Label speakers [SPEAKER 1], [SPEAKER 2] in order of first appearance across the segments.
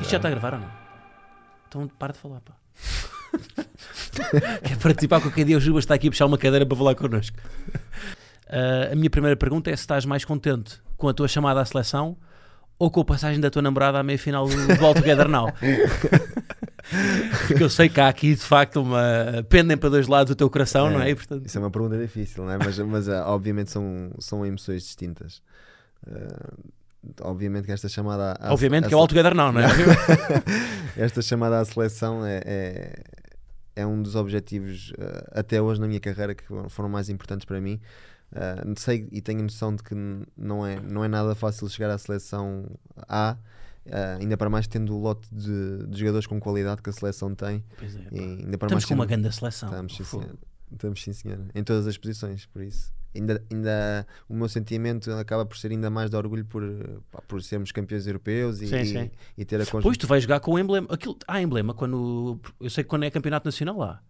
[SPEAKER 1] Isto já está a gravar ou não? Então para de falar, pá. Quer participar qualquer dia? O Juba está aqui a puxar uma cadeira para falar connosco. Ah, a minha primeira pergunta é se estás mais contente com a tua chamada à seleção ou com a passagem da tua namorada à meia-final do, do All Together Now. Porque eu sei que há aqui, de facto, uma... pendem para dois lados o teu coração,
[SPEAKER 2] É.
[SPEAKER 1] não é? E, portanto,
[SPEAKER 2] Isso é uma pergunta difícil, não é? Mas, mas ah, obviamente são, são emoções distintas. Ah, obviamente que esta chamada. à- à-
[SPEAKER 1] obviamente
[SPEAKER 2] à
[SPEAKER 1] que é o All Together Now, não é?
[SPEAKER 2] Esta chamada à seleção é, é, é um dos objetivos eh, até hoje na minha carreira que foram- foram mais importantes para mim. Eh, sei e tenho noção de que n- não é, não é nada fácil chegar à seleção A, eh, ainda para mais tendo o lote de, de jogadores com qualidade que a seleção tem.
[SPEAKER 1] Pois é, pá.
[SPEAKER 2] E ainda para mais
[SPEAKER 1] Estamos com
[SPEAKER 2] sendo-
[SPEAKER 1] uma grande seleção.
[SPEAKER 2] Estamos, sim,
[SPEAKER 1] Fogo.
[SPEAKER 2] senhora. Estamos, sim, senhora. Em todas as posições, por isso. Ainda, ainda o meu sentimento acaba por ser ainda mais de orgulho por, eh, pá, por sermos campeões europeus e,
[SPEAKER 1] Sim,
[SPEAKER 2] e-
[SPEAKER 1] sim.
[SPEAKER 2] e ter a
[SPEAKER 1] Pois tu vais jogar com o emblema. Aquilo, há emblema quando. Eu sei que quando é campeonato nacional lá.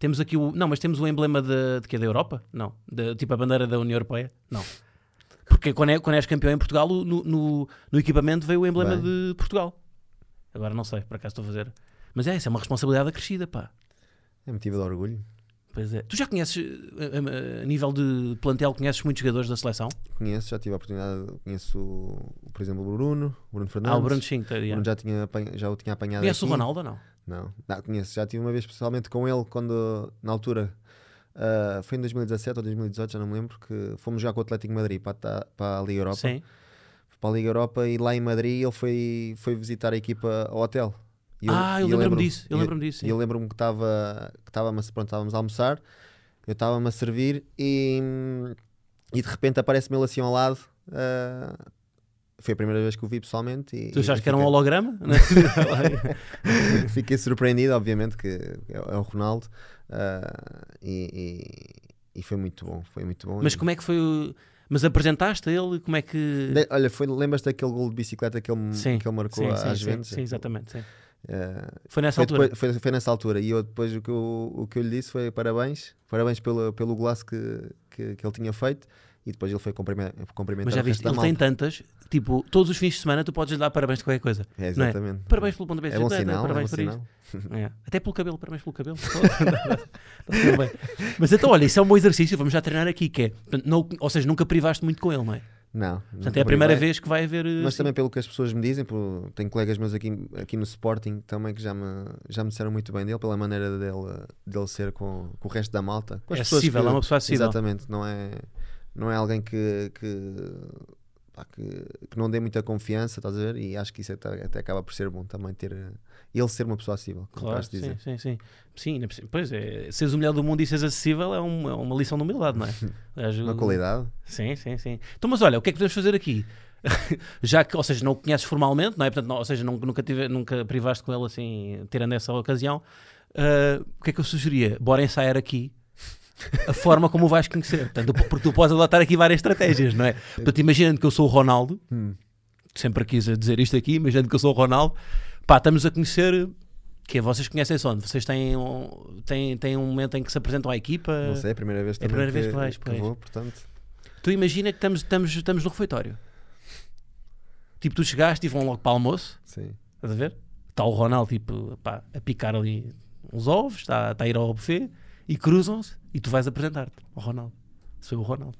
[SPEAKER 1] Temos aqui o. Não, mas temos o emblema de, de quê? Da Europa? Não. Da- tipo a bandeira da União Europeia? Não. Porque quando, é, quando és campeão em Portugal, o- no, no, no equipamento veio o emblema
[SPEAKER 2] Bem.
[SPEAKER 1] de Portugal. Agora não sei, por acaso estou a fazer. Mas é, isso é uma responsabilidade acrescida, pá.
[SPEAKER 2] É motivo de orgulho.
[SPEAKER 1] Pois é. Tu já conheces, eh, a, a- a nível de plantel, conheces muitos jogadores da seleção?
[SPEAKER 2] Conheço, já tive a oportunidade, conheço, o- por exemplo, o Bruno, o Bruno Fernandes.
[SPEAKER 1] ah, o Bruno Cinco, tá,
[SPEAKER 2] O
[SPEAKER 1] yeah.
[SPEAKER 2] Bruno é já, tinha apanha- já o tinha apanhado
[SPEAKER 1] Conheces o
[SPEAKER 2] aqui.
[SPEAKER 1] Ronaldo ou não?
[SPEAKER 2] Não, não, conheço. Já tive uma vez pessoalmente com ele, quando, na altura, ah, foi em 2017 ou 2018, já não me lembro, que fomos jogar com o Atlético de Madrid para, a ta- para a Liga Europa.
[SPEAKER 1] Sim.
[SPEAKER 2] Para a Liga Europa e lá em Madrid ele foi, foi visitar a equipa ao hotel. E
[SPEAKER 1] ah,
[SPEAKER 2] e
[SPEAKER 1] eu lembro-me
[SPEAKER 2] lembro-me-
[SPEAKER 1] disso. Eu
[SPEAKER 2] e-
[SPEAKER 1] lembro-me disso.
[SPEAKER 2] e
[SPEAKER 1] Sim.
[SPEAKER 2] eu lembro-me que estava que estávamos- pronto, estávamos a almoçar, eu estava-me a servir e, e de repente aparece-me ele assim ao lado. ah, foi a primeira vez que o vi pessoalmente. E,
[SPEAKER 1] Tu
[SPEAKER 2] e
[SPEAKER 1] achas que era um
[SPEAKER 2] fiquei-
[SPEAKER 1] holograma?
[SPEAKER 2] Fiquei surpreendido, obviamente, que é, é o Ronaldo. ah, e, e- e foi muito bom. Foi muito bom.
[SPEAKER 1] Mas
[SPEAKER 2] E-
[SPEAKER 1] como é que foi o... Mas apresentaste a ele? Como é que...
[SPEAKER 2] De- olha, foi- lembras-te daquele gol de bicicleta que ele, me-
[SPEAKER 1] Sim,
[SPEAKER 2] que ele marcou
[SPEAKER 1] sim,
[SPEAKER 2] a-
[SPEAKER 1] sim,
[SPEAKER 2] às
[SPEAKER 1] sim,
[SPEAKER 2] Juventus?
[SPEAKER 1] sim, exatamente. sim.
[SPEAKER 2] Ah,
[SPEAKER 1] Foi nessa
[SPEAKER 2] Foi,
[SPEAKER 1] altura.
[SPEAKER 2] depois- foi- foi nessa altura. E eu depois o que eu, o que eu lhe disse foi parabéns, parabéns pelo, pelo golaço que, que, que ele tinha feito. E depois ele foi cumprime- cumprimentar
[SPEAKER 1] Mas já
[SPEAKER 2] o resto
[SPEAKER 1] viste,
[SPEAKER 2] da
[SPEAKER 1] ele tem
[SPEAKER 2] então, malta.
[SPEAKER 1] tantas, tipo, todos os fins de semana tu podes lhe dar parabéns de qualquer coisa.
[SPEAKER 2] É,
[SPEAKER 1] não é?
[SPEAKER 2] exatamente.
[SPEAKER 1] Parabéns pelo ponto de
[SPEAKER 2] É
[SPEAKER 1] vista.
[SPEAKER 2] bom
[SPEAKER 1] dá- dá
[SPEAKER 2] sinal, é bom
[SPEAKER 1] parabéns por
[SPEAKER 2] sinal.
[SPEAKER 1] isto. É. Até pelo cabelo, parabéns pelo cabelo. Está tudo bem. Mas então, olha, isso é um bom exercício, vamos já treinar aqui, que é, portanto, não, ou seja, nunca privaste muito com ele, não é?
[SPEAKER 2] Não.
[SPEAKER 1] Portanto,
[SPEAKER 2] nunca
[SPEAKER 1] é a primeira
[SPEAKER 2] brinquei.
[SPEAKER 1] vez que vai haver... eh,
[SPEAKER 2] Mas
[SPEAKER 1] assim-
[SPEAKER 2] também pelo que as pessoas me dizem, por- tenho colegas meus aqui, aqui no Sporting também que já me, já me disseram muito bem dele, pela maneira dele, dele ser com, com o resto da malta. Com as
[SPEAKER 1] É
[SPEAKER 2] pessoas
[SPEAKER 1] acessível,
[SPEAKER 2] que-
[SPEAKER 1] é uma pessoa acessível.
[SPEAKER 2] Exatamente, não é, não é alguém que, que, pá, que, que não dê muita confiança, estás a ver? E acho que isso até, até acaba por ser bom também ter eh, ele ser uma pessoa acessível, como
[SPEAKER 1] Claro,
[SPEAKER 2] estás a dizer.
[SPEAKER 1] sim, sim, sim. Sim, ainda por cima- pois é, seres o melhor do mundo e seres acessível é, um- é uma lição de humildade, não é? Aliás,
[SPEAKER 2] Uma
[SPEAKER 1] o-
[SPEAKER 2] qualidade.
[SPEAKER 1] Sim, sim, sim. Então, mas olha, o que é que podemos fazer aqui? Já que, ou seja, não o conheces formalmente, não é? Portanto, não- ou seja, nun- nunca, tive, nunca privaste com ele assim, tirando essa ocasião. Ah, o que é que eu sugeria? Bora ensaiar aqui a forma como o vais conhecer. Portanto, tu- porque tu podes adotar aqui várias estratégias, não é? Portanto, imaginando que eu sou o Ronaldo,
[SPEAKER 2] Hum.
[SPEAKER 1] sempre quis dizer isto aqui, imaginando que eu sou o Ronaldo, pá, estamos a conhecer. Que é, vocês conhecem-se onde? Vocês têm um, têm, têm um momento em que se apresentam à equipa?
[SPEAKER 2] Não sei, é a primeira
[SPEAKER 1] é
[SPEAKER 2] vez
[SPEAKER 1] a
[SPEAKER 2] também
[SPEAKER 1] primeira
[SPEAKER 2] que,
[SPEAKER 1] vez que vais, pois.
[SPEAKER 2] vou, portanto.
[SPEAKER 1] Tu imagina que estamos, estamos, estamos no refeitório. Tipo, tu chegaste e vão logo para o almoço,
[SPEAKER 2] Sim.
[SPEAKER 1] estás a ver? Está o Ronaldo tipo, pá, a picar ali uns ovos, está, está a ir ao buffet e cruzam-se e tu vais apresentar-te ao Ronaldo. Sou eu o Ronaldo.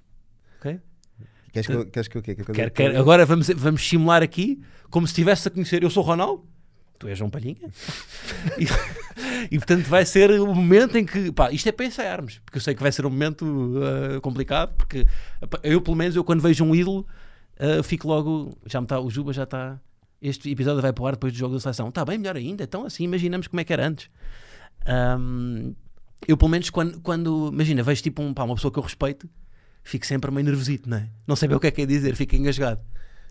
[SPEAKER 1] Ok?
[SPEAKER 2] Queres que,
[SPEAKER 1] Então,
[SPEAKER 2] eu- queres que eu o quê? Que eu-
[SPEAKER 1] Quer- quer- agora vamos, vamos simular aqui como se estivesse a conhecer. Eu sou o Ronaldo, tu és João Palhinha. e, e, portanto vai ser o momento em que. Pá, isto é para ensaiarmos, porque eu sei que vai ser um momento ah, complicado. Porque pá, eu, pelo menos, eu quando vejo um ídolo, ah, fico logo. Já me está, o Juba já está. Este episódio vai para o ar depois do jogo da seleção. Está bem, melhor ainda. Então, assim, imaginamos como é que era antes. Ahm, eu, pelo menos, quando, quando imagina, vejo tipo um, pá, uma pessoa que eu respeito, fico sempre meio nervosito, não é? Não sei bem o que é que é dizer, fico engasgado.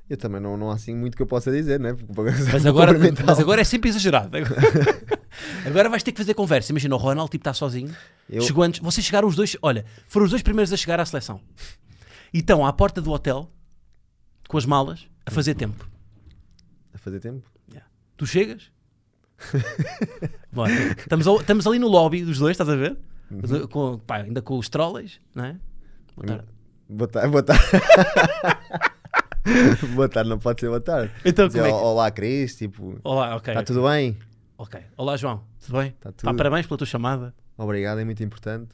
[SPEAKER 2] Eu também não, não há assim muito que eu possa dizer, né? Porque-
[SPEAKER 1] Mas agora,
[SPEAKER 2] cumprimentá-lo.
[SPEAKER 1] mas agora é sempre exagerado. Agora vais ter que fazer conversa. Imagina, o Ronaldo tipo, está sozinho.
[SPEAKER 2] Eu-
[SPEAKER 1] Chegou antes. Vocês chegaram os dois. Olha, foram os dois primeiros a chegar à seleção. E estão à porta do hotel, com as malas, a fazer tempo.
[SPEAKER 2] A fazer tempo?
[SPEAKER 1] Tu chegas? Bora. Estamos, ao- estamos ali no lobby dos dois, estás a ver? Com- pá, ainda com os trolleys, não é? Boa tarde.
[SPEAKER 2] Boa tarde. Boa tarde. boa tarde, não pode ser boa tarde.
[SPEAKER 1] Então,
[SPEAKER 2] Dizer,
[SPEAKER 1] como é que-
[SPEAKER 2] Olá, Cris, tipo,
[SPEAKER 1] Olá, ok.
[SPEAKER 2] está tudo bem?
[SPEAKER 1] Ok. Olá, João. Tá Tudo bem?
[SPEAKER 2] Está tudo.
[SPEAKER 1] Pá, parabéns pela tua chamada.
[SPEAKER 2] Obrigado, é muito importante.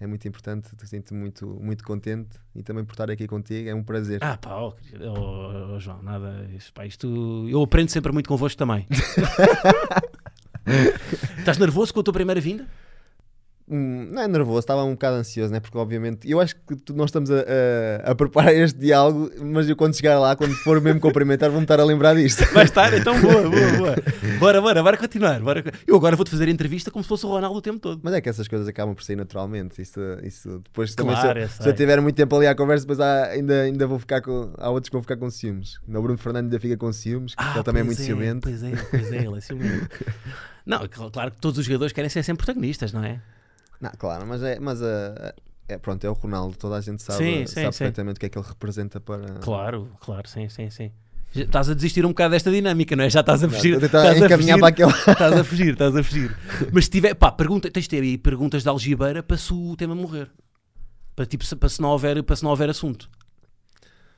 [SPEAKER 2] É muito importante, te sinto muito, muito contente e também por estar aqui contigo, é um prazer.
[SPEAKER 1] Ah, pá, ó, querido, ó, ó, João, nada. Isso, pá, isto, eu aprendo sempre muito convosco também. Estás nervoso com a tua primeira vinda?
[SPEAKER 2] Hum, não é nervoso, estava um bocado ansioso, né? Porque, obviamente, eu acho que tu- nós estamos a, a- a preparar este diálogo, mas eu quando chegar lá, quando for mesmo cumprimentar, vou-me estar a lembrar disto.
[SPEAKER 1] Vai estar? Então boa, boa, boa. Bora, bora, bora continuar. Bora. Eu agora vou-te fazer entrevista como se fosse o Ronaldo o tempo todo.
[SPEAKER 2] Mas é que essas coisas acabam por sair naturalmente. Isso, isso depois também se eu-
[SPEAKER 1] Claro, eu
[SPEAKER 2] se, eu,
[SPEAKER 1] sei.
[SPEAKER 2] tiver muito tempo ali à conversa, depois há- ainda, ainda vou ficar com. Há outros que vão ficar com ciúmes. Ainda O Bruno Fernando ainda fica com ciúmes, que ele também é
[SPEAKER 1] Ah, pois
[SPEAKER 2] muito ciumento.
[SPEAKER 1] Pois é, pois é, ele é ciumento. Não, cl- claro que todos os jogadores querem ser sempre protagonistas, não é?
[SPEAKER 2] Não, claro, mas é. Mas a- é pronto, é o Ronaldo, toda a gente sabe,
[SPEAKER 1] Sim, sim,
[SPEAKER 2] sabe
[SPEAKER 1] sim.
[SPEAKER 2] perfeitamente o que é que ele representa para.
[SPEAKER 1] Claro, claro, sim, sim, sim. Já estás a desistir um bocado desta dinâmica, não é? Já estás a
[SPEAKER 2] Não,
[SPEAKER 1] fugir.
[SPEAKER 2] estou a tentar
[SPEAKER 1] estás a
[SPEAKER 2] encaminhar
[SPEAKER 1] fugir.
[SPEAKER 2] para aquele.
[SPEAKER 1] Estás a fugir, estás a fugir. Mas se tiver, pá, pergunta, tens de ter aí perguntas de algibeira para se o tema morrer. Para, tipo, se, para, se não houver, para se não houver assunto.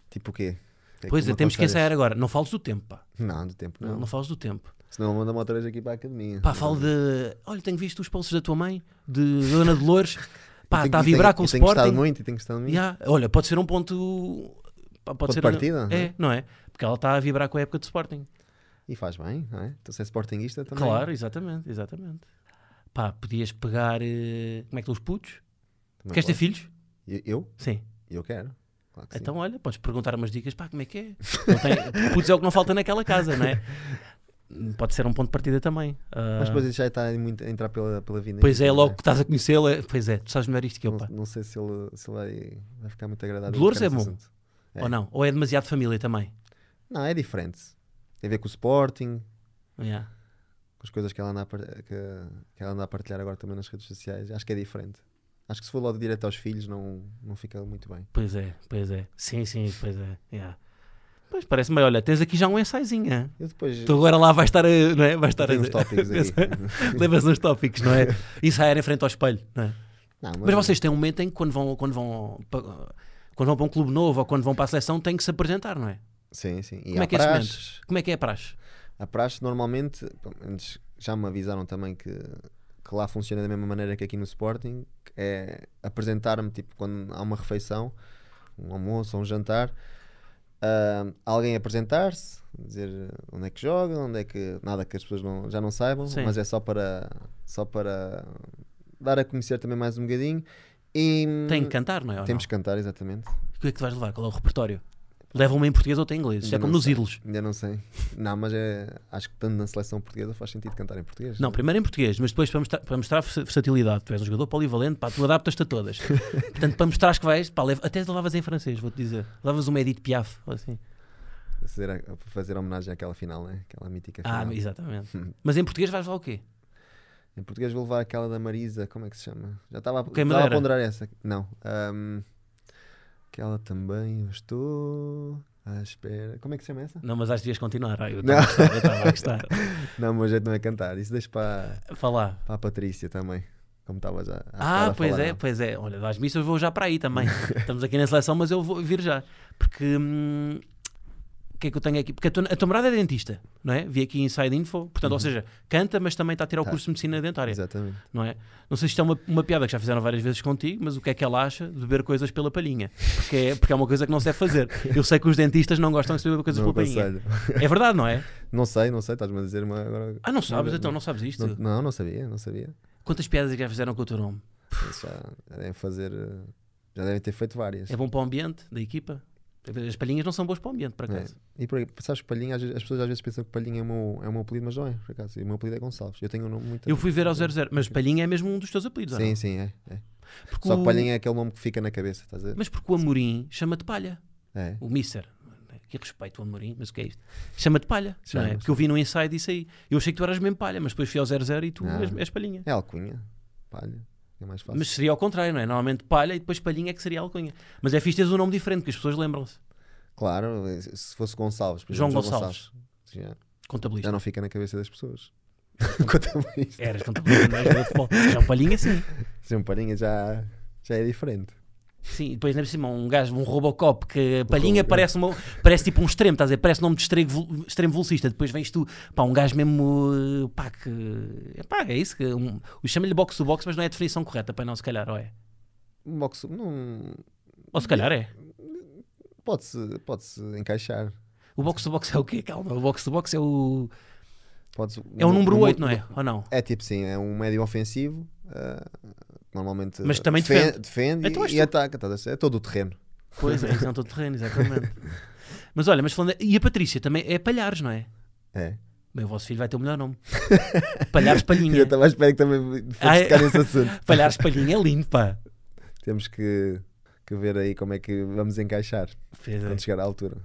[SPEAKER 2] Tipo o quê? O que é
[SPEAKER 1] pois
[SPEAKER 2] tu
[SPEAKER 1] é,
[SPEAKER 2] me
[SPEAKER 1] temos que
[SPEAKER 2] aconselhas?
[SPEAKER 1] ensaiar agora. Não fales do tempo, pá.
[SPEAKER 2] Não, do tempo
[SPEAKER 1] Não,
[SPEAKER 2] não.
[SPEAKER 1] não fales do tempo.
[SPEAKER 2] Senão manda-me outra vez aqui para a academia.
[SPEAKER 1] Pá, falo de. Olha, tenho visto os pulsos da tua mãe, de Dona Dolores. Pá, está tá a
[SPEAKER 2] Tenho- e tenho-
[SPEAKER 1] vibrar com o
[SPEAKER 2] e tenho gostado
[SPEAKER 1] Sporting.
[SPEAKER 2] muito e tenho gostado muito.
[SPEAKER 1] Ya, Olha, pode ser um ponto. pá, Pode
[SPEAKER 2] Ponto
[SPEAKER 1] ser
[SPEAKER 2] de partida, não é?
[SPEAKER 1] É, não é? Porque ela está a vibrar com a época de Sporting.
[SPEAKER 2] E faz bem, não é? Tu se é sportinguista também.
[SPEAKER 1] Claro, exatamente, exatamente. Pá, podias pegar. eh, Como é que estão os putos?
[SPEAKER 2] Também
[SPEAKER 1] Queres ter
[SPEAKER 2] pode.
[SPEAKER 1] filhos?
[SPEAKER 2] Eu- Eu?
[SPEAKER 1] Sim.
[SPEAKER 2] Eu quero. Claro que sim.
[SPEAKER 1] Então, olha, podes perguntar umas dicas, pá, como é que é? Não tem... Putz, é o que não falta naquela casa, não é? Pode ser um ponto de partida também. Ah,
[SPEAKER 2] Mas depois ele já está muito a entrar pela, pela vida.
[SPEAKER 1] pois é,
[SPEAKER 2] inteira,
[SPEAKER 1] logo
[SPEAKER 2] né?
[SPEAKER 1] que estás a conhecê-la, pois é, tu sabes melhor isto que eu,
[SPEAKER 2] Não,
[SPEAKER 1] pá.
[SPEAKER 2] não sei se ele, se ele vai, vai ficar muito agradável.
[SPEAKER 1] Dolores
[SPEAKER 2] tocar
[SPEAKER 1] é
[SPEAKER 2] nesse
[SPEAKER 1] bom.
[SPEAKER 2] assunto. É.
[SPEAKER 1] Ou não? Ou é demasiado família também?
[SPEAKER 2] Não, é diferente. Tem a ver com o Sporting,
[SPEAKER 1] Ya.
[SPEAKER 2] com as coisas que ela, anda a par- que, que ela anda a partilhar agora também nas redes sociais. Acho que é diferente. Acho que se for logo direto aos filhos não, não fica muito bem.
[SPEAKER 1] Pois é, pois é. Sim, sim, pois é. ya. Pois parece-me, bem, olha, tens aqui já um ensaiozinho. hã?
[SPEAKER 2] Eu depois
[SPEAKER 1] Tu agora lá vais estar a. Não é? Vais estar a...
[SPEAKER 2] tenho uns tópicos aí.
[SPEAKER 1] Levas uns tópicos, não é? Ensaiar em frente ao espelho, não é?
[SPEAKER 2] Não,
[SPEAKER 1] Mas vocês têm um momento em que quando vão, quando vão, pa- quando vão para um clube novo ou quando vão para a seleção têm que se apresentar, não é?
[SPEAKER 2] Sim, sim. E
[SPEAKER 1] Como
[SPEAKER 2] há
[SPEAKER 1] é que é esse
[SPEAKER 2] praxes,
[SPEAKER 1] Como é que é a praxe?
[SPEAKER 2] A praxe normalmente, pelo menos já me avisaram também que, que lá funciona da mesma maneira que aqui no Sporting, que é apresentar-me, tipo, quando há uma refeição, um almoço ou um jantar, ah, alguém apresentar-se, dizer onde é que joga, onde é que. nada que as pessoas não- já não saibam,
[SPEAKER 1] Sim.
[SPEAKER 2] mas é só para, só para dar a conhecer também mais um bocadinho. E
[SPEAKER 1] Tem que cantar, não é? Ou
[SPEAKER 2] Hum, temos
[SPEAKER 1] não?
[SPEAKER 2] que cantar, exatamente.
[SPEAKER 1] O que é que tu vais levar? Qual é o repertório? Leva uma em português ou outra em inglês. Isto é
[SPEAKER 2] Ainda
[SPEAKER 1] como
[SPEAKER 2] não
[SPEAKER 1] nos
[SPEAKER 2] sei.
[SPEAKER 1] ídolos.
[SPEAKER 2] Ainda não sei. Não, mas é, acho que tanto na seleção portuguesa faz sentido cantar em português.
[SPEAKER 1] Não, primeiro em português, mas depois para mostrar, para mostrar vers- versatilidade. Tu és um jogador polivalente, pá, tu adaptas-te a todas. Portanto, para mostrar que vais, pá, leva, até levavas em francês, vou-te dizer. Levavas uma Edith Piaf, ou assim.
[SPEAKER 2] fazer, a- fazer homenagem àquela final, né? Aquela mítica
[SPEAKER 1] Ah,
[SPEAKER 2] final.
[SPEAKER 1] exatamente. Mas em português vais levar o quê?
[SPEAKER 2] Em português vou levar aquela da Marisa, como é que se chama? Já estava a,
[SPEAKER 1] Ok,
[SPEAKER 2] estava a
[SPEAKER 1] Madeira.
[SPEAKER 2] ponderar essa. Não. ahm, aquela também eu estou à espera. Como é que se chama essa?
[SPEAKER 1] Não, mas acho que devias continuar. Ah, eu
[SPEAKER 2] Não.
[SPEAKER 1] estava a gostar, eu estava a gostar.
[SPEAKER 2] Não, o meu jeito não é cantar. Isso deixo para,
[SPEAKER 1] Falar.
[SPEAKER 2] para a Patrícia também. Como estavas já.
[SPEAKER 1] Ah, pois é, pois é. Olha, das missas eu vou já para aí também. Estamos aqui na seleção, mas eu vou vir já. Porque. hum, o que é que eu tenho aqui? Porque a tua, a tua namorada é dentista, não é? Vi aqui Inside Info. Portanto, ou seja, canta, mas também está a tirar o
[SPEAKER 2] Uhum. Tá.
[SPEAKER 1] curso de medicina dentária,
[SPEAKER 2] Exatamente.
[SPEAKER 1] não é? Não sei se isto é uma, uma piada que já fizeram várias vezes contigo, mas o que é que ela acha de beber coisas pela palhinha? Porque é, porque é uma coisa que não se deve fazer. Eu sei que os dentistas não gostam de se beber coisas
[SPEAKER 2] Não
[SPEAKER 1] pela palhinha.
[SPEAKER 2] aconselho.
[SPEAKER 1] É verdade, não é?
[SPEAKER 2] Não sei, não sei. Estás-me a dizer uma agora.
[SPEAKER 1] Ah, não sabes,
[SPEAKER 2] Não,
[SPEAKER 1] então não sabes isto.
[SPEAKER 2] Não, não, não sabia, não sabia.
[SPEAKER 1] Quantas piadas é que já fizeram com o teu nome?
[SPEAKER 2] Isso já, já devem fazer. eh, Já devem ter feito várias.
[SPEAKER 1] É bom para o ambiente da equipa? As palhinhas não são boas para o ambiente, para
[SPEAKER 2] É.
[SPEAKER 1] acaso.
[SPEAKER 2] E por aí, sabes que Palhinha, às vezes- as pessoas às vezes pensam que Palhinha é o meu, é o meu apelido, mas não é, por acaso. E O meu apelido é Gonçalves. Eu tenho um nome muito.
[SPEAKER 1] Eu fui ver ao 00, mas Palhinha é mesmo um dos teus apelidos, ou
[SPEAKER 2] Sim,
[SPEAKER 1] não?
[SPEAKER 2] sim, é. é.
[SPEAKER 1] Porque
[SPEAKER 2] Só
[SPEAKER 1] o-
[SPEAKER 2] que Palhinha é aquele nome que fica na cabeça, estás a ver?
[SPEAKER 1] Mas porque o Amorim chama-te Palha,
[SPEAKER 2] É.
[SPEAKER 1] o Mister. Que respeito o Amorim, mas o que é isto? Chama-te Palha, não é?
[SPEAKER 2] Chama-se.
[SPEAKER 1] Porque eu vi no inside isso aí. Eu achei que tu eras mesmo Palha, mas depois fui ao 00 e tu
[SPEAKER 2] Ah.
[SPEAKER 1] és, és Palhinha.
[SPEAKER 2] É alcunha. Palha. É mais fácil.
[SPEAKER 1] Mas seria ao contrário, não é? Normalmente Palha e depois Palhinha é que seria a alcunha. Mas é fixe teres um nome diferente, porque as pessoas lembram-se.
[SPEAKER 2] Claro, é, se fosse Gonçalves, por
[SPEAKER 1] João
[SPEAKER 2] exemplo,
[SPEAKER 1] Gonçalves,
[SPEAKER 2] Gonçalves, Já, já
[SPEAKER 1] contabilista.
[SPEAKER 2] não fica na cabeça das pessoas. Contabilista.
[SPEAKER 1] é um Eras contabilista, não és jogador de futebol. João Palhinha, sim.
[SPEAKER 2] João Palhinha já, já é diferente.
[SPEAKER 1] Sim, depois ainda por cima um gajo, um Robocop que a palhinha parece, uma, parece tipo um extremo, estás a ver? Parece nome de extremo, vel- extremo velocista. Depois vens tu, pá, um gajo mesmo, uh, pá, que. é Pá, é isso que. Um, o chama-lhe box to box, mas não é a definição correta, para não, se calhar, ou é?
[SPEAKER 2] Um boxe- não,
[SPEAKER 1] Ou se calhar é.
[SPEAKER 2] pode-se pode-se encaixar.
[SPEAKER 1] O box to box é o quê? Calma, o box to box é o.
[SPEAKER 2] Pode-se-
[SPEAKER 1] É o
[SPEAKER 2] no-
[SPEAKER 1] número
[SPEAKER 2] no-
[SPEAKER 1] 8, não é? Ou não?
[SPEAKER 2] É tipo sim, é um médio ofensivo. ah, normalmente
[SPEAKER 1] Mas
[SPEAKER 2] ah,
[SPEAKER 1] também
[SPEAKER 2] defen-
[SPEAKER 1] defende.
[SPEAKER 2] defende
[SPEAKER 1] Então és
[SPEAKER 2] e, e
[SPEAKER 1] tu.
[SPEAKER 2] ataca. estás a ver? É todo o terreno.
[SPEAKER 1] Pois é, isso é um todo terreno, exatamente. Mas olha, mas falando. E a Patrícia também é Palhares, não é?
[SPEAKER 2] É.
[SPEAKER 1] Bem, o vosso filho vai ter o melhor nome. Palhares
[SPEAKER 2] Eu
[SPEAKER 1] Palhinha.
[SPEAKER 2] estava à espera que também fosse
[SPEAKER 1] Ah, é.
[SPEAKER 2] tocar nesse assunto.
[SPEAKER 1] Palhares Palhinha é lindo, pá.
[SPEAKER 2] Temos que, que ver aí como é que vamos encaixar
[SPEAKER 1] Pois é.
[SPEAKER 2] quando chegar à altura.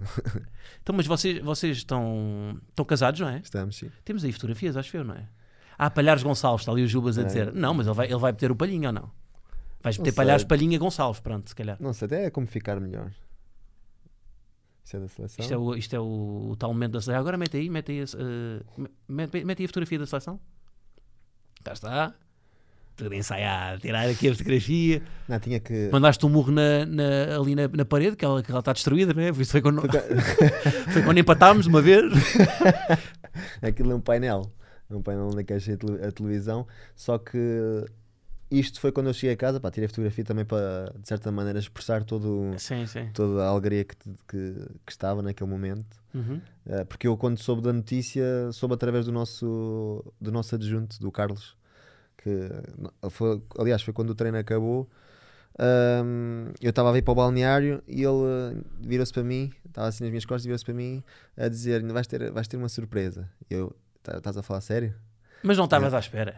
[SPEAKER 1] Então, mas vocês, vocês estão, estão casados, não é?
[SPEAKER 2] Estamos, sim.
[SPEAKER 1] Temos aí fotografias, acho eu, não é? Ah, Palhares Gonçalves, está ali o Jubas a
[SPEAKER 2] É.
[SPEAKER 1] dizer. Não, mas ele vai, ele vai meter o Palhinha ou não? Vais
[SPEAKER 2] Não
[SPEAKER 1] meter
[SPEAKER 2] sei.
[SPEAKER 1] Palhares Palhinha Gonçalves, pronto, se calhar.
[SPEAKER 2] Não sei, até é como ficar melhor. Isto é da seleção.
[SPEAKER 1] Isto é, o, isto é o, o tal momento da seleção. Agora mete aí, mete aí, esse, eh, mete, mete aí a fotografia da seleção. Cá está. Tudo ensaiado, tirar aqui a fotografia.
[SPEAKER 2] Não, tinha que.
[SPEAKER 1] Mandaste um murro na, na- ali na, na parede, que ela, que ela está destruída, não é? Por isso foi quando, foi quando empatámos uma vez.
[SPEAKER 2] Aquilo é um painel. É um painel onde encaixei a tele- a televisão. Só que isto foi quando eu cheguei a casa. Pá, tirei fotografia também para, de certa maneira, expressar todo,
[SPEAKER 1] Sim, sim.
[SPEAKER 2] toda a alegria que, te- que, que estava naquele momento.
[SPEAKER 1] Uhum.
[SPEAKER 2] Eh, porque eu, quando soube da notícia, soube através do nosso, do nosso adjunto, do Carlos. Que, eh, foi- aliás, foi quando o treino acabou. Ahm, eu estava a vir para o balneário e ele eh, virou-se para mim, estava assim nas minhas costas, e virou-se para mim a dizer: "Ainda vais ter, vais ter uma surpresa. E eu, "Tá- estás a falar sério?
[SPEAKER 1] Mas não estavas à espera.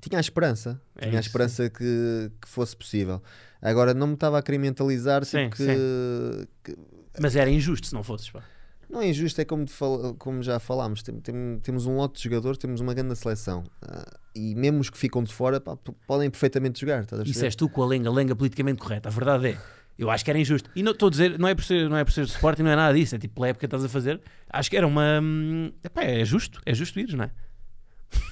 [SPEAKER 2] Tinha a esperança,
[SPEAKER 1] É
[SPEAKER 2] tinha a
[SPEAKER 1] isso,
[SPEAKER 2] esperança que, que fosse possível. Agora não me estava a querer mentalizar, tipo,
[SPEAKER 1] Sim,
[SPEAKER 2] que, que-
[SPEAKER 1] Mas era injusto se não fosses, pá.
[SPEAKER 2] Não é injusto, é como, te fal- como já falámos. Tem- tem- temos um lote de jogadores, temos uma grande seleção. Ah, e mesmo os que ficam de fora pá, p- podem perfeitamente jogar. Estás
[SPEAKER 1] Isso
[SPEAKER 2] a
[SPEAKER 1] é
[SPEAKER 2] perceber?
[SPEAKER 1] és tu com a lenga, lenga politicamente correta. A verdade é, eu acho que era injusto. E não estou a dizer, não é por ser, não é por ser de Sporting, não é nada disso. É tipo, pela época que estás a fazer, acho que era uma. hum, epá, é justo, é justo ires, não é?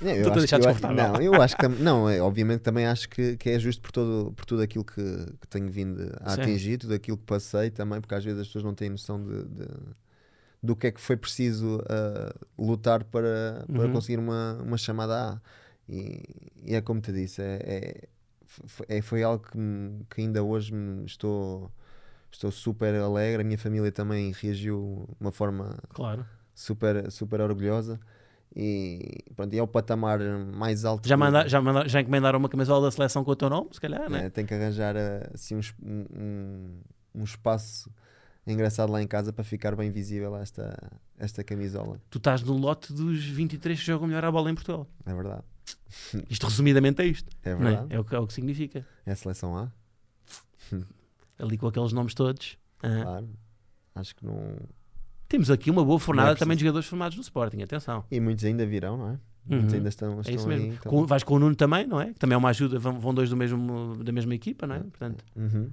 [SPEAKER 2] Não, eu
[SPEAKER 1] Estou-te a
[SPEAKER 2] acho-
[SPEAKER 1] deixar
[SPEAKER 2] eu acho-
[SPEAKER 1] desconfortável.
[SPEAKER 2] Não, eu acho que tam- não, é, obviamente também acho que, que é justo por, todo, por tudo aquilo que, que tenho vindo a
[SPEAKER 1] Sim.
[SPEAKER 2] atingir, tudo aquilo que passei também, porque às vezes as pessoas não têm noção de, de- do que é que foi preciso ah, lutar para, para
[SPEAKER 1] Uhum.
[SPEAKER 2] conseguir uma, uma chamada A. E, e é como te disse, é, é- foi, é- foi algo que, me- que ainda hoje me estou, estou super alegre. A minha família também reagiu de uma forma
[SPEAKER 1] Claro.
[SPEAKER 2] super, super orgulhosa e pronto, e é o patamar mais alto.
[SPEAKER 1] Já,
[SPEAKER 2] que-
[SPEAKER 1] manda, já, manda, já encomendaram uma camisola da seleção com o teu nome, se calhar, não é?
[SPEAKER 2] né, Tem que arranjar eh, assim, um, es- um- um, um espaço engraçado lá em casa para ficar bem visível esta, esta camisola,
[SPEAKER 1] Tu estás no lote dos 23 que jogam melhor a bola em Portugal.
[SPEAKER 2] é verdade.
[SPEAKER 1] Isto resumidamente é isto.
[SPEAKER 2] É
[SPEAKER 1] não É,
[SPEAKER 2] verdade.
[SPEAKER 1] É o, que- é o que significa.
[SPEAKER 2] É a seleção A,
[SPEAKER 1] Ali com aqueles nomes todos. Aham.
[SPEAKER 2] claro. Acho que não.
[SPEAKER 1] Temos aqui uma boa fornada
[SPEAKER 2] Não é
[SPEAKER 1] também de jogadores formados no Sporting, atenção.
[SPEAKER 2] E muitos ainda virão, não é? Muitos ainda estão,
[SPEAKER 1] É
[SPEAKER 2] estão
[SPEAKER 1] isso
[SPEAKER 2] aí,
[SPEAKER 1] mesmo.
[SPEAKER 2] então-
[SPEAKER 1] Com- vais com o Nuno também, não é? Que também é uma ajuda, vão, vão dois do mesmo, da mesma equipa, não é? Portanto,
[SPEAKER 2] Uhum.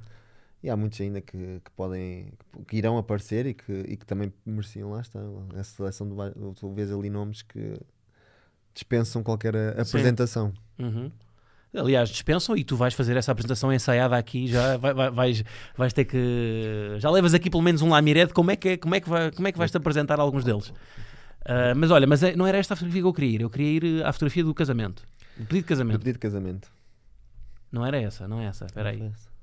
[SPEAKER 2] E há muitos ainda que, que podem, que irão aparecer e que, e que também mereciam lá estar. A seleção de va- tu vês ali nomes que dispensam qualquer a-
[SPEAKER 1] Sim.
[SPEAKER 2] apresentação.
[SPEAKER 1] uhum. Aliás, dispensam e tu vais fazer essa apresentação ensaiada aqui, já vai- vai- vais, vais ter que. Já levas aqui pelo menos um lamiré de como é que, é- como é que, vai, como é que vais te apresentar a alguns deles. Ah, mas olha, mas é- não era esta a fotografia que eu queria ir, eu queria ir eh, à fotografia do casamento. Do pedido de
[SPEAKER 2] Do
[SPEAKER 1] casamento.
[SPEAKER 2] pedido de casamento.
[SPEAKER 1] Não era essa, não é essa. Espera aí.
[SPEAKER 2] Parece.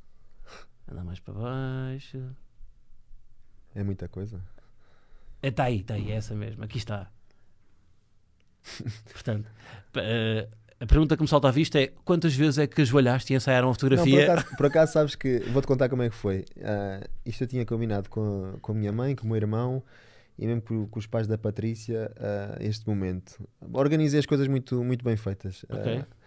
[SPEAKER 1] Anda mais para baixo.
[SPEAKER 2] É muita coisa.
[SPEAKER 1] Está aí, está aí, é essa mesmo, aqui está. Portanto, p- eh, a pergunta que me salta à vista é quantas vezes é que ajoelhaste e ensaiaram a
[SPEAKER 2] Não, por,
[SPEAKER 1] fotografia?
[SPEAKER 2] acaso, por acaso sabes que vou-te contar como é que foi. Ah, isto eu tinha combinado com, com a minha mãe, com o meu irmão e mesmo com, com os pais da Patrícia ah, este momento. Organizei as coisas muito, muito bem feitas.
[SPEAKER 1] Ok.
[SPEAKER 2] Ah,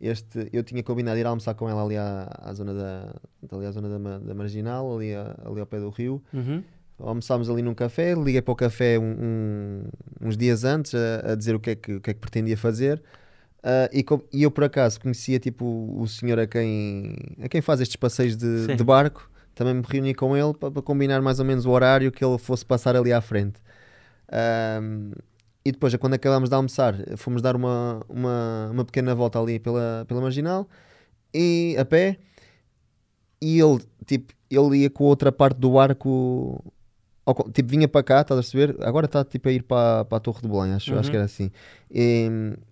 [SPEAKER 2] este, eu tinha combinado ir almoçar com ela ali à, à zona da ali à zona da, ma- da marginal, ali, a- ali ao pé do rio.
[SPEAKER 1] Uhum.
[SPEAKER 2] Almoçámos ali num café, liguei para o café um- um- uns dias antes a, a dizer o que é que, o que, é que pretendia fazer. Ah, e, com- e eu por acaso conhecia tipo o, o senhor a quem, a quem faz estes passeios de,
[SPEAKER 1] Sim.
[SPEAKER 2] de barco, também me reuni com ele para, para combinar mais ou menos o horário que ele fosse passar ali à frente. Ah, e depois, quando acabámos de almoçar, fomos dar uma, uma, uma pequena volta ali pela, pela marginal e a pé. e ele, tipo, ele ia com a outra parte do arco. ao co- Tipo, vinha para cá, estás a perceber? Agora está tipo, a ir para, para a Torre de Belém, acho,
[SPEAKER 1] Uhum.
[SPEAKER 2] acho que era assim. E,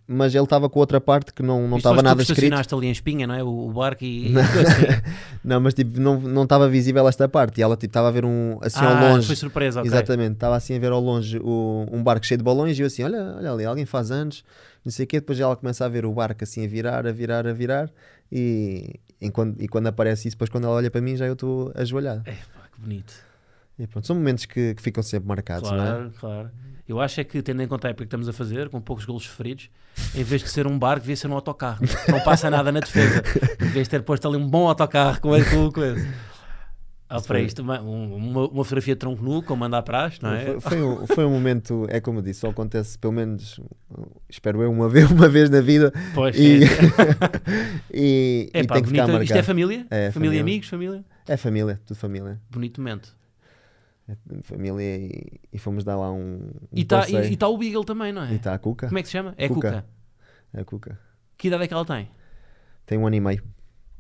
[SPEAKER 2] mas ele estava com a outra parte que não, não
[SPEAKER 1] Isto foste
[SPEAKER 2] estava
[SPEAKER 1] tu
[SPEAKER 2] nada
[SPEAKER 1] que
[SPEAKER 2] escrito. assim,
[SPEAKER 1] estacionaste ali em Espinha, não é? O, o barco e...
[SPEAKER 2] Não, mas tipo, não não estava visível esta parte. E ela tipo, estava a ver um assim
[SPEAKER 1] ah,
[SPEAKER 2] ao longe.
[SPEAKER 1] foi surpresa, ok.
[SPEAKER 2] Exatamente, estava assim a ver ao longe o- um barco cheio de balões e eu assim, olha, olha ali, alguém faz anos, não sei o quê, depois ela começa a ver o barco assim a virar, a virar, a virar e, enquanto, e quando aparece isso, depois quando ela olha para mim já eu estou ajoelhado.
[SPEAKER 1] É, pá, que bonito.
[SPEAKER 2] E pronto, são momentos que, que ficam sempre marcados, não é?
[SPEAKER 1] Claro, claro. Eu acho é que, tendo em conta a época que estamos a fazer, com poucos golos sofridos, em vez de ser um barco, devia ser um autocarro. Não passa nada na defesa. Devias ter posto ali um bom autocarro com esse. Com esse. Ah, para isto, uma, uma, uma fotografia de tronco nu, como anda à praxe, não é?
[SPEAKER 2] Foi, foi um, foi um momento, é como eu disse, só acontece pelo menos, espero eu, uma vez, uma vez na vida
[SPEAKER 1] Pois,
[SPEAKER 2] e,
[SPEAKER 1] é.
[SPEAKER 2] e,
[SPEAKER 1] É
[SPEAKER 2] e
[SPEAKER 1] pá,
[SPEAKER 2] tem que ficar
[SPEAKER 1] bonito. Isto é
[SPEAKER 2] marcado.
[SPEAKER 1] família?
[SPEAKER 2] É,
[SPEAKER 1] família,
[SPEAKER 2] família.
[SPEAKER 1] e amigos, família?
[SPEAKER 2] É família, tudo família.
[SPEAKER 1] Bonito momento.
[SPEAKER 2] É família e, e fomos dar lá um, um
[SPEAKER 1] E está
[SPEAKER 2] passeio.
[SPEAKER 1] o Beagle também, não é?
[SPEAKER 2] E tá a Cuca.
[SPEAKER 1] Como é que se chama? É
[SPEAKER 2] Cuca.
[SPEAKER 1] Cuca.
[SPEAKER 2] A Cuca.
[SPEAKER 1] Que idade é que ela tem?
[SPEAKER 2] Tem um ano e meio.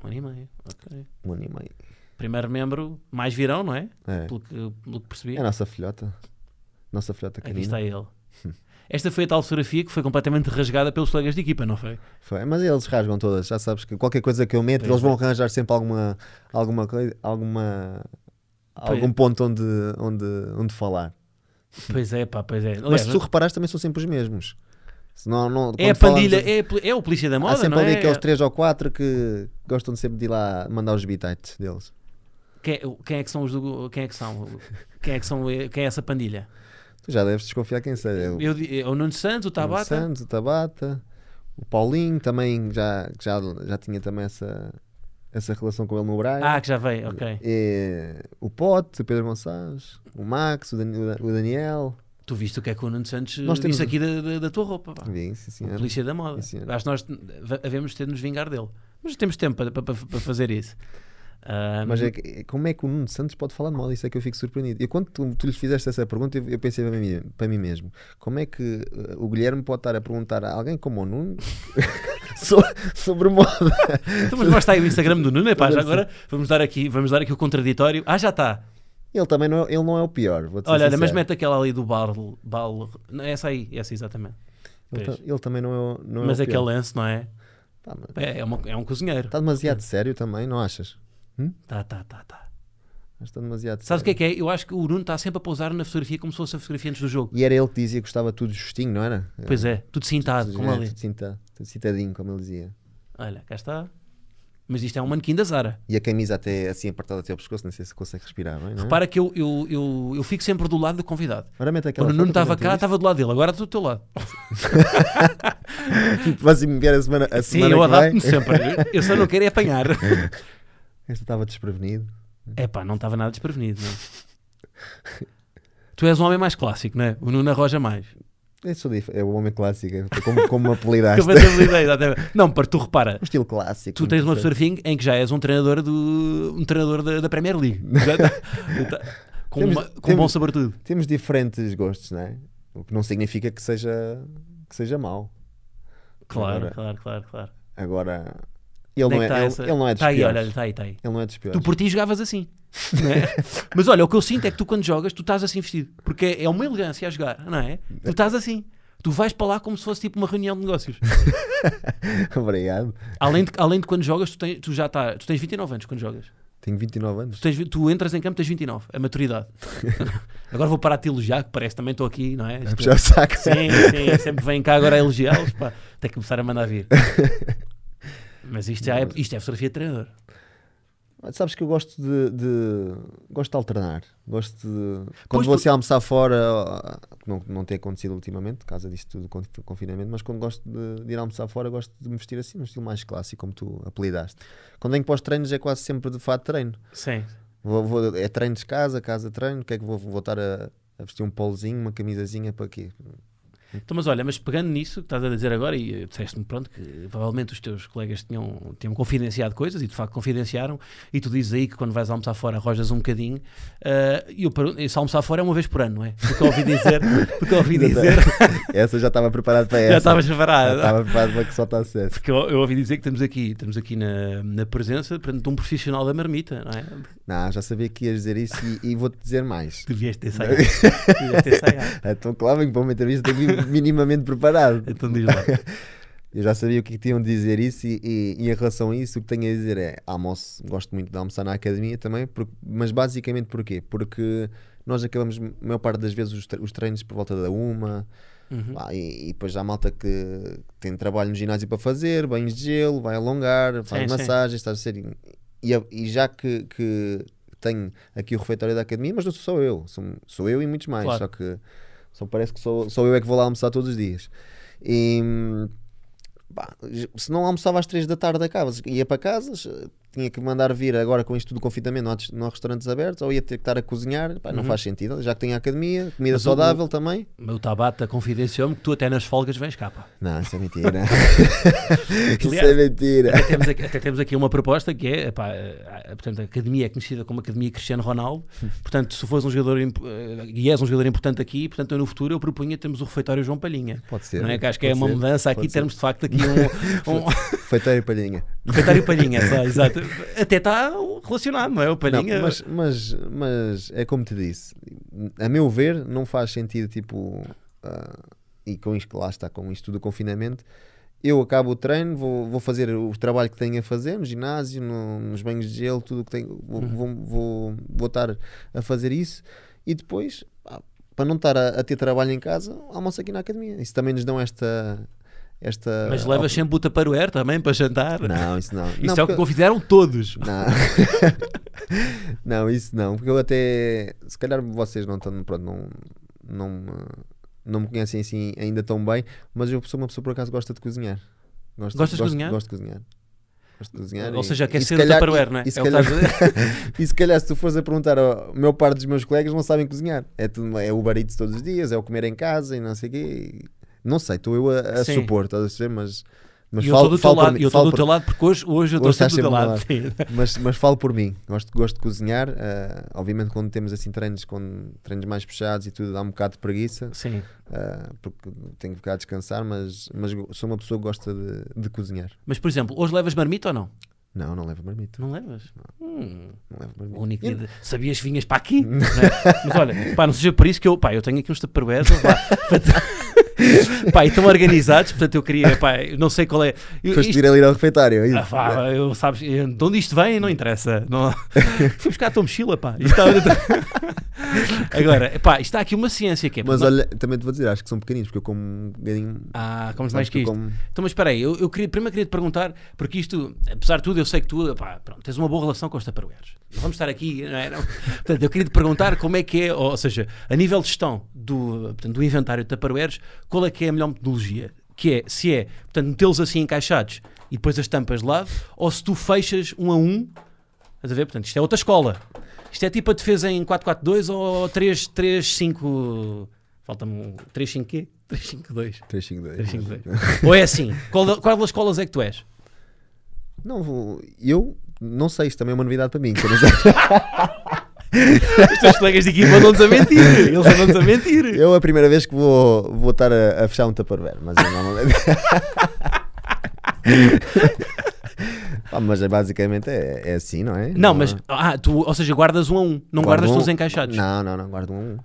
[SPEAKER 1] Um ano e meio. Ok.
[SPEAKER 2] Um ano e meio.
[SPEAKER 1] Primeiro membro, mais virão, não é?
[SPEAKER 2] É.
[SPEAKER 1] Pelo que, pelo que percebi.
[SPEAKER 2] É a nossa filhota. Nossa filhota
[SPEAKER 1] Aqui
[SPEAKER 2] canina.
[SPEAKER 1] está ele. Esta foi a tal fotografia que foi completamente rasgada pelos colegas de equipa, não foi?
[SPEAKER 2] Foi. Mas eles rasgam todas. Já sabes que qualquer coisa que eu meto,
[SPEAKER 1] Pois
[SPEAKER 2] eles vão
[SPEAKER 1] é.
[SPEAKER 2] arranjar sempre alguma, alguma coisa, alguma.
[SPEAKER 1] Pois. é.
[SPEAKER 2] Algum ponto onde, onde, onde falar.
[SPEAKER 1] Pois é, pá, pois é.
[SPEAKER 2] Mas
[SPEAKER 1] Aliás,
[SPEAKER 2] se tu reparares, também são sempre os mesmos. Se não, não,
[SPEAKER 1] é a
[SPEAKER 2] quando falamos- assim-
[SPEAKER 1] pandilha, é, a poli- é o polícia da moda,
[SPEAKER 2] Há sempre
[SPEAKER 1] não
[SPEAKER 2] ali
[SPEAKER 1] é?
[SPEAKER 2] aqueles três ou quatro que gostam de sempre de ir lá mandar os bitites deles.
[SPEAKER 1] Quem, quem é que são os do, quem é que são? Quem é que são, quem é essa pandilha?
[SPEAKER 2] Tu já deves desconfiar quem seja. É o-
[SPEAKER 1] Eu, di- é o Nuno Santos, o
[SPEAKER 2] Nuno
[SPEAKER 1] Tabata,
[SPEAKER 2] Santos, o Tabata, o Paulinho também já, que já, já tinha também essa, essa relação com ele no Braga.
[SPEAKER 1] ah, que já veio,
[SPEAKER 2] É.
[SPEAKER 1] ok.
[SPEAKER 2] E o Pote, o Pedro Gonçalves, o Max, o, Dan- o Daniel.
[SPEAKER 1] Tu viste o que é que o Nuno Santos
[SPEAKER 2] Nós temos-
[SPEAKER 1] disse aqui da, da- da tua roupa, pá.
[SPEAKER 2] Vi, sim,
[SPEAKER 1] O
[SPEAKER 2] senhor.
[SPEAKER 1] polícia da moda.
[SPEAKER 2] Sim, senhor.
[SPEAKER 1] Acho que nós va- havemos de ter de nos vingar dele. Mas temos tempo para, para- para- para fazer isso. Ah,
[SPEAKER 2] Mas é que- como é que o Nuno Santos pode falar mal? Isso é que eu fico surpreendido. E quando tu, tu lhe fizeste essa pergunta, eu, eu pensei para mim, para mim mesmo: como é que eh, o Guilherme pode estar a perguntar a alguém como o Nuno so- sobre moda?
[SPEAKER 1] Então, mas mostra aí o Instagram do Nuno, é pá, já agora vamos dar aqui, vamos dar aqui o contraditório. Ah, já está.
[SPEAKER 2] Ele também não é, ele não é o pior. Vou
[SPEAKER 1] Olha, olha, mas mete aquela ali do Barl, Barl, não, essa aí, essa exatamente.
[SPEAKER 2] ele, ta- ele também não é o, não é
[SPEAKER 1] mas
[SPEAKER 2] o
[SPEAKER 1] aquele
[SPEAKER 2] pior.
[SPEAKER 1] lance, não é?
[SPEAKER 2] Tá, mas-
[SPEAKER 1] É, é uma- é um cozinheiro.
[SPEAKER 2] Está demasiado sério também, não achas?
[SPEAKER 1] Tá, tá, tá, tá.
[SPEAKER 2] Mas Está demasiado
[SPEAKER 1] Sabes o que
[SPEAKER 2] sério.
[SPEAKER 1] é que é? Eu acho que o Nuno está sempre a pousar na fotografia como se fosse a fotografia antes do jogo.
[SPEAKER 2] E era ele que dizia que gostava tudo justinho, não era?
[SPEAKER 1] é Pois é, tudo cintado,
[SPEAKER 2] tudo,
[SPEAKER 1] como
[SPEAKER 2] é,
[SPEAKER 1] ali.
[SPEAKER 2] tudo cinta- tudo cintadinho, como ele dizia.
[SPEAKER 1] Olha, cá está. Mas isto é um manequim da Zara.
[SPEAKER 2] E a camisa até assim apertada até ao pescoço, não sei se consegue respirar bem, não é?
[SPEAKER 1] Repara que eu, eu, eu, eu fico sempre do lado do convidado.
[SPEAKER 2] Ora, mete aquela
[SPEAKER 1] Quando o Nuno
[SPEAKER 2] foto,
[SPEAKER 1] estava
[SPEAKER 2] tu
[SPEAKER 1] cá,
[SPEAKER 2] viste?
[SPEAKER 1] estava do lado dele, agora estou do teu lado.
[SPEAKER 2] Vais me enviar a semana, a
[SPEAKER 1] tipo- Sim,
[SPEAKER 2] semana
[SPEAKER 1] eu
[SPEAKER 2] que vai.
[SPEAKER 1] adapto-me sempre. Eu só não quero é apanhar.
[SPEAKER 2] Esta estava desprevenido.
[SPEAKER 1] É pá, não estava nada desprevenido. Não. tu és um homem mais clássico, não é? O Nuno arroja mais.
[SPEAKER 2] É, só dif- é o homem clássico, é como, como apelidaste.
[SPEAKER 1] Que eu fazia ideia, exatamente. Não, para tu repara,
[SPEAKER 2] Um estilo clássico.
[SPEAKER 1] tu tens uma
[SPEAKER 2] muito
[SPEAKER 1] fotografia em- em que já és um treinador do um treinador da, da Premier League. Já tá- tá- com
[SPEAKER 2] Temos-
[SPEAKER 1] uma- com
[SPEAKER 2] temos-
[SPEAKER 1] bom saber tudo.
[SPEAKER 2] sério. Temos diferentes gostos, não é? O que não significa que seja, que seja mau.
[SPEAKER 1] Claro,
[SPEAKER 2] Agora-
[SPEAKER 1] claro, claro, claro.
[SPEAKER 2] Agora, ele não é, ele, ele não é dos
[SPEAKER 1] Está tá aí,
[SPEAKER 2] piores.
[SPEAKER 1] olha, está aí, está aí.
[SPEAKER 2] Ele não é dos piores.
[SPEAKER 1] Tu por ti jogavas assim. não é? Mas olha, o que eu sinto é que tu quando jogas, tu estás assim vestido. Porque é- é uma elegância a jogar, não é? Tu estás assim. Tu vais para lá como se fosse tipo uma reunião de negócios.
[SPEAKER 2] Obrigado.
[SPEAKER 1] Além de, além de quando jogas, tu, tens, tu já tá, tu tens 29 anos quando jogas.
[SPEAKER 2] Tenho 29 anos.
[SPEAKER 1] Tu, tens vi- tu entras em campo, tens 29, a maturidade. agora vou parar de te elogiar, que parece que também estou aqui, não é?
[SPEAKER 2] Vai
[SPEAKER 1] Isto-
[SPEAKER 2] puxar o um saco.
[SPEAKER 1] sim, sim, sempre vêm cá agora a elogiá-los, pá. Tem que começar a mandar vir. Mas isto, já é, isto é fotografia de treinador.
[SPEAKER 2] Mas Sabes que eu gosto de, de- gosto de alternar. Gosto de. Quando
[SPEAKER 1] Pois,
[SPEAKER 2] vou
[SPEAKER 1] tu-
[SPEAKER 2] assim almoçar fora, ah, que não, não tem acontecido ultimamente, por causa disso tudo, do con- confinamento, mas quando gosto de, de ir almoçar fora, gosto de me vestir assim, num estilo mais clássico, como tu apelidaste. Quando venho para os treinos, é quase sempre de fato treino.
[SPEAKER 1] Sim.
[SPEAKER 2] Vou, vou- é treino de casa, casa treino, o que é que vou vou estar a, a vestir um polozinho, uma camisazinha para quê?
[SPEAKER 1] Então, mas olha, mas pegando nisso que estás a dizer agora, e eh, disseste-me, pronto, que provavelmente os teus colegas tinham, tinham confidenciado coisas e de facto confidenciaram, e tu dizes aí que quando vais almoçar fora rojas um bocadinho, ah, e eu pergunto, esse almoçar fora é uma vez por ano, não é? Porque eu ouvi dizer, porque eu ouvi dizer,
[SPEAKER 2] Essa eu já estava preparado para é essa.
[SPEAKER 1] já estavas
[SPEAKER 2] Já
[SPEAKER 1] preparado.
[SPEAKER 2] estava preparado para que só está acesso.
[SPEAKER 1] Porque eu, eu ouvi dizer que estamos aqui, estamos aqui na, na presença portanto, de um profissional da marmita, não é?
[SPEAKER 2] Não, já sabia que ias dizer isso e, e vou-te dizer mais.
[SPEAKER 1] Tu vieste ter
[SPEAKER 2] é?
[SPEAKER 1] ensaiado. Tu vieste ter ensaiado.
[SPEAKER 2] Então, claro, venho para uma entrevista tenho que vir minimamente preparado.
[SPEAKER 1] Então diz lá.
[SPEAKER 2] Eu já sabia o que, que tinham de dizer isso e, e- e em relação a isso o que tenho a dizer é almoço, gosto muito de almoçar na academia também, por- mas basicamente porquê? Porque nós acabamos, a maior parte das vezes, os, tre- os treinos por volta da uma
[SPEAKER 1] Uhum.
[SPEAKER 2] pá, e, e depois há malta que tem trabalho no ginásio para fazer, banhos de gelo, vai alongar, faz
[SPEAKER 1] sim.
[SPEAKER 2] massagens, está a ser... E, e- e já que, que tenho aqui o refeitório da academia, mas não sou só eu, sou, sou eu e muitos mais,
[SPEAKER 1] Claro.
[SPEAKER 2] só que só parece que sou, sou eu é que vou lá almoçar todos os dias. E, hum, pá, se não almoçava às 3 da tarde acaba ia para casa, eh, tinha que mandar vir agora com isto do confinamento, não há, des- não há restaurantes abertos, ou ia ter que estar a cozinhar, pá, não faz sentido, já que tenho a academia, comida
[SPEAKER 1] Mas o-
[SPEAKER 2] saudável também.
[SPEAKER 1] Meu Tabata confidenciou-me que tu até nas folgas vens cá. pá.
[SPEAKER 2] Não, isso é mentira. isso é
[SPEAKER 1] Aliás-
[SPEAKER 2] mentira.
[SPEAKER 1] Até temos aqui, até temos aqui uma proposta que é, epá, eh, portanto, a academia é conhecida como Academia Cristiano Ronaldo. Portanto, se fores um jogador imp- eh, e és um jogador importante aqui, portanto, eu no futuro eu propunha termos o refeitório João Palhinha.
[SPEAKER 2] Pode ser.
[SPEAKER 1] Não é? Que acho que é
[SPEAKER 2] pode
[SPEAKER 1] uma
[SPEAKER 2] ser,
[SPEAKER 1] mudança aqui,
[SPEAKER 2] pode ser.
[SPEAKER 1] termos de facto aqui um, um
[SPEAKER 2] Feiteiro e palhinha.
[SPEAKER 1] refeitório Palhinha. Só, exato. Até está relacionado, não é? O
[SPEAKER 2] Não,
[SPEAKER 1] Palhinha.
[SPEAKER 2] mas, mas, mas é como te disse, a meu ver, não faz sentido, tipo, ah, e com isto, lá está, com isto do confinamento, eu acabo o treino, vou, vou fazer o trabalho que tenho a fazer no ginásio, no- nos banhos de gelo, tudo o que tenho, vou,
[SPEAKER 1] Uhum.
[SPEAKER 2] vou, vou, vou estar a fazer isso e depois, pá, para não estar a, a ter trabalho em casa, almoço aqui na academia. Isso também nos dão esta. esta
[SPEAKER 1] Mas levas sempre o taparoeiro também para jantar.
[SPEAKER 2] eh, Não, isso não.
[SPEAKER 1] Isso
[SPEAKER 2] Não,
[SPEAKER 1] é o que
[SPEAKER 2] porque-
[SPEAKER 1] confideram todos.
[SPEAKER 2] não. não, isso não, porque eu até se calhar vocês não estão, pronto, não, não, me- não me conhecem assim ainda tão bem, mas eu sou uma pessoa por acaso que gosta de cozinhar. Gosto,
[SPEAKER 1] Gostas de
[SPEAKER 2] gosto-
[SPEAKER 1] cozinhar?
[SPEAKER 2] Gosto de cozinhar. Gosto de cozinhar.
[SPEAKER 1] Ou
[SPEAKER 2] e-
[SPEAKER 1] seja, quer
[SPEAKER 2] e se
[SPEAKER 1] ser o
[SPEAKER 2] calhar-
[SPEAKER 1] taparoeiro, não é?
[SPEAKER 2] E se
[SPEAKER 1] É o que
[SPEAKER 2] calhar,
[SPEAKER 1] estás a dizer.
[SPEAKER 2] e se calhar se tu fores a perguntar ao meu par dos meus colegas, não sabem cozinhar. É, tudo, é o barito todos os dias, é o comer em casa e não sei o quê. Não sei, estou eu a, a
[SPEAKER 1] Sim.
[SPEAKER 2] supor, estás a perceber? Mas, mas
[SPEAKER 1] E eu
[SPEAKER 2] falo,
[SPEAKER 1] estou do teu
[SPEAKER 2] falo por
[SPEAKER 1] lado,
[SPEAKER 2] mim,
[SPEAKER 1] e eu estou
[SPEAKER 2] falo
[SPEAKER 1] do
[SPEAKER 2] por-
[SPEAKER 1] teu lado porque hoje, hoje eu estou
[SPEAKER 2] Hoje estás
[SPEAKER 1] sempre do teu lado.
[SPEAKER 2] sempre
[SPEAKER 1] Sim.
[SPEAKER 2] mas, mas falo por mim, gosto, gosto de cozinhar. ah, obviamente, quando temos assim treinos, quando, treinos mais fechados e tudo, dá um bocado de preguiça,
[SPEAKER 1] Sim.
[SPEAKER 2] ah, porque tenho que ficar a descansar. Mas, mas go- sou uma pessoa que gosta de, de cozinhar.
[SPEAKER 1] Mas, por exemplo, hoje levas marmita ou não?
[SPEAKER 2] Não, não levo marmita.
[SPEAKER 1] Não levas? Hum,
[SPEAKER 2] Não levo
[SPEAKER 1] o
[SPEAKER 2] marmita.
[SPEAKER 1] único dia de- Sabias que vinhas para aqui? Não é? Mas olha, pá, não seja por isso que eu, pá, eu tenho aqui uns taparuedos, pá, e estão organizados, portanto eu queria, pá, eu não sei qual é. Eu,
[SPEAKER 2] Foste
[SPEAKER 1] isto-
[SPEAKER 2] ir ali ao refeitório. é isso?
[SPEAKER 1] Ah, pá, eu, sabes, eu- de onde isto vem não interessa. Não... Fui buscar a tua mochila, pá. Isto está- Agora, pá, isto está aqui uma ciência que é.
[SPEAKER 2] mas olha, também te vou dizer, acho que são pequeninos, porque eu como um bocadinho.
[SPEAKER 1] Ah, comes
[SPEAKER 2] acho
[SPEAKER 1] mais que
[SPEAKER 2] eu
[SPEAKER 1] isto.
[SPEAKER 2] como-
[SPEAKER 1] Então, mas espera aí, eu, eu queria, primeiro queria te perguntar, porque isto, apesar de tudo, eu sei que tu pá, pronto, tens uma boa relação com os taparueres. Não vamos estar aqui, não é? Não. Portanto, eu queria te perguntar como é que é, ou, seja, a nível de gestão do, portanto, do inventário de taparueres, qual é que é a melhor metodologia? Que é, se é, portanto, metê-los assim encaixados e depois as tampas de lado, ou se tu fechas um a um, estás a ver? Portanto, isto é outra escola. Isto é tipo a defesa em 4-4-2 ou 3-3-5. Falta-me um. 3-5 quê? 3-5-2.
[SPEAKER 2] 352.
[SPEAKER 1] 352. Ou é assim? Qual, da- qual das escolas é que tu és?
[SPEAKER 2] Não vou. Eu não sei, isto também é uma novidade para mim. que eu não sei.
[SPEAKER 1] Os teus colegas de equipa andam-nos a mentir. Eles andam-nos a mentir.
[SPEAKER 2] eu é a primeira vez que vou, vou estar a, a fechar um taparver, mas eu normalmente. Pá, mas é basicamente é, é assim, não é?
[SPEAKER 1] Não, mas, ah, tu, ou seja, guardas um a um, não guardas
[SPEAKER 2] Guardo
[SPEAKER 1] todos
[SPEAKER 2] um-
[SPEAKER 1] encaixados.
[SPEAKER 2] Não, não, não, guardo um. a um.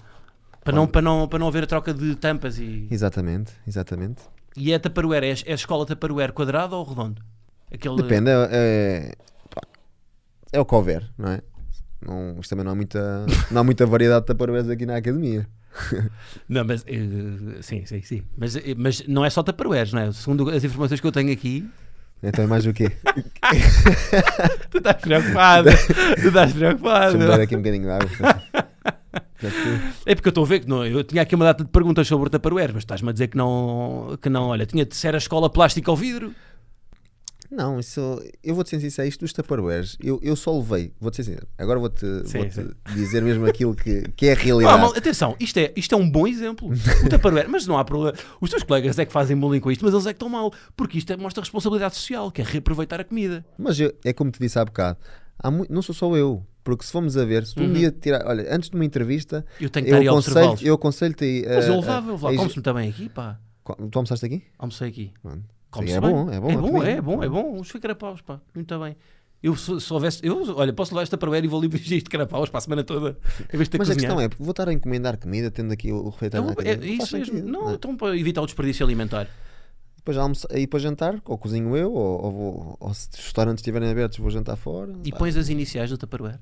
[SPEAKER 1] Para, não, para, não, para não haver a troca de tampas. E,
[SPEAKER 2] Exatamente, exatamente.
[SPEAKER 1] e é taparuera, é, é a escola taparuera quadrada ou redondo? Aquele,
[SPEAKER 2] Depende, é, é, pá, é o que houver, não é? Não, isto também não há muita, não há muita variedade de taparveres aqui na academia.
[SPEAKER 1] Não, mas, eh, sim, sim, sim. Mas, eh, mas não é só taparueres, não é? Segundo as informações que eu tenho aqui,
[SPEAKER 2] Então é mais o quê?
[SPEAKER 1] tu estás preocupado. tu estás preocupado.
[SPEAKER 2] Deixa-me beber aqui um bocadinho de água. Já que-
[SPEAKER 1] É porque eu estou a ver que não, eu tinha aqui uma data de perguntas sobre o Ah, Tupperware, mas estás-me a dizer que não, que não olha, tinha de ser a escola plástica ao vidro.
[SPEAKER 2] Não, isso. Eu vou-te ser sincero, isto dos Tupperwares, eu, eu só levei. Vou-te ser sincero. Agora vou-te
[SPEAKER 1] Sim,
[SPEAKER 2] vou-te
[SPEAKER 1] sim.
[SPEAKER 2] dizer mesmo aquilo que, que é a
[SPEAKER 1] Ah,
[SPEAKER 2] realidade.
[SPEAKER 1] mal- atenção, isto é, isto é um bom exemplo. O Tupperware, mas não há problema. Os teus colegas é que fazem bullying com isto, mas eles é que estão mal, porque isto é- mostra responsabilidade social, que é reaproveitar a comida.
[SPEAKER 2] Mas eu- é como te disse há bocado, há mui- não sou só eu. Porque se formos a ver, se tu um dia tirar. Olha, antes de uma entrevista,
[SPEAKER 1] Uhum. Eu tenho que estar aí a
[SPEAKER 2] eu
[SPEAKER 1] observá-los.
[SPEAKER 2] aconselho-te. Eu aconselho
[SPEAKER 1] Mas é
[SPEAKER 2] Eh,
[SPEAKER 1] eu levava, eu
[SPEAKER 2] é
[SPEAKER 1] levava. Come-se-me também aqui, pá.
[SPEAKER 2] Tu almoçaste aqui?
[SPEAKER 1] Almocei aqui.
[SPEAKER 2] Mano,
[SPEAKER 1] Come-se
[SPEAKER 2] é
[SPEAKER 1] bem.
[SPEAKER 2] bom, é bom,
[SPEAKER 1] É
[SPEAKER 2] é
[SPEAKER 1] bom,
[SPEAKER 2] comida.
[SPEAKER 1] é, bom, é bom. Uns carapau, pá. Muito bem. Eu, se, se houvesse, eu, olha, posso levar esta para e vou ali vestir isto de carapaus para a semana toda, em vez de ter
[SPEAKER 2] Mas
[SPEAKER 1] que
[SPEAKER 2] a questão
[SPEAKER 1] cozinhar.
[SPEAKER 2] é, vou estar a encomendar comida tendo aqui o refeitório na
[SPEAKER 1] É,
[SPEAKER 2] academia.
[SPEAKER 1] é isso
[SPEAKER 2] faz
[SPEAKER 1] mesmo.
[SPEAKER 2] sentido,
[SPEAKER 1] Não,
[SPEAKER 2] não é?
[SPEAKER 1] então para evitar o desperdício alimentar.
[SPEAKER 2] Depois almoço, aí para jantar, ou cozinho eu, ou, ou vou- ou se os restaurantes estiverem abertos, vou jantar fora.
[SPEAKER 1] E
[SPEAKER 2] Pá,
[SPEAKER 1] pões as iniciais do Tupperware.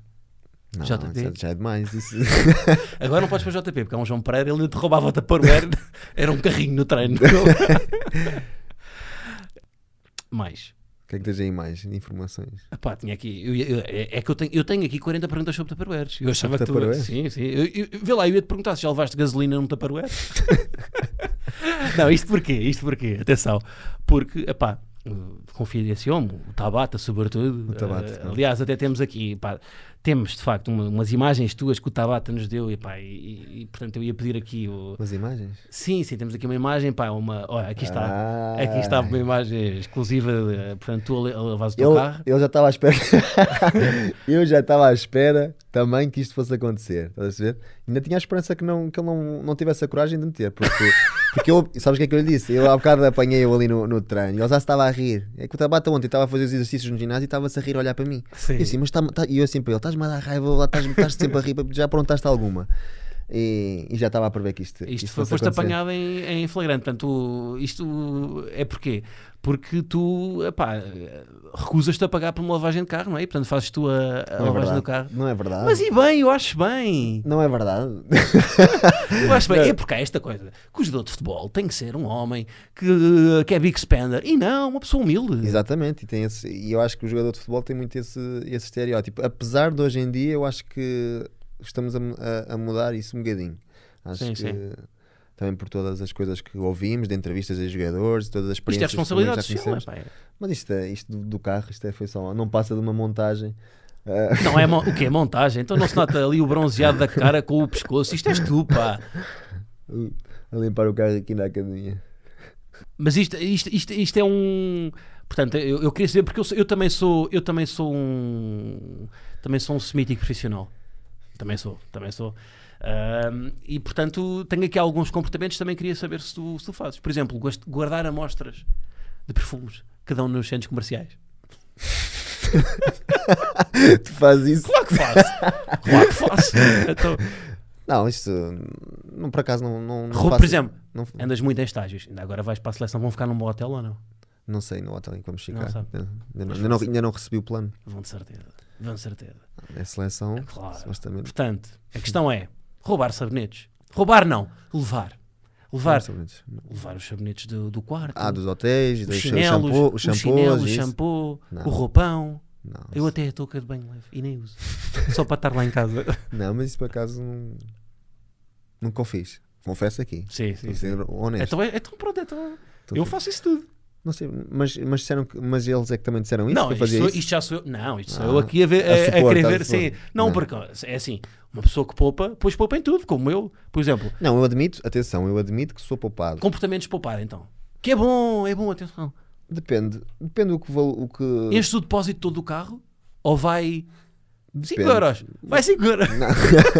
[SPEAKER 2] não,
[SPEAKER 1] JP.
[SPEAKER 2] isso é- já é demais. Isso.
[SPEAKER 1] Agora não podes para o JP, porque há um João Pereira, ele te roubava o Tupperware, era um carrinho no treino. Mais.
[SPEAKER 2] O que é que tens aí mais? Informações.
[SPEAKER 1] Epá, tinha aqui, eu ia- eu- é é que eu tenho, eu tenho aqui 40 perguntas sobre Tupperwares. Eu achava que tu.
[SPEAKER 2] Sobre Tupperwares?
[SPEAKER 1] Sim, sim. Eu, eu- vê lá, eu ia te perguntar se já levaste gasolina num Tupperware. não, isto porquê? Isto porquê? Atenção. Porque, epá, uh, confia nesse homem, o Tabata, sobretudo.
[SPEAKER 2] O Tabata,
[SPEAKER 1] Eh,
[SPEAKER 2] claro.
[SPEAKER 1] aliás, até temos aqui, pá, temos de facto uma- umas imagens tuas que o Tabata nos deu, e, pá, e, e, portanto eu ia pedir aqui o.
[SPEAKER 2] Umas imagens?
[SPEAKER 1] Sim, sim, temos aqui uma imagem, pá, uma. Olha, aqui está.
[SPEAKER 2] Ah,
[SPEAKER 1] Aqui está uma imagem exclusiva, eh, portanto, tu a le- a levares o teu
[SPEAKER 2] Eu,
[SPEAKER 1] carro.
[SPEAKER 2] eu já estava à espera. eu já estava à espera também que isto fosse acontecer. Estás a perceber? Ainda tinha a esperança que, não, que ele não, não tivesse a coragem de meter. Porque, porque eu, sabes o que é que eu lhe disse? Eu há bocado apanhei-o ali no, no treino e ele já se estava a rir. É que o Tabata ontem estava a fazer os exercícios no ginásio e estava-se a rir, a olhar para mim.
[SPEAKER 1] Sim.
[SPEAKER 2] E assim, mas tá, tá, e eu assim para ele, estás-me a dar raiva, lá, estás, estás sempre a rir, já aprontaste alguma. E, e já estava a prever que isto.
[SPEAKER 1] Isto,
[SPEAKER 2] isto
[SPEAKER 1] foi,
[SPEAKER 2] fosse
[SPEAKER 1] foste
[SPEAKER 2] acontecer.
[SPEAKER 1] apanhado em, em flagrante. Portanto, tu- isto é porquê? Porque tu epá, recusas-te a pagar por uma lavagem de carro, não é? E, portanto, fazes tu a, a
[SPEAKER 2] Não é
[SPEAKER 1] lavagem
[SPEAKER 2] verdade.
[SPEAKER 1] do carro.
[SPEAKER 2] Não é verdade.
[SPEAKER 1] Mas e bem, eu acho bem.
[SPEAKER 2] Não é verdade.
[SPEAKER 1] Eu acho bem. É porque há esta coisa. Que o jogador de futebol tem que ser um homem que, que é big spender. E não, uma pessoa humilde.
[SPEAKER 2] Exatamente, e, tem esse, e eu acho que o jogador de futebol tem muito esse, esse estereótipo. Apesar de hoje em dia, eu acho que estamos a, mu- a- a mudar isso um bocadinho. Acho
[SPEAKER 1] Sim,
[SPEAKER 2] que
[SPEAKER 1] sim.
[SPEAKER 2] também por todas as coisas que ouvimos, de entrevistas a jogadores, de todas as
[SPEAKER 1] Isto é
[SPEAKER 2] experiências que também já
[SPEAKER 1] responsabilidade social.
[SPEAKER 2] conhecemos.
[SPEAKER 1] epá, é.
[SPEAKER 2] Mas isto, é- isto do, do carro, isto é, foi só, não passa de uma montagem.
[SPEAKER 1] Não é mo- o que é montagem. Então não se nota ali o bronzeado da cara com o pescoço. Isto é és tu, pá.
[SPEAKER 2] uh, A limpar o carro aqui na academia.
[SPEAKER 1] Mas isto, isto, isto, isto é um. Portanto, eu, eu queria saber, porque eu, sou- eu também sou. Eu também sou um. Também sou um semítico profissional. Também sou, também sou. Ahm, e portanto, tenho aqui alguns comportamentos. Também queria saber se tu, se tu fazes. Por exemplo, gosto- guardar amostras de perfumes que dão nos centros comerciais.
[SPEAKER 2] tu fazes isso?
[SPEAKER 1] Claro que faço! claro que faço! Então,
[SPEAKER 2] Não, isto não, por acaso não, não, não
[SPEAKER 1] Roupa,
[SPEAKER 2] faço.
[SPEAKER 1] por exemplo, é
[SPEAKER 2] não,
[SPEAKER 1] andas muito em estágios. Ainda agora vais para a seleção, vão ficar num bom hotel ou não?
[SPEAKER 2] não sei no hotel em que vamos
[SPEAKER 1] Não
[SPEAKER 2] ficar.
[SPEAKER 1] sabe.
[SPEAKER 2] Ainda- ainda não- ainda não- ainda não recebi o plano.
[SPEAKER 1] Vão de certeza. Vão de certeza.
[SPEAKER 2] É seleção,
[SPEAKER 1] Claro.
[SPEAKER 2] supostamente.
[SPEAKER 1] Portanto, a questão é roubar sabonetes. Roubar não, levar. Levar,
[SPEAKER 2] Mais ou menos.
[SPEAKER 1] levar os sabonetes do, do quarto.
[SPEAKER 2] Ah, dos hotéis,
[SPEAKER 1] os
[SPEAKER 2] dos
[SPEAKER 1] chinelos,
[SPEAKER 2] shampoo,
[SPEAKER 1] o
[SPEAKER 2] os shampoos.
[SPEAKER 1] chinelo, o
[SPEAKER 2] isso.
[SPEAKER 1] shampoo,
[SPEAKER 2] Não.
[SPEAKER 1] o roupão.
[SPEAKER 2] Não,
[SPEAKER 1] Eu até a touca de banho levo e nem uso. Só para estar lá em casa.
[SPEAKER 2] não, mas isso por acaso não... nunca o fiz. Confesso aqui.
[SPEAKER 1] Sim,
[SPEAKER 2] Estou
[SPEAKER 1] sim.
[SPEAKER 2] a ser honesto.
[SPEAKER 1] Então, é, então pronto, então,
[SPEAKER 2] Estou a
[SPEAKER 1] eu
[SPEAKER 2] ser-
[SPEAKER 1] faço isso tudo.
[SPEAKER 2] Não sei, mas, mas, disseram que- mas eles é que também disseram isso?
[SPEAKER 1] não,
[SPEAKER 2] que eu
[SPEAKER 1] isto,
[SPEAKER 2] fazia
[SPEAKER 1] sou-
[SPEAKER 2] isso?
[SPEAKER 1] isto já sou eu. Não, isto sou
[SPEAKER 2] Ah,
[SPEAKER 1] eu aqui a, ver,
[SPEAKER 2] a
[SPEAKER 1] a, a
[SPEAKER 2] supor,
[SPEAKER 1] querer
[SPEAKER 2] tá a
[SPEAKER 1] ver.
[SPEAKER 2] supor.
[SPEAKER 1] Sim. Não,
[SPEAKER 2] Não.
[SPEAKER 1] porque é assim, uma pessoa que poupa, pois poupa em tudo, como eu. Por exemplo,
[SPEAKER 2] Não, eu admito, atenção, eu admito que sou poupado.
[SPEAKER 1] comportamentos de poupar, então. Que é bom, é bom, atenção.
[SPEAKER 2] Depende, depende o que. val- O que...
[SPEAKER 1] Enches o depósito todo do carro ou vai 5
[SPEAKER 2] Depende.
[SPEAKER 1] euros? Vai 5 euros.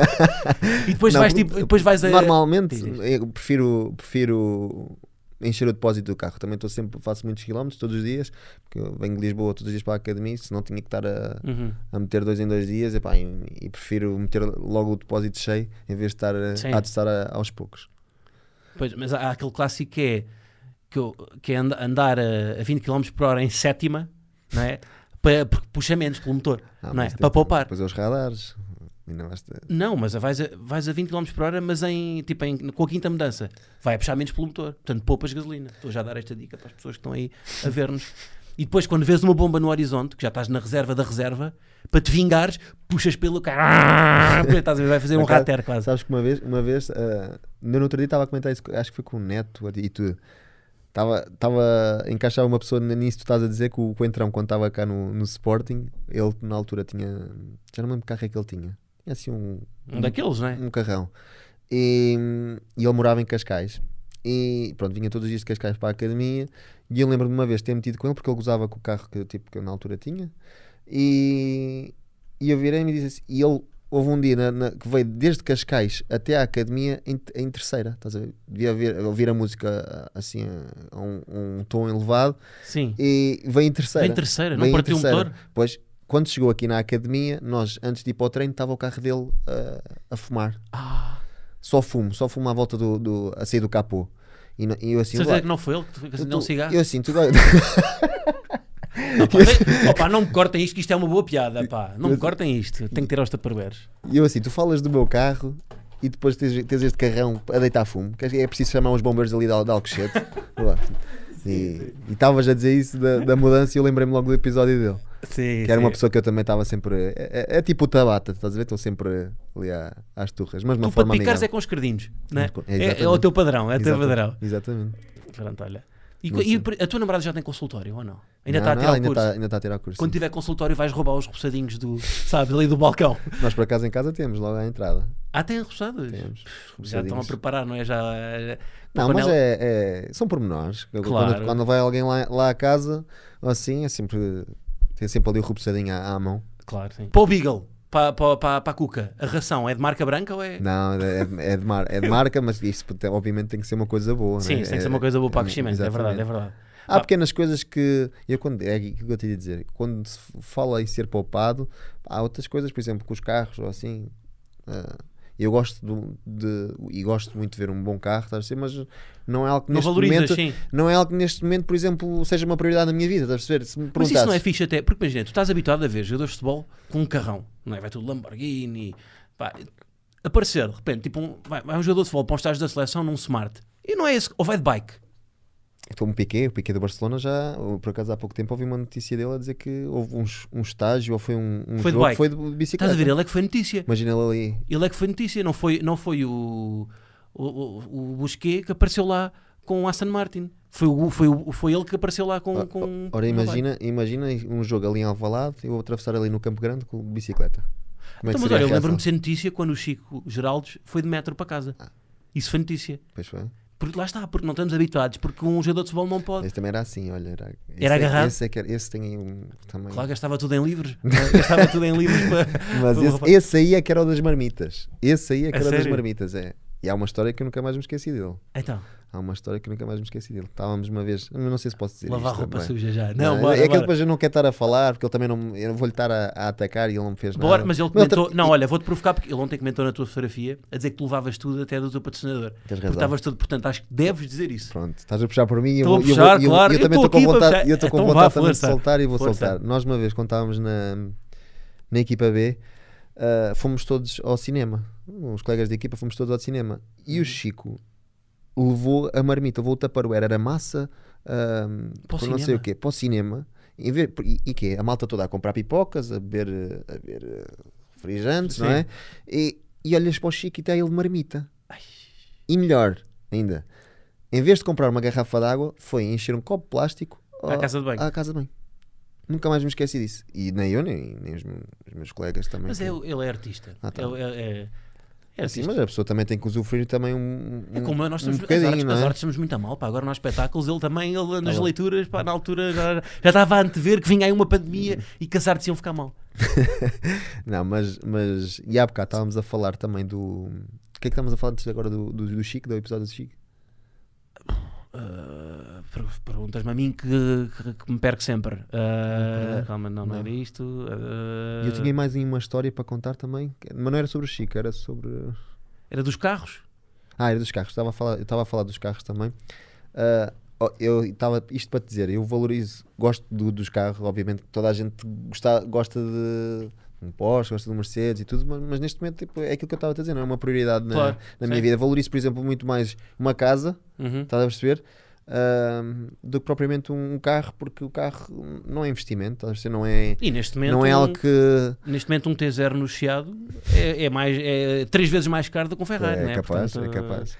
[SPEAKER 1] e depois
[SPEAKER 2] Não,
[SPEAKER 1] vais tipo, depois vais a.
[SPEAKER 2] Normalmente,
[SPEAKER 1] Diz isto.
[SPEAKER 2] eu prefiro, prefiro encher o depósito do carro. Também estou sempre, faço muitos quilómetros todos os dias, porque eu venho de Lisboa todos os dias para a academia, senão tinha que estar a,
[SPEAKER 1] Uhum.
[SPEAKER 2] a meter dois em dois dias epá, e, e prefiro meter logo o depósito cheio em vez de estar
[SPEAKER 1] Sim.
[SPEAKER 2] a, a testar a- aos poucos.
[SPEAKER 1] Pois, mas há aquele clássico que é, que, eu- que é and- andar a, a 20 km por hora em sétima, não é? Pa- Porque puxa menos pelo motor,
[SPEAKER 2] Ah,
[SPEAKER 1] não é?
[SPEAKER 2] mas
[SPEAKER 1] Para
[SPEAKER 2] depois-
[SPEAKER 1] poupar.
[SPEAKER 2] Depois é os radares. Ainda basta.
[SPEAKER 1] Não, mas vais a, vais a 20 km por hora, mas em, tipo, em- com a quinta mudança. Vai a puxar menos pelo motor. Portanto, poupas gasolina. Estou já a dar esta dica para as pessoas que estão aí a ver-nos. E depois, quando vês uma bomba no horizonte, que já estás na reserva da reserva, para te vingares, puxas pelo carro. Estás a ver, vai fazer um
[SPEAKER 2] Por acaso,
[SPEAKER 1] rater quase.
[SPEAKER 2] eh, Sabes que uma vez, uma vez ah, no outro dia estava a comentar isso, acho que foi com o Neto e tudo. Tava, tava, encaixava uma pessoa nisso que tu estás a dizer que o Coentrão, quando estava cá no, no Sporting, ele na altura tinha. Já não me lembro que carro é que ele tinha. Tinha assim um,
[SPEAKER 1] Um daqueles, não é?
[SPEAKER 2] um carrão. E, e ele morava em Cascais. E pronto, vinha todos os dias de Cascais para a academia. E eu lembro-me de uma vez ter metido com ele, porque ele gozava com o carro que, tipo, que eu na altura tinha. E, e eu virei-me e disse assim, E ele, houve um dia na- na- que veio desde Cascais até à academia em, em terceira. Estás a ver? Devia ver- ouvir a música assim, a um, um tom elevado.
[SPEAKER 1] Sim.
[SPEAKER 2] E veio em terceira.
[SPEAKER 1] Em terceira, não
[SPEAKER 2] Veio em
[SPEAKER 1] partiu o
[SPEAKER 2] terceira.
[SPEAKER 1] motor?
[SPEAKER 2] Pois, quando chegou aqui na academia, nós, antes de ir para o treino, estava o carro dele ah, a fumar
[SPEAKER 1] Ah,
[SPEAKER 2] só fumo, só fumo à volta do, do a sair do capô. E, não- e eu assim,
[SPEAKER 1] certeza
[SPEAKER 2] ué,
[SPEAKER 1] que não foi ele que te
[SPEAKER 2] tu-
[SPEAKER 1] acendeu um cigarro?
[SPEAKER 2] eu assim, tu go-
[SPEAKER 1] Opa, vem- opa, não me cortem isto, que isto é uma boa piada, pá. Não me cortem isto, tenho que tirar os taparberes.
[SPEAKER 2] e eu assim, tu falas do meu carro e depois tens, tens este carrão a deitar fumo, que é preciso chamar os bombeiros ali da, da Alcochete. Lá. E e estavas a dizer isso da, da mudança e eu lembrei-me logo do episódio dele.
[SPEAKER 1] Sim,
[SPEAKER 2] Que era uma
[SPEAKER 1] sim.
[SPEAKER 2] pessoa que eu também estava sempre. É, é- é tipo o Tabata, estás a ver? Estou sempre ali à- às turras, mas de uma
[SPEAKER 1] Tu para
[SPEAKER 2] forma
[SPEAKER 1] te picares é
[SPEAKER 2] amigável.
[SPEAKER 1] com os cardinhos, não é?
[SPEAKER 2] Mas com- é,
[SPEAKER 1] É- É, o
[SPEAKER 2] exatamente.
[SPEAKER 1] teu padrão, é o teu
[SPEAKER 2] Exatamente,
[SPEAKER 1] padrão.
[SPEAKER 2] Exatamente.
[SPEAKER 1] Pronto, olha. E,
[SPEAKER 2] Não
[SPEAKER 1] e
[SPEAKER 2] sei.
[SPEAKER 1] a tua namorada já tem consultório ou não?
[SPEAKER 2] Não,
[SPEAKER 1] Ainda está a
[SPEAKER 2] não,
[SPEAKER 1] tirar o
[SPEAKER 2] ainda
[SPEAKER 1] curso?
[SPEAKER 2] está- ainda está a tirar curso.
[SPEAKER 1] Quando
[SPEAKER 2] sim.
[SPEAKER 1] tiver consultório vais roubar os repousadinhos do, sabes, ali do balcão.
[SPEAKER 2] Nós por acaso em casa temos logo à entrada.
[SPEAKER 1] Ah, tem repousados? Já
[SPEAKER 2] Temos.
[SPEAKER 1] estão a
[SPEAKER 2] repousadinhos.
[SPEAKER 1] preparar, não é? Já...
[SPEAKER 2] Não,
[SPEAKER 1] Quando
[SPEAKER 2] mas
[SPEAKER 1] ela-
[SPEAKER 2] é, é- são pormenores. Quando-
[SPEAKER 1] Claro.
[SPEAKER 2] Quando, vai alguém lá, lá a casa, assim, é sempre. Tem sempre ali o repousadinho à, à mão.
[SPEAKER 1] Claro, sim. Para o Beagle, para, para, para, para a Cuca, a ração é de marca branca ou é...
[SPEAKER 2] Não, é, é de mar, é de marca, mas isso tem- obviamente tem que ser uma coisa boa.
[SPEAKER 1] Sim,
[SPEAKER 2] né?
[SPEAKER 1] isso tem que
[SPEAKER 2] É-
[SPEAKER 1] ser uma coisa boa para o crescimento, é,
[SPEAKER 2] exatamente.
[SPEAKER 1] verdade, é verdade.
[SPEAKER 2] Há pequenas coisas que. Eu quando, é aquilo que eu te ia dizer. Quando se fala em ser poupado, há outras coisas, por exemplo, com os carros ou assim. ah, eu gosto do- de, e gosto muito de ver um bom carro, estás a dizer, mas não é algo que
[SPEAKER 1] Não
[SPEAKER 2] neste
[SPEAKER 1] valorizas,
[SPEAKER 2] momento
[SPEAKER 1] sim.
[SPEAKER 2] não é algo que neste momento, por exemplo, seja uma prioridade na minha vida, estás a perceber? Se me
[SPEAKER 1] Mas isso não é
[SPEAKER 2] perguntasses,
[SPEAKER 1] fixe até, porque imagina, tu estás habituado a ver jogadores de futebol com um carrão, não é? Vai tudo Lamborghini, pá, aparecer de repente, tipo, um, vai, vai um jogador de futebol para um estágio da seleção num Smart, e não é esse, ou vai de bike,
[SPEAKER 2] como o Piqué, o Piqué do Barcelona já, por acaso há pouco tempo ouvi uma notícia dele a dizer que houve um, es- um estágio ou foi um, um
[SPEAKER 1] Foi de
[SPEAKER 2] jogo
[SPEAKER 1] bike.
[SPEAKER 2] que foi de
[SPEAKER 1] estás
[SPEAKER 2] bicicleta.
[SPEAKER 1] a ver? Ele é que foi notícia,
[SPEAKER 2] Imagina ele ali.
[SPEAKER 1] ele é que foi notícia, não foi, não foi o, o, o, o Busquet que apareceu lá com o Aston Martin, foi, o, foi, o, foi ele que apareceu lá com. com
[SPEAKER 2] Ora,
[SPEAKER 1] com uma
[SPEAKER 2] imagina, é imagina um jogo ali em Alvalade e eu atravessar ali no Campo Grande com de bicicleta. Como é que
[SPEAKER 1] Então, mas
[SPEAKER 2] seria
[SPEAKER 1] olha, eu
[SPEAKER 2] a reação?
[SPEAKER 1] lembro-me de ser notícia quando o Chico Geraldes foi de metro para casa.
[SPEAKER 2] Ah.
[SPEAKER 1] Isso foi notícia.
[SPEAKER 2] Pois foi.
[SPEAKER 1] Porque lá está, porque não estamos habituados, porque um jogador de futebol não pode.
[SPEAKER 2] Esse também era assim, olha. Era, esse
[SPEAKER 1] Era
[SPEAKER 2] é-
[SPEAKER 1] agarrado?
[SPEAKER 2] Esse, é que era- esse tem aí um também.
[SPEAKER 1] Claro, gastava tudo em livros. né? gastava tudo em livros para.
[SPEAKER 2] Mas
[SPEAKER 1] para o
[SPEAKER 2] esse,
[SPEAKER 1] rapaz.
[SPEAKER 2] esse aí é que era o das marmitas. Esse aí é que
[SPEAKER 1] A
[SPEAKER 2] era o das
[SPEAKER 1] sério?
[SPEAKER 2] marmitas, é. E há uma história que eu nunca mais me esqueci dele.
[SPEAKER 1] Então,
[SPEAKER 2] Há uma história que eu nunca mais me esqueci dele. Estávamos uma vez, eu não sei se posso dizer
[SPEAKER 1] lavar
[SPEAKER 2] isto
[SPEAKER 1] roupa
[SPEAKER 2] também.
[SPEAKER 1] suja já. Não,
[SPEAKER 2] é-
[SPEAKER 1] bora,
[SPEAKER 2] é que
[SPEAKER 1] bora.
[SPEAKER 2] ele depois eu não quero estar a falar, porque ele também não. Eu vou-lhe estar a, a atacar e ele Ah. não me fez
[SPEAKER 1] Bora,
[SPEAKER 2] nada.
[SPEAKER 1] mas ele comentou. Não, olha, vou-te provocar porque ele ontem comentou na tua fotografia a dizer que tu levavas tudo até do teu patrocinador.
[SPEAKER 2] Tens
[SPEAKER 1] Porque
[SPEAKER 2] razão.
[SPEAKER 1] estavas tudo, portanto, acho que deves dizer isso.
[SPEAKER 2] Pronto, estás a puxar por mim e eu,
[SPEAKER 1] Estou a
[SPEAKER 2] vou- eu,
[SPEAKER 1] puxar,
[SPEAKER 2] vou- eu,
[SPEAKER 1] claro,
[SPEAKER 2] eu
[SPEAKER 1] eu
[SPEAKER 2] também
[SPEAKER 1] estou
[SPEAKER 2] estou com
[SPEAKER 1] aqui para
[SPEAKER 2] vontade,
[SPEAKER 1] puxar.
[SPEAKER 2] eu estou com
[SPEAKER 1] Então vá,
[SPEAKER 2] vontade também
[SPEAKER 1] força.
[SPEAKER 2] de soltar e vou
[SPEAKER 1] Força.
[SPEAKER 2] soltar. Nós uma vez quando estávamos na, na equipa B, ah, fomos todos ao cinema. Os colegas da equipa fomos todos ao cinema. E
[SPEAKER 1] Uhum.
[SPEAKER 2] o Chico levou a marmita, levou o taparoeira, era massa ah,
[SPEAKER 1] Para o
[SPEAKER 2] com não sei
[SPEAKER 1] cinema.
[SPEAKER 2] o quê, para o cinema. Em vez- E, e quê? A malta toda a comprar pipocas, a beber, a beber ah, refrigerantes, não
[SPEAKER 1] Sim.
[SPEAKER 2] é? E, e olhas para o Chico e está ele de marmita.
[SPEAKER 1] Ai.
[SPEAKER 2] E melhor ainda, em vez de comprar uma garrafa de água, foi encher um copo de plástico
[SPEAKER 1] À
[SPEAKER 2] ao-
[SPEAKER 1] casa de banho.
[SPEAKER 2] à casa de banho. Nunca mais me esqueci disso. E nem eu, nem, nem os, meus, os meus colegas também.
[SPEAKER 1] Mas
[SPEAKER 2] que-
[SPEAKER 1] é, ele é artista.
[SPEAKER 2] Ah, tá.
[SPEAKER 1] Ele é, é- é
[SPEAKER 2] Assim,
[SPEAKER 1] artista.
[SPEAKER 2] mas a pessoa também tem que usufruir também um, um,
[SPEAKER 1] É como nós
[SPEAKER 2] um
[SPEAKER 1] estamos, as, artes,
[SPEAKER 2] bocadinho, não
[SPEAKER 1] as
[SPEAKER 2] é? Tá
[SPEAKER 1] artes estamos muito a mal, pá. agora nos espetáculos ele também, ele nas
[SPEAKER 2] bom.
[SPEAKER 1] leituras, pá, na altura já, já estava a antever que vinha aí uma pandemia
[SPEAKER 2] Uhum.
[SPEAKER 1] e que as artes iam ficar mal.
[SPEAKER 2] Não, mas, mas e há bocado estávamos a falar também do. O que é que estávamos a falar antes agora do, do, do Chico, do episódio do Chico?
[SPEAKER 1] Ah, per- Perguntas-me a mim que, que- que me perco sempre. Ah, calma, não, não,
[SPEAKER 2] Uhum. Não.
[SPEAKER 1] era isto. Ah,
[SPEAKER 2] E eu tinha mais aí uma história para contar também, que- mas não era sobre o Chico, era sobre.
[SPEAKER 1] Era dos carros?
[SPEAKER 2] Ah, era dos carros. Estava a falar, eu estava a falar dos carros também. Ah, ó, eu estava isto para te dizer, eu valorizo, gosto do- dos carros, obviamente toda a gente gosta, gosta de um Porsche, gosta de um Mercedes e tudo, mas, mas neste momento tipo, é aquilo que eu estava a dizer, não é uma prioridade na,
[SPEAKER 1] Claro,
[SPEAKER 2] na minha
[SPEAKER 1] sim.
[SPEAKER 2] vida. Valorizo, por exemplo, muito mais uma casa,
[SPEAKER 1] Uhum.
[SPEAKER 2] estás a perceber? Ah, do que propriamente um carro, porque o carro não é investimento, estás a perceber? Não é,
[SPEAKER 1] E neste momento,
[SPEAKER 2] não é algo que
[SPEAKER 1] um, neste momento um T0 no Chiado é, é mais, é três vezes mais caro do que um Ferrari,
[SPEAKER 2] é,
[SPEAKER 1] não é?
[SPEAKER 2] capaz,
[SPEAKER 1] Portanto,
[SPEAKER 2] é capaz.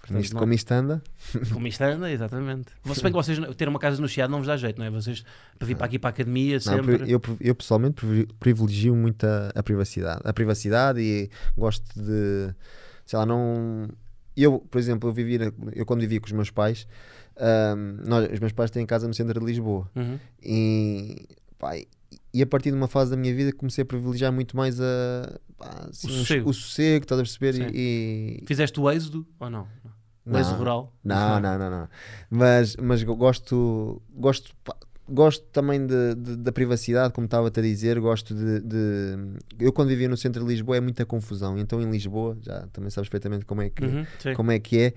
[SPEAKER 1] Portanto,
[SPEAKER 2] isto,
[SPEAKER 1] não-
[SPEAKER 2] como isto anda,
[SPEAKER 1] Como isto anda, exatamente. Se bem que vocês não- ter uma casa no Chiado não vos dá jeito, não é? Vocês para vir para aqui para a academia
[SPEAKER 2] Ah. Não,
[SPEAKER 1] sempre.
[SPEAKER 2] pri- eu, pri- eu pessoalmente privi- privilegio muito a, a privacidade. A privacidade e gosto de. Sei lá, não. Eu, por exemplo, eu, vivi, eu quando vivia com os meus pais, ahm, nós, os meus pais têm casa no centro de Lisboa.
[SPEAKER 1] Uhum.
[SPEAKER 2] E, pá, e- e a partir de uma fase da minha vida comecei a privilegiar muito mais a, pá, assim,
[SPEAKER 1] O
[SPEAKER 2] os-
[SPEAKER 1] sossego.
[SPEAKER 2] o sossego, estás a perceber?
[SPEAKER 1] Sim.
[SPEAKER 2] E,
[SPEAKER 1] Fizeste o êxodo ou não? O
[SPEAKER 2] Não.
[SPEAKER 1] êxodo rural?
[SPEAKER 2] Não, não, não, não. Mas, mas eu gosto, gosto, pá, gosto também de- de- da privacidade, como estava-te a dizer. Gosto de, de- Eu, quando vivia no centro de Lisboa, é muita confusão. Então, em Lisboa, já também sabes perfeitamente como é que,
[SPEAKER 1] Uhum, sim.
[SPEAKER 2] como é, que é.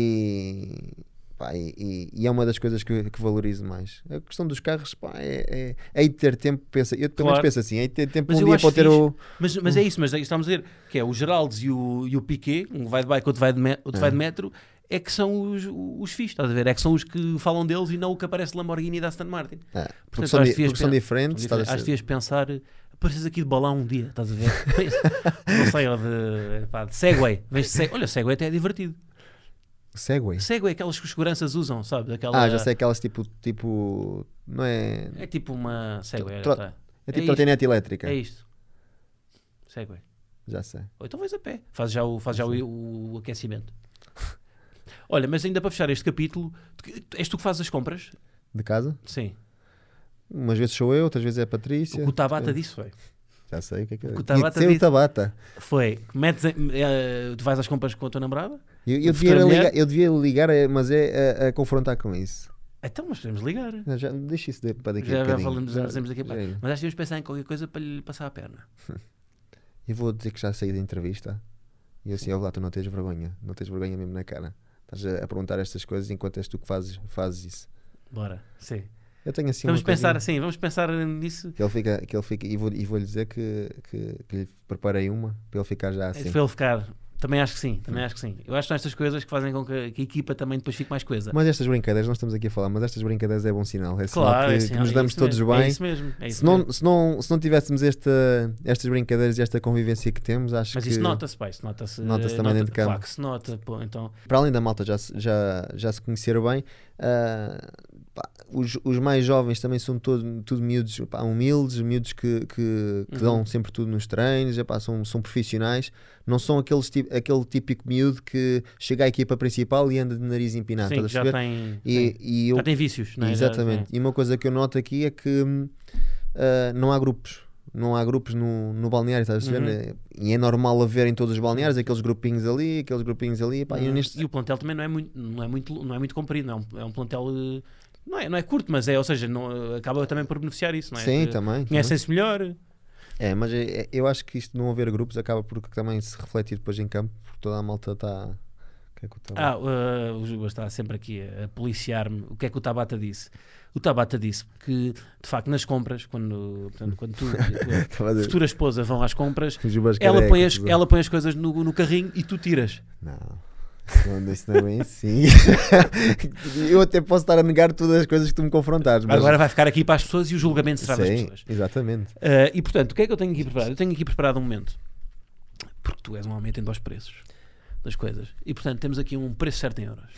[SPEAKER 2] E. pá, e- e, e é uma das coisas que, que valorizo mais. A questão dos carros, pá, é, é, é de ter tempo. Pensa, eu pelo menos
[SPEAKER 1] Claro.
[SPEAKER 2] penso assim: é de ter tempo
[SPEAKER 1] Mas
[SPEAKER 2] um
[SPEAKER 1] eu
[SPEAKER 2] dia
[SPEAKER 1] acho
[SPEAKER 2] para ter
[SPEAKER 1] fixe.
[SPEAKER 2] o.
[SPEAKER 1] Mas, mas é
[SPEAKER 2] Hum.
[SPEAKER 1] isso, mas é isso que estamos a dizer que é o Geraldes e o, e o Piquet, um vai de bike, outro vai de, me- outro vai de metro, é que são os, os fixos, estás a ver? É que são os que falam deles e não o que aparece de Lamborghini e da Aston Martin.
[SPEAKER 2] Ah,
[SPEAKER 1] Portanto,
[SPEAKER 2] porque são,
[SPEAKER 1] acho
[SPEAKER 2] di-
[SPEAKER 1] que devias
[SPEAKER 2] porque são
[SPEAKER 1] pen-
[SPEAKER 2] diferentes.
[SPEAKER 1] Acho
[SPEAKER 2] estás a
[SPEAKER 1] que
[SPEAKER 2] ser-
[SPEAKER 1] devias pensar, apareces aqui de balão um dia, estás a ver? não sei, ou de, pá, de Segway. Vês de Segway. Olha, Segway até é divertido.
[SPEAKER 2] Segway.
[SPEAKER 1] Segway é aquelas que os seguranças usam, sabes? Aquela,
[SPEAKER 2] Ah, já sei aquelas tipo, tipo não é,
[SPEAKER 1] É tipo uma Segway.
[SPEAKER 2] Tro-
[SPEAKER 1] olha, tá.
[SPEAKER 2] é tipo
[SPEAKER 1] isto.
[SPEAKER 2] trotinete elétrica.
[SPEAKER 1] É isto. Segway.
[SPEAKER 2] Já sei.
[SPEAKER 1] Ou então vais a pé. Faz já o, faz já o, o aquecimento. Olha, mas ainda para fechar este capítulo, tu- és tu que fazes as compras?
[SPEAKER 2] De casa?
[SPEAKER 1] Sim.
[SPEAKER 2] Umas vezes sou eu, outras vezes é a
[SPEAKER 1] O
[SPEAKER 2] Patrícia.
[SPEAKER 1] que o Tabata disse foi.
[SPEAKER 2] Já sei o que é que é.
[SPEAKER 1] o
[SPEAKER 2] Tinha que
[SPEAKER 1] Tabata
[SPEAKER 2] ser
[SPEAKER 1] disse.
[SPEAKER 2] o Tabata.
[SPEAKER 1] Foi, metes em- eh, tu vais às compras com a tua namorada?
[SPEAKER 2] Eu,
[SPEAKER 1] O
[SPEAKER 2] eu, devia,
[SPEAKER 1] futuro mulher?
[SPEAKER 2] ligar, eu devia ligar, eh, mas é a, a confrontar com isso.
[SPEAKER 1] Então, mas podemos ligar.
[SPEAKER 2] Não, já, deixa isso de- para daqui a
[SPEAKER 1] já já
[SPEAKER 2] bocadinho.
[SPEAKER 1] falamos, já dizemos daqui a
[SPEAKER 2] já
[SPEAKER 1] pouco.
[SPEAKER 2] é.
[SPEAKER 1] Mas acho que devíamos pensar em qualquer coisa para lhe passar a perna.
[SPEAKER 2] Eu vou dizer que já saí da entrevista. E eu assim, olha lá, tu não tens vergonha. Não tens vergonha mesmo na cara. Estás a, a perguntar estas coisas enquanto és tu que fazes, fazes isso.
[SPEAKER 1] Bora, sim.
[SPEAKER 2] Eu tenho assim
[SPEAKER 1] vamos
[SPEAKER 2] uma
[SPEAKER 1] pensar
[SPEAKER 2] coisinha
[SPEAKER 1] assim, vamos pensar nisso.
[SPEAKER 2] Que ele fica, que ele fica e vou-lhe vou dizer que, que, que lhe preparei uma para ele ficar já assim.
[SPEAKER 1] Foi é ele ficar. Também acho que sim, também
[SPEAKER 2] Hum.
[SPEAKER 1] acho que sim. Eu acho que são estas coisas que fazem com que que a equipa também depois fique mais coesa.
[SPEAKER 2] Mas estas brincadeiras, nós estamos aqui a falar, mas estas brincadeiras é bom sinal. É sinal
[SPEAKER 1] claro,
[SPEAKER 2] que,
[SPEAKER 1] é assim,
[SPEAKER 2] que nos
[SPEAKER 1] é
[SPEAKER 2] damos
[SPEAKER 1] isso
[SPEAKER 2] todos
[SPEAKER 1] mesmo,
[SPEAKER 2] bem.
[SPEAKER 1] É isso mesmo. é isso
[SPEAKER 2] se, não,
[SPEAKER 1] mesmo.
[SPEAKER 2] se, não, se não tivéssemos esta, estas brincadeiras e esta convivência que temos, acho
[SPEAKER 1] Mas
[SPEAKER 2] que.
[SPEAKER 1] isso nota-se, pá, isso nota-se.
[SPEAKER 2] Nota-se
[SPEAKER 1] eh,
[SPEAKER 2] também dentro de campo.
[SPEAKER 1] Claro que se nota, pô, então.
[SPEAKER 2] Para além da malta já, se- já, já se conhecer bem, ah, pá, os, os mais jovens também são todo, tudo miúdos pá, humildes, miúdos que, que, que
[SPEAKER 1] Uhum.
[SPEAKER 2] dão sempre tudo nos treinos, eh, pá, são, são profissionais. Não são aqueles, ti- aquele típico miúdo que chega à equipa principal e anda de nariz empinado.
[SPEAKER 1] sim,
[SPEAKER 2] estás a
[SPEAKER 1] já
[SPEAKER 2] perceber?
[SPEAKER 1] tem,
[SPEAKER 2] E-
[SPEAKER 1] sim.
[SPEAKER 2] e eu
[SPEAKER 1] já tem vícios, não é? Já-
[SPEAKER 2] Exatamente.
[SPEAKER 1] sim.
[SPEAKER 2] E uma coisa que eu noto aqui é que hum, ah, não há grupos. Não há grupos no, no balneário, estás a ver?
[SPEAKER 1] Uhum.
[SPEAKER 2] né? E é normal haver em todos os balneários aqueles grupinhos ali, aqueles grupinhos ali. Pá, e
[SPEAKER 1] Hum,
[SPEAKER 2] neste-
[SPEAKER 1] E o plantel também não é muito, não é muito, não é muito comprido, não é um, é um plantel. eh, Não é, não é curto, mas é, ou seja, não, acaba também por beneficiar isso, não é?
[SPEAKER 2] Sim,
[SPEAKER 1] Que
[SPEAKER 2] também. também.
[SPEAKER 1] Conhecem-se melhor.
[SPEAKER 2] É, mas é- é- eu acho que isto de não haver grupos acaba por também se refletir depois em campo, porque toda a malta está. O que é que eu tava-
[SPEAKER 1] Ah, eh, o Juba está sempre aqui a, a policiar-me. O que é que o Tabata disse? O Tabata disse que, de facto, nas compras, quando, portanto, quando tu, a
[SPEAKER 2] Tava a
[SPEAKER 1] tua
[SPEAKER 2] dizer,
[SPEAKER 1] futura esposa vão às compras,
[SPEAKER 2] os jubas
[SPEAKER 1] Ah, ela
[SPEAKER 2] carecas,
[SPEAKER 1] põe, as,
[SPEAKER 2] tudo.
[SPEAKER 1] ela põe as coisas no, no carrinho e tu tiras.
[SPEAKER 2] Não. Não, isso não é bem assim. eu até posso estar a negar todas as coisas que tu me confrontares. Mas...
[SPEAKER 1] Agora vai ficar aqui para as pessoas e o julgamento será das
[SPEAKER 2] Sim,
[SPEAKER 1] pessoas.
[SPEAKER 2] exatamente.
[SPEAKER 1] Eh, e portanto, o que é que eu tenho aqui preparado? Eu tenho aqui preparado um momento. Porque tu és um homem atento aos preços das coisas. E portanto, temos aqui um preço certo em euros.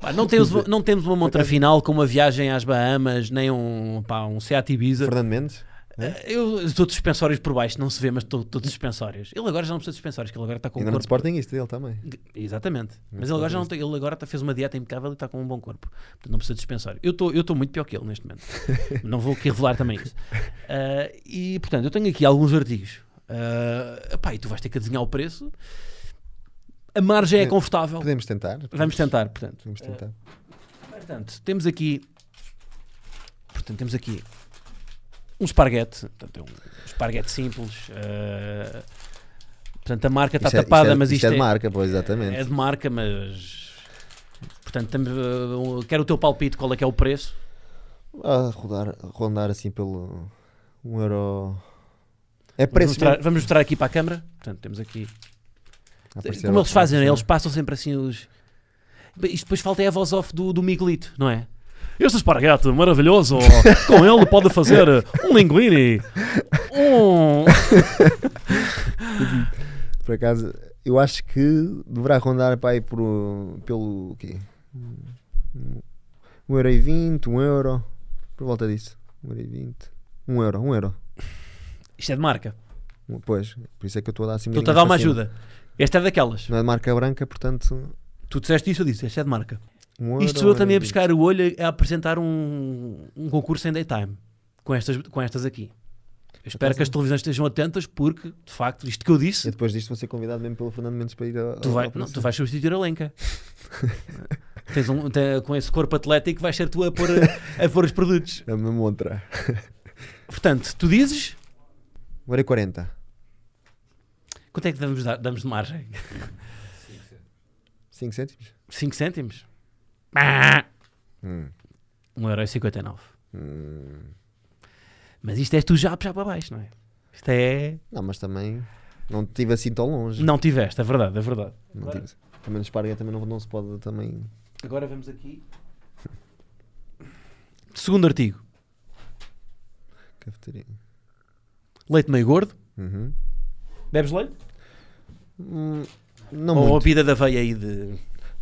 [SPEAKER 1] Pá, não, temos, uma- não temos uma montra final com uma viagem às Bahamas, nem um, pá, um Seat Ibiza.
[SPEAKER 2] Fernando Mendes? né?
[SPEAKER 1] Eh, Eu estou de suspensórios por baixo, não se vê, mas estou estou de suspensórios. Ele agora já não precisa de suspensórios, que ele agora está com o
[SPEAKER 2] Ainda não
[SPEAKER 1] corpo.
[SPEAKER 2] de Sporting isto dele também.
[SPEAKER 1] Exatamente. Mas ele agora já não tem, ele agora tá- fez uma dieta impecável e está com um bom corpo. Portanto, não precisa de dispensar. Eu tô- eu estou muito pior que ele neste momento. não vou aqui revelar também isso. Ah, e portanto, eu tenho aqui alguns artigos. Ah, epá, e tu vais ter que adivinhar o preço. A margem é
[SPEAKER 2] Podemos-
[SPEAKER 1] confortável.
[SPEAKER 2] Podemos tentar.
[SPEAKER 1] Vamos tentar, portanto.
[SPEAKER 2] Podemos tentar.
[SPEAKER 1] Ah, portanto, temos aqui. Portanto, temos aqui um esparguete. Portanto, é um esparguete simples. ah, portanto, a marca está
[SPEAKER 2] Isto é-
[SPEAKER 1] tapada,
[SPEAKER 2] isto é,
[SPEAKER 1] mas
[SPEAKER 2] isto é de
[SPEAKER 1] é-
[SPEAKER 2] marca, pois, exatamente.
[SPEAKER 1] é de marca, mas. Portanto, temos, uh, um- quero o teu palpite, qual é que é o preço?
[SPEAKER 2] A Ah, rodar, rondar assim pelo. Um euro. É preço.
[SPEAKER 1] vamos, mostrar,
[SPEAKER 2] mesmo.
[SPEAKER 1] vamos mostrar aqui para a câmara. Portanto, temos aqui.
[SPEAKER 2] A aparecer
[SPEAKER 1] Como
[SPEAKER 2] lá,
[SPEAKER 1] eles fazem,
[SPEAKER 2] aparecer.
[SPEAKER 1] eles passam sempre assim os. Bem, Isto depois falta é a voz off do, do Miguelito, não é? Este esparguete maravilhoso, com ele pode fazer um linguine, um.
[SPEAKER 2] Por acaso, eu acho que deverá rondar pá, aí por, uh, pelo o quê? Um- um euro e vinte, um euro, por volta disso. Um euro e vinte. Um euro, um euro.
[SPEAKER 1] Isto é de marca.
[SPEAKER 2] Um- Pois, por isso é que eu estou a dar assim um
[SPEAKER 1] Estou-te Então a
[SPEAKER 2] bocadinho
[SPEAKER 1] dar uma
[SPEAKER 2] acima.
[SPEAKER 1] ajuda. Esta é daquelas.
[SPEAKER 2] Não é de marca branca, portanto.
[SPEAKER 1] Tu disseste isso, eu disse, esta é de marca.
[SPEAKER 2] Um euro,
[SPEAKER 1] Isto sou eu
[SPEAKER 2] um
[SPEAKER 1] também a
[SPEAKER 2] euro e vinte.
[SPEAKER 1] buscar o olho a a apresentar um, um concurso em daytime com estas, com estas aqui. Eu espero
[SPEAKER 2] Então
[SPEAKER 1] que as televisões estejam atentas porque, de facto, isto que eu
[SPEAKER 2] E
[SPEAKER 1] disse,
[SPEAKER 2] depois disto vou ser convidado mesmo pelo Fernando Mendes para ir a.
[SPEAKER 1] tu,
[SPEAKER 2] a-
[SPEAKER 1] vai,
[SPEAKER 2] ao
[SPEAKER 1] não, tu
[SPEAKER 2] processo.
[SPEAKER 1] vais substituir a Lenca. Tens um, te- com esse corpo atlético vais ser tu a pôr, a pôr os produtos.
[SPEAKER 2] É uma montra.
[SPEAKER 1] Portanto, tu dizes,
[SPEAKER 2] Um euro e quarenta.
[SPEAKER 1] quanto é que damos, dar- damos de margem?
[SPEAKER 2] 5 cêntimos?
[SPEAKER 1] 5 cêntimos?
[SPEAKER 2] Hum.
[SPEAKER 1] 1,59€.
[SPEAKER 2] Hum.
[SPEAKER 1] Mas isto és tu já, já para baixo, não é? Isto é.
[SPEAKER 2] Não, mas também. Não estive assim tão longe.
[SPEAKER 1] Não tiveste, é verdade, é verdade.
[SPEAKER 2] Não tive- Também no Esparga também não, não se pode também.
[SPEAKER 1] Agora vemos aqui. Segundo artigo:
[SPEAKER 2] Cafeteria.
[SPEAKER 1] leite meio gordo.
[SPEAKER 2] Uhum.
[SPEAKER 1] Bebes leite?
[SPEAKER 2] Hum, Não
[SPEAKER 1] Ou a
[SPEAKER 2] muito,
[SPEAKER 1] vida da veia aí de.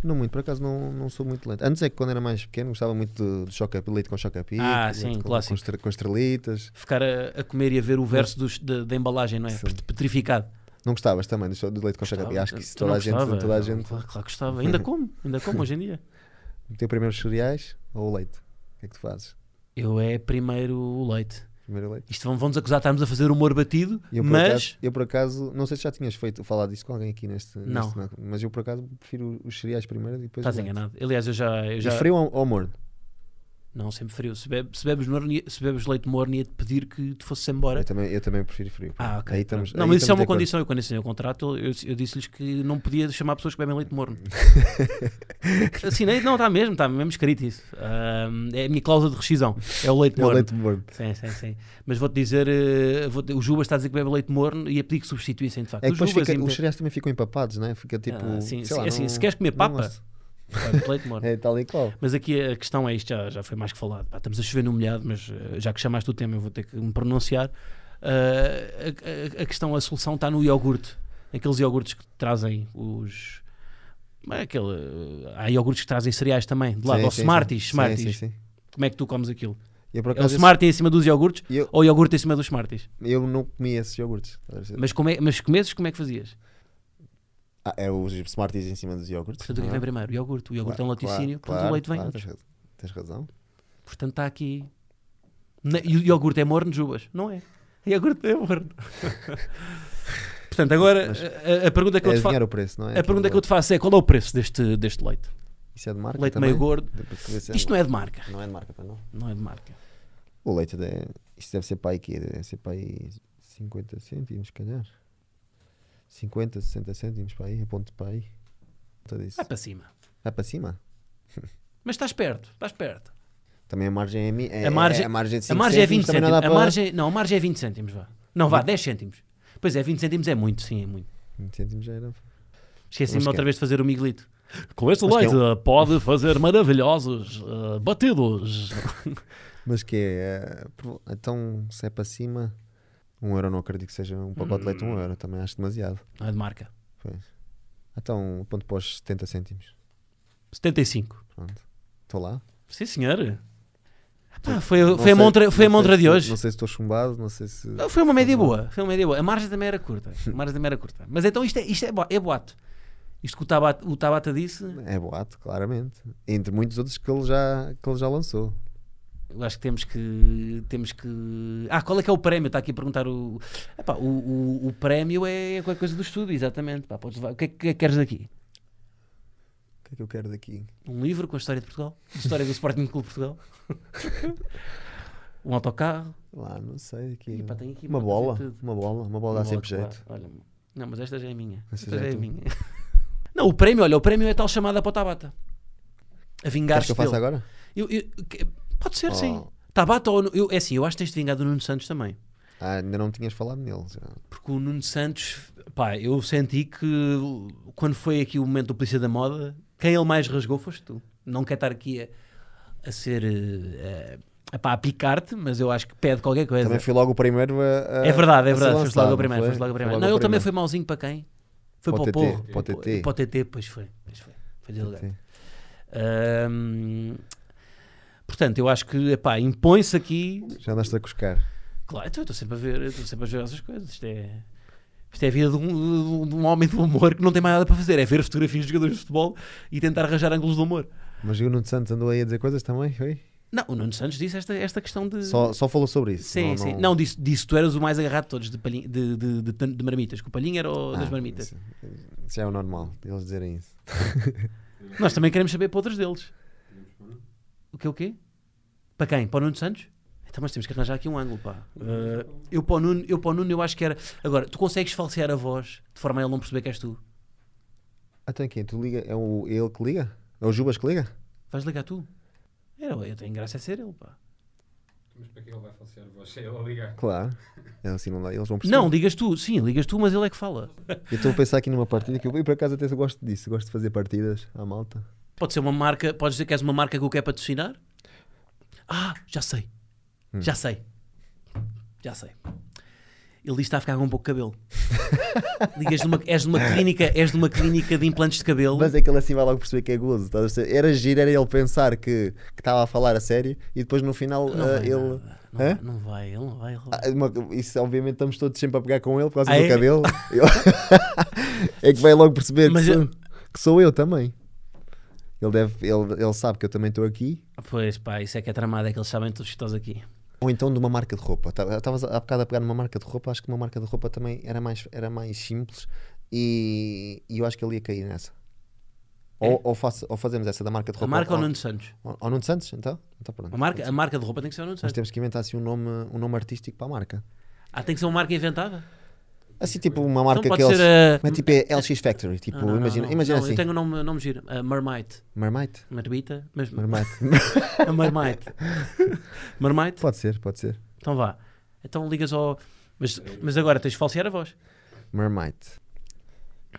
[SPEAKER 2] não muito, por acaso não, não sou muito lento. Antes é que quando era mais pequeno gostava muito de, de choca- leite com chocapi,
[SPEAKER 1] Ah,
[SPEAKER 2] leite
[SPEAKER 1] sim,
[SPEAKER 2] com, com,
[SPEAKER 1] clássico.
[SPEAKER 2] estre- com estrelitas.
[SPEAKER 1] Ficar a, a comer e a ver o verso dos- da, da embalagem, não é?
[SPEAKER 2] Sim.
[SPEAKER 1] Petrificado.
[SPEAKER 2] Não gostavas também do, cho- do leite com chocapi? Acho que isso
[SPEAKER 1] Tu Então
[SPEAKER 2] toda
[SPEAKER 1] não
[SPEAKER 2] a gente,
[SPEAKER 1] gostava?
[SPEAKER 2] toda a
[SPEAKER 1] Não,
[SPEAKER 2] gente.
[SPEAKER 1] Claro, claro que gostava. Ainda como, ainda como hoje em dia.
[SPEAKER 2] Meteu primeiro os cereais ou o leite? O que é que tu fazes?
[SPEAKER 1] Eu é primeiro o leite.
[SPEAKER 2] Primeiro o leite.
[SPEAKER 1] Isto vão- vão-nos acusar de estarmos a fazer humor batido,
[SPEAKER 2] E Eu por,
[SPEAKER 1] mas.
[SPEAKER 2] acaso, eu por acaso, não sei se já tinhas feito falado disso com alguém aqui neste,
[SPEAKER 1] Não.
[SPEAKER 2] neste- mas eu por acaso prefiro os cereais primeiro e depois. o
[SPEAKER 1] Estás
[SPEAKER 2] leite.
[SPEAKER 1] enganado. Aliás, eu já. Eu
[SPEAKER 2] E
[SPEAKER 1] já...
[SPEAKER 2] frio ou, ou morno?
[SPEAKER 1] Não, sempre frio. Se, bebe- se bebes, morno, ia- se bebes leite morno, ia-te pedir que te fosses embora.
[SPEAKER 2] Eu também, eu também prefiro frio.
[SPEAKER 1] Ah, ok.
[SPEAKER 2] Aí
[SPEAKER 1] pronto.
[SPEAKER 2] estamos-
[SPEAKER 1] não,
[SPEAKER 2] aí
[SPEAKER 1] mas isso é
[SPEAKER 2] estamos de
[SPEAKER 1] uma
[SPEAKER 2] acordo.
[SPEAKER 1] condição. Eu, quando assinei o contrato, eu, eu disse-lhes que não podia chamar pessoas que bebem leite morno. Assinei, não, está mesmo, está mesmo escrito isso. Ahm, é a minha cláusula de rescisão. É o leite
[SPEAKER 2] É o
[SPEAKER 1] morno.
[SPEAKER 2] leite morno.
[SPEAKER 1] Sim, sim, sim. Mas vou-te dizer, eh, vou-te- o Juba está a dizer que bebe leite morno e a pedir que substituíssem, de facto.
[SPEAKER 2] É que
[SPEAKER 1] Os
[SPEAKER 2] depois
[SPEAKER 1] Jubas
[SPEAKER 2] fica,
[SPEAKER 1] em-
[SPEAKER 2] os cereais também ficam empapados, não é? Fica tipo.
[SPEAKER 1] Ah, sim,
[SPEAKER 2] sei
[SPEAKER 1] sim,
[SPEAKER 2] lá,
[SPEAKER 1] é assim,
[SPEAKER 2] não-
[SPEAKER 1] se queres comer
[SPEAKER 2] não
[SPEAKER 1] papa,
[SPEAKER 2] gosto.
[SPEAKER 1] bebe leite morno.
[SPEAKER 2] É tal e qual.
[SPEAKER 1] Mas aqui a questão é isto, já, já foi mais que falado. Pá, estamos a chover no molhado, mas eh, já que chamaste o tema, eu vou ter que me pronunciar. Ah, a, a- a questão, a solução está no iogurte. Aqueles iogurtes que trazem os. mas Aquele, eh, há iogurtes que trazem cereais também, de lado.
[SPEAKER 2] Sim,
[SPEAKER 1] Ou
[SPEAKER 2] sim,
[SPEAKER 1] Smarties,
[SPEAKER 2] sim.
[SPEAKER 1] Smarties.
[SPEAKER 2] Sim, sim, sim.
[SPEAKER 1] Como é que tu comes aquilo?
[SPEAKER 2] Eu, por
[SPEAKER 1] É o
[SPEAKER 2] acaso,
[SPEAKER 1] Smartie em cima dos iogurtes
[SPEAKER 2] eu,
[SPEAKER 1] ou iogurte em cima dos Smarties?
[SPEAKER 2] eu não comi esses iogurtes.
[SPEAKER 1] Mas, como é, mas comeses, como é que fazias?
[SPEAKER 2] Ah, é os Smarties em cima dos iogurtes.
[SPEAKER 1] Portanto, o que é que vem primeiro? O iogurte. O iogurte é um laticínio, portanto o leite vem antes.
[SPEAKER 2] Tens, razão, tens razão.
[SPEAKER 1] Portanto, está aqui. Na- E o iogurte é morno, Jubas? Não é. O iogurte é morno. Portanto, agora
[SPEAKER 2] Mas-
[SPEAKER 1] a, a- a pergunta, que eu,
[SPEAKER 2] É
[SPEAKER 1] te fa-
[SPEAKER 2] adivinhar o preço, não é?
[SPEAKER 1] a pergunta que eu te faço é qual é o preço deste, deste leite?
[SPEAKER 2] Isso é de marca.
[SPEAKER 1] leite
[SPEAKER 2] também?
[SPEAKER 1] meio gordo.
[SPEAKER 2] Depois de ver se
[SPEAKER 1] Isto não é de marca.
[SPEAKER 2] Não é de marca, para não.
[SPEAKER 1] Não é de marca.
[SPEAKER 2] O leite, de... isto deve ser para aí quê? Deve ser para aí 50 cêntimos, se calhar. 50, 60 cêntimos para aí, aponto para aí. Tudo isso.
[SPEAKER 1] Vai para cima.
[SPEAKER 2] Vai para cima?
[SPEAKER 1] Mas estás perto, estás perto.
[SPEAKER 2] Também a margem é, mi- é,
[SPEAKER 1] A margem-
[SPEAKER 2] é a margem de
[SPEAKER 1] A
[SPEAKER 2] 5
[SPEAKER 1] margem é 20
[SPEAKER 2] cêntimos, também não
[SPEAKER 1] cêntimos.
[SPEAKER 2] dá
[SPEAKER 1] A
[SPEAKER 2] para-
[SPEAKER 1] margem, não, a margem é 20 cêntimos, vá. Não, vá, 10 cêntimos. Pois é, 20 cêntimos é muito, sim, é muito.
[SPEAKER 2] 20 cêntimos já era.
[SPEAKER 1] Esqueci-me
[SPEAKER 2] Mas
[SPEAKER 1] outra
[SPEAKER 2] que-
[SPEAKER 1] vez de fazer o miglito. Com este
[SPEAKER 2] Mas que é
[SPEAKER 1] leite eh, pode fazer maravilhosos eh, batidos.
[SPEAKER 2] Mas que é. eh, por- Então, se é para cima, 1 um euro não acredito que seja um pacote de
[SPEAKER 1] Hum.
[SPEAKER 2] leite 1 um euro, também acho demasiado.
[SPEAKER 1] Não é de marca.
[SPEAKER 2] Então, aponto para os 70 cêntimos.
[SPEAKER 1] 75.
[SPEAKER 2] Pronto. Estou lá.
[SPEAKER 1] Sim, senhor. Pá, foi
[SPEAKER 2] Não
[SPEAKER 1] foi, a
[SPEAKER 2] sei-
[SPEAKER 1] montra, foi a
[SPEAKER 2] não sei
[SPEAKER 1] montra de
[SPEAKER 2] se-
[SPEAKER 1] hoje.
[SPEAKER 2] Não sei se estou chumbado, não sei se.
[SPEAKER 1] Não, Foi uma média boa. Foi uma média boa. A margem também era curta. A margem também era curta. Mas então isto é, isto é, bo- é boato. Isto que o Tabata, o Tabata disse,
[SPEAKER 2] É boato, claramente. Entre muitos outros que ele já, que ele já lançou.
[SPEAKER 1] eu acho que temos que. Temos que... Ah, qual é que é o prémio? Está aqui a perguntar o. Epá, o, o, o prémio é qualquer coisa do estúdio, exatamente. Pá, podes levar- O que é que- que é que queres daqui?
[SPEAKER 2] O que é que eu quero daqui?
[SPEAKER 1] Um livro com a história de Portugal? De história do Sporting Clube de Portugal? um autocarro?
[SPEAKER 2] Lá, não sei. Aqui,
[SPEAKER 1] Ih, pá, tem aqui
[SPEAKER 2] uma,
[SPEAKER 1] para
[SPEAKER 2] bola,
[SPEAKER 1] fazer tudo.
[SPEAKER 2] uma bola, uma bola dá
[SPEAKER 1] Uma bola
[SPEAKER 2] sempre
[SPEAKER 1] de colar.
[SPEAKER 2] jeito.
[SPEAKER 1] Olha, não, mas esta já é minha.
[SPEAKER 2] Esta
[SPEAKER 1] Esta
[SPEAKER 2] já
[SPEAKER 1] já
[SPEAKER 2] é
[SPEAKER 1] é
[SPEAKER 2] tua.
[SPEAKER 1] minha. Não, o prémio, olha, o prémio é tal chamada para o Tabata. A
[SPEAKER 2] Queres que
[SPEAKER 1] vingar-se
[SPEAKER 2] eu faça
[SPEAKER 1] dele.
[SPEAKER 2] agora?
[SPEAKER 1] Eu- eu- que- pode ser, sim.
[SPEAKER 2] Oh.
[SPEAKER 1] Tabata ou... Eu, é assim, eu acho que tens de vingar do Nuno Santos também.
[SPEAKER 2] Ah, ainda não tinhas falado nele. já.
[SPEAKER 1] Porque o Nuno Santos... Pá, eu senti que quando foi aqui o momento do Polícia da Moda, quem ele mais rasgou foste tu. Não quer estar aqui a, a ser... eh, eh, pá, a picar-te, mas eu acho que pede qualquer coisa.
[SPEAKER 2] Também fui logo o primeiro a. a-
[SPEAKER 1] É verdade, é
[SPEAKER 2] a ser
[SPEAKER 1] verdade. Foste
[SPEAKER 2] lançado,
[SPEAKER 1] logo
[SPEAKER 2] não
[SPEAKER 1] o primeiro.
[SPEAKER 2] foi?
[SPEAKER 1] Foste logo o
[SPEAKER 2] Fui
[SPEAKER 1] primeiro.
[SPEAKER 2] logo
[SPEAKER 1] Não,
[SPEAKER 2] o
[SPEAKER 1] ele também
[SPEAKER 2] primeiro.
[SPEAKER 1] foi mauzinho para quem? Foi
[SPEAKER 2] Para
[SPEAKER 1] para
[SPEAKER 2] o
[SPEAKER 1] o
[SPEAKER 2] TT,
[SPEAKER 1] Porro.
[SPEAKER 2] para o TT.
[SPEAKER 1] Para o TT, pois foi. Pois foi. Foi delegado.
[SPEAKER 2] Sim.
[SPEAKER 1] Ahm, portanto, eu acho que epá, impõe-se aqui.
[SPEAKER 2] Já andaste a cuscar.
[SPEAKER 1] Claro, então eu estou sempre a ver, eu estou sempre a ver essas coisas. Isto é, isto é a vida de um, de um homem do humor que não tem mais nada para fazer. É ver fotografias de jogadores de futebol e tentar arranjar ângulos de humor.
[SPEAKER 2] Mas o Nuno Santos andou aí a dizer coisas também, foi?
[SPEAKER 1] Não, o Nuno Santos disse esta, esta questão de.
[SPEAKER 2] Só, só falou sobre isso.
[SPEAKER 1] Hum. Sim,
[SPEAKER 2] não,
[SPEAKER 1] sim.
[SPEAKER 2] não-
[SPEAKER 1] Não, disse, disse tu eras o mais agarrado de todos de, palhin- de, de, de, tan- de marmitas. Que o Palhinha era o
[SPEAKER 2] Ah,
[SPEAKER 1] das marmitas.
[SPEAKER 2] Isso, isso já é o normal, eles dizerem isso.
[SPEAKER 1] Nós também queremos saber para outros deles. O que o quê? Para quem? Para o Nuno Santos? Então, mas temos que arranjar aqui um ângulo, pá. Eh, eu, para o Nuno, eu para o Nuno, eu acho que era... Agora, tu consegues falsear a voz de forma a ele não perceber que és tu?
[SPEAKER 2] Então quem? Tu liga? É o, ele que liga? É o Jubas que liga?
[SPEAKER 1] Vais ligar tu? Era, eu tenho graça a ser ele, pá.
[SPEAKER 3] Mas para que ele vai falsear a voz? Se ele a ligar.
[SPEAKER 2] Claro. É assim, não dá. Eles vão perceber.
[SPEAKER 1] Não, ligas tu. Sim, ligas tu, mas ele é que fala.
[SPEAKER 2] Eu estou a pensar aqui numa partida que eu, eu por acaso até gosto disso. Gosto de fazer partidas à malta.
[SPEAKER 1] Pode ser uma marca... Podes dizer que és uma marca que o quer patrocinar? Ah, já sei.
[SPEAKER 2] Hum.
[SPEAKER 1] Já sei. Já sei. Ele diz que está a ficar com um pouco de cabelo. Ligas numa, és numa clínica, és numa clínica de implantes de cabelo.
[SPEAKER 2] Mas é que ele assim vai logo perceber que é gozo. estás a perceber? Era giro, era ele pensar que que estava a falar a sério e depois no final
[SPEAKER 1] Não
[SPEAKER 2] ah,
[SPEAKER 1] vai
[SPEAKER 2] ele.
[SPEAKER 1] nada.
[SPEAKER 2] Hã?
[SPEAKER 1] Não, vai, não vai, ele não vai. Ele não vai.
[SPEAKER 2] Ah, uma- isso, obviamente, estamos todos sempre a pegar com ele por causa
[SPEAKER 1] Ah,
[SPEAKER 2] do
[SPEAKER 1] é?
[SPEAKER 2] cabelo. Eu- é que vai logo perceber que
[SPEAKER 1] Mas
[SPEAKER 2] sou,
[SPEAKER 1] eu-
[SPEAKER 2] que sou eu também. Ele, deve, ele, ele sabe que eu também estou aqui.
[SPEAKER 1] Pois pá, isso é que é tramada, é que eles sabem todos que estás aqui.
[SPEAKER 2] Ou então de uma marca de roupa. Ta- Estavas há bocado a pegar numa marca de roupa, acho que uma marca de roupa também era mais, era mais simples e, e eu acho que ele ia cair nessa. Ou, ou, faço- ou fazemos essa da marca de
[SPEAKER 1] É. A
[SPEAKER 2] roupa.
[SPEAKER 1] marca
[SPEAKER 2] ao,
[SPEAKER 1] ou Nuno Santos?
[SPEAKER 2] ao- ao Nuno Santos, então? Então pronto.
[SPEAKER 1] A marca, a marca de roupa tem que ser o Nuno
[SPEAKER 2] Nós
[SPEAKER 1] Santos.
[SPEAKER 2] temos que inventar assim um nome, um nome artístico para a marca.
[SPEAKER 1] Ah, tem que ser uma marca inventada?
[SPEAKER 2] Assim, tipo uma marca
[SPEAKER 1] Então pode
[SPEAKER 2] que eles.
[SPEAKER 1] ser a-
[SPEAKER 2] Mas tipo é LX Factory. Tipo,
[SPEAKER 1] Não, não,
[SPEAKER 2] imagina,
[SPEAKER 1] não, não.
[SPEAKER 2] imagina
[SPEAKER 1] Não,
[SPEAKER 2] assim.
[SPEAKER 1] Eu tenho o nome, nome giro. A Marmite.
[SPEAKER 2] Marmite?
[SPEAKER 1] Marmita? Mas,
[SPEAKER 2] Marmite.
[SPEAKER 1] a Marmite. Marmite?
[SPEAKER 2] pode ser, pode ser.
[SPEAKER 1] Então vá. Então ligas ao... Mas, mas agora tens de falsear a voz.
[SPEAKER 2] Marmite.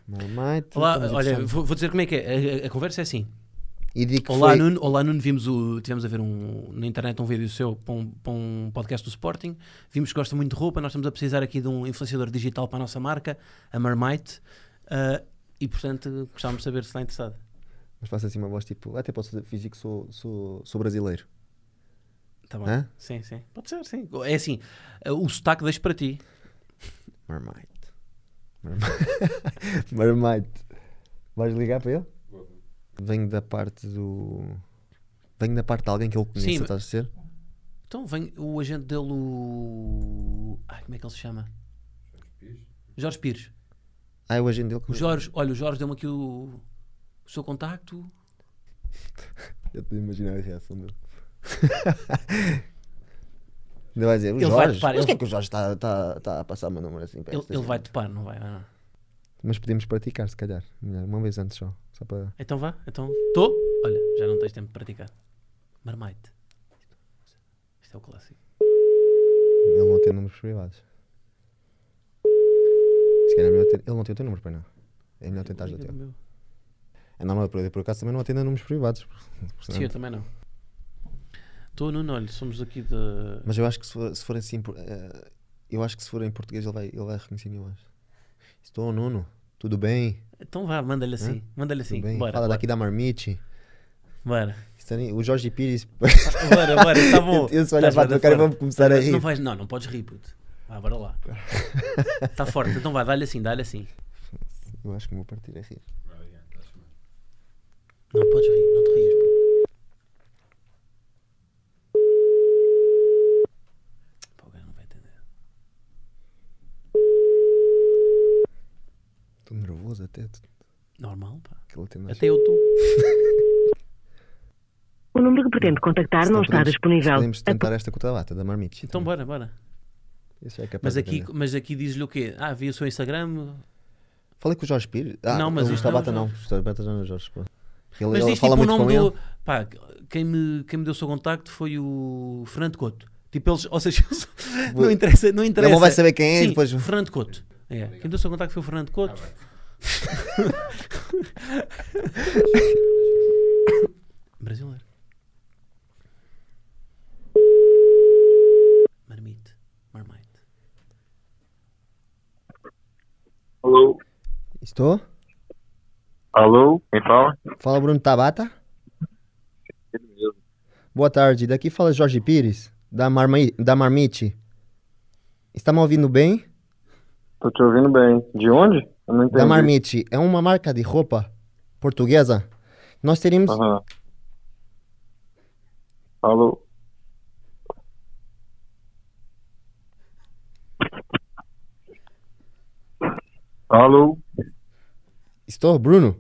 [SPEAKER 2] Marmite.
[SPEAKER 1] Olá,
[SPEAKER 2] Então, estamos
[SPEAKER 1] olha,
[SPEAKER 2] interessando.
[SPEAKER 1] vou, vou dizer como é que é. A- A, a conversa é assim.
[SPEAKER 2] um. E digo que
[SPEAKER 1] Olá,
[SPEAKER 2] foi-
[SPEAKER 1] Nuno, olá, Nuno. Vimos o, tivemos a ver um, na internet um vídeo seu para um, para um podcast do Sporting. Vimos que gosta muito de roupa. Nós estamos a precisar aqui de um influenciador digital para a nossa marca, a Marmite. Ah, e portanto, gostávamos de saber se está interessado.
[SPEAKER 2] Mas faço assim uma voz tipo, até posso fazer- fingir que sou, sou, sou brasileiro.
[SPEAKER 1] Tá bom.
[SPEAKER 2] Hã?
[SPEAKER 1] Sim, sim. Pode ser, sim. É assim, ah, o sotaque deixo para ti.
[SPEAKER 2] Marmite. Marmite. Marmite. Vais ligar para ele?
[SPEAKER 3] Vou- vou.
[SPEAKER 2] Venho da parte do. Venho da parte de alguém que ele conheça,
[SPEAKER 1] Sim, mas-
[SPEAKER 2] estás a ser?
[SPEAKER 1] Então vem o agente dele, o. Ai, como é que ele se chama?
[SPEAKER 3] Pires.
[SPEAKER 1] Jorge Pires.
[SPEAKER 2] Ah, é o agente dele que
[SPEAKER 1] O Jorge, olha, o Jorge deu-me aqui o, o seu contacto.
[SPEAKER 2] Eu estou a imaginar a reação dele. Ainda vai dizer, o
[SPEAKER 1] Ele vai
[SPEAKER 2] Jorge.
[SPEAKER 1] topar, ele-
[SPEAKER 2] mas o que é que o Jorge está está- está a passar o meu número assim? para
[SPEAKER 1] Ele,
[SPEAKER 2] esta
[SPEAKER 1] ele
[SPEAKER 2] gente?
[SPEAKER 1] vai topar, não vai? Vai, não.
[SPEAKER 2] Mas podemos praticar, se calhar. Melhor, uma vez antes só. Só para.
[SPEAKER 1] Então vá, então. Estou? Olha, já não tens tempo de praticar. Marmite. Isto é o clássico.
[SPEAKER 2] Ele não tem números privados. Se calhar é melhor ter... Ele não tem o teu número, para não. É melhor tentar o
[SPEAKER 1] Liga
[SPEAKER 2] teu.
[SPEAKER 1] do meu.
[SPEAKER 2] É normal, por, por acaso também não atende a números privados. portanto.
[SPEAKER 1] Sim, eu também não. Estou, Nuno, olha, somos aqui de.
[SPEAKER 2] Mas eu acho que se for, se for assim. por- eh, eu acho que se for em português ele vai, ele vai reconhecer-me, eu acho. Estou, Nuno. Tudo bem?
[SPEAKER 1] Então vá, manda-lhe assim. Manda-lhe assim.
[SPEAKER 2] Tudo bem?
[SPEAKER 1] Bora,
[SPEAKER 2] Fala
[SPEAKER 1] bora,
[SPEAKER 2] daqui da Marmite.
[SPEAKER 1] bora.
[SPEAKER 2] Isto é nem- O Jorge Pires.
[SPEAKER 1] Bora, bora, está bom.
[SPEAKER 2] Eu só olhar
[SPEAKER 1] Estás
[SPEAKER 2] para a tua cara e
[SPEAKER 1] fora.
[SPEAKER 2] vamos começar a
[SPEAKER 1] Não,
[SPEAKER 2] rir.
[SPEAKER 1] vais, não, não podes rir, puto. Vá, bora lá. Está forte, então vá, dá-lhe assim, dá-lhe assim.
[SPEAKER 2] Eu acho que vou partir a rir.
[SPEAKER 3] Vai ligar, está a chamar.
[SPEAKER 1] Não podes rir, não te rias, puto. Pá, o gajo não vai entender.
[SPEAKER 2] Estou nervoso até. tu-
[SPEAKER 1] Normal, pá.
[SPEAKER 2] Que ele atende às-
[SPEAKER 1] Até eu estou.
[SPEAKER 4] O número que pretende contactar
[SPEAKER 2] Se
[SPEAKER 4] não está
[SPEAKER 2] podemos-
[SPEAKER 4] disponível. É
[SPEAKER 2] Podemos tentar esta com a Tabata, da Marmite.
[SPEAKER 1] Então bora, bora.
[SPEAKER 2] Isso é capaz
[SPEAKER 1] Mas
[SPEAKER 2] de
[SPEAKER 1] aqui,
[SPEAKER 2] atender.
[SPEAKER 1] mas aqui diz-lhe o quê? Ah, vi o seu Instagram.
[SPEAKER 2] Falei com o Jorge Pires. Ah,
[SPEAKER 1] Não, mas
[SPEAKER 2] o
[SPEAKER 1] isto
[SPEAKER 2] Tabata
[SPEAKER 1] não,
[SPEAKER 2] não. O Tabata já não é o Jorge. pô. Ele,
[SPEAKER 1] mas
[SPEAKER 2] ele
[SPEAKER 1] diz tipo
[SPEAKER 2] fala
[SPEAKER 1] o
[SPEAKER 2] muito com
[SPEAKER 1] nome
[SPEAKER 2] ele.
[SPEAKER 1] do. Pá, quem me, quem me deu o seu contacto foi o Fernando Couto. Tipo, eles. Ou seja, eles- não interessa. Não interessa.
[SPEAKER 2] vai saber quem é e
[SPEAKER 1] Sim,
[SPEAKER 2] depois-
[SPEAKER 1] Fernando Couto. É. Quem me deu o seu contacto foi o Fernando
[SPEAKER 3] Ah,
[SPEAKER 1] Couto.
[SPEAKER 3] vai.
[SPEAKER 5] Tá
[SPEAKER 1] Brasileiro. Marmite. Marmite.
[SPEAKER 5] Alô?
[SPEAKER 2] Estou?
[SPEAKER 5] Alô, quem fala?
[SPEAKER 2] Fala Bruno Tabata.
[SPEAKER 5] Ele mesmo.
[SPEAKER 2] Boa tarde, daqui fala Jorge Pires, da, Marmi da Marmite. Está me ouvindo bem?
[SPEAKER 5] Tô te ouvindo bem. De onde? Eu não entendi.
[SPEAKER 2] Da Marmite, é uma marca de roupa portuguesa. Nós teríamos.
[SPEAKER 5] Aham. Alô. Alô,
[SPEAKER 2] Estou, Bruno?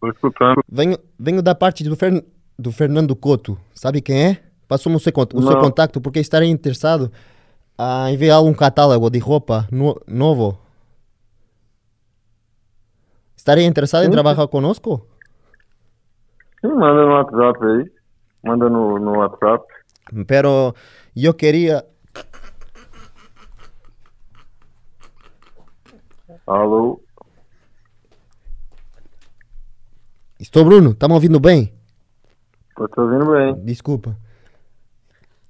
[SPEAKER 5] tô escutando.
[SPEAKER 2] Venho, venho da parte do, Fern- do Fernando Couto. Sabe quem é? Passou o seu, cont- o seu
[SPEAKER 5] Não.
[SPEAKER 2] contato porque estarei interessado a enviar um catálogo de roupa no- novo. Estarei interessado em
[SPEAKER 5] Opa.
[SPEAKER 2] trabalhar conosco?
[SPEAKER 5] Sim, manda no WhatsApp aí. Manda no, no WhatsApp.
[SPEAKER 2] Pero eu queria.
[SPEAKER 5] Alô.
[SPEAKER 2] Estou, Bruno? Tá me ouvindo bem?
[SPEAKER 5] Tô te ouvindo bem.
[SPEAKER 2] Desculpa.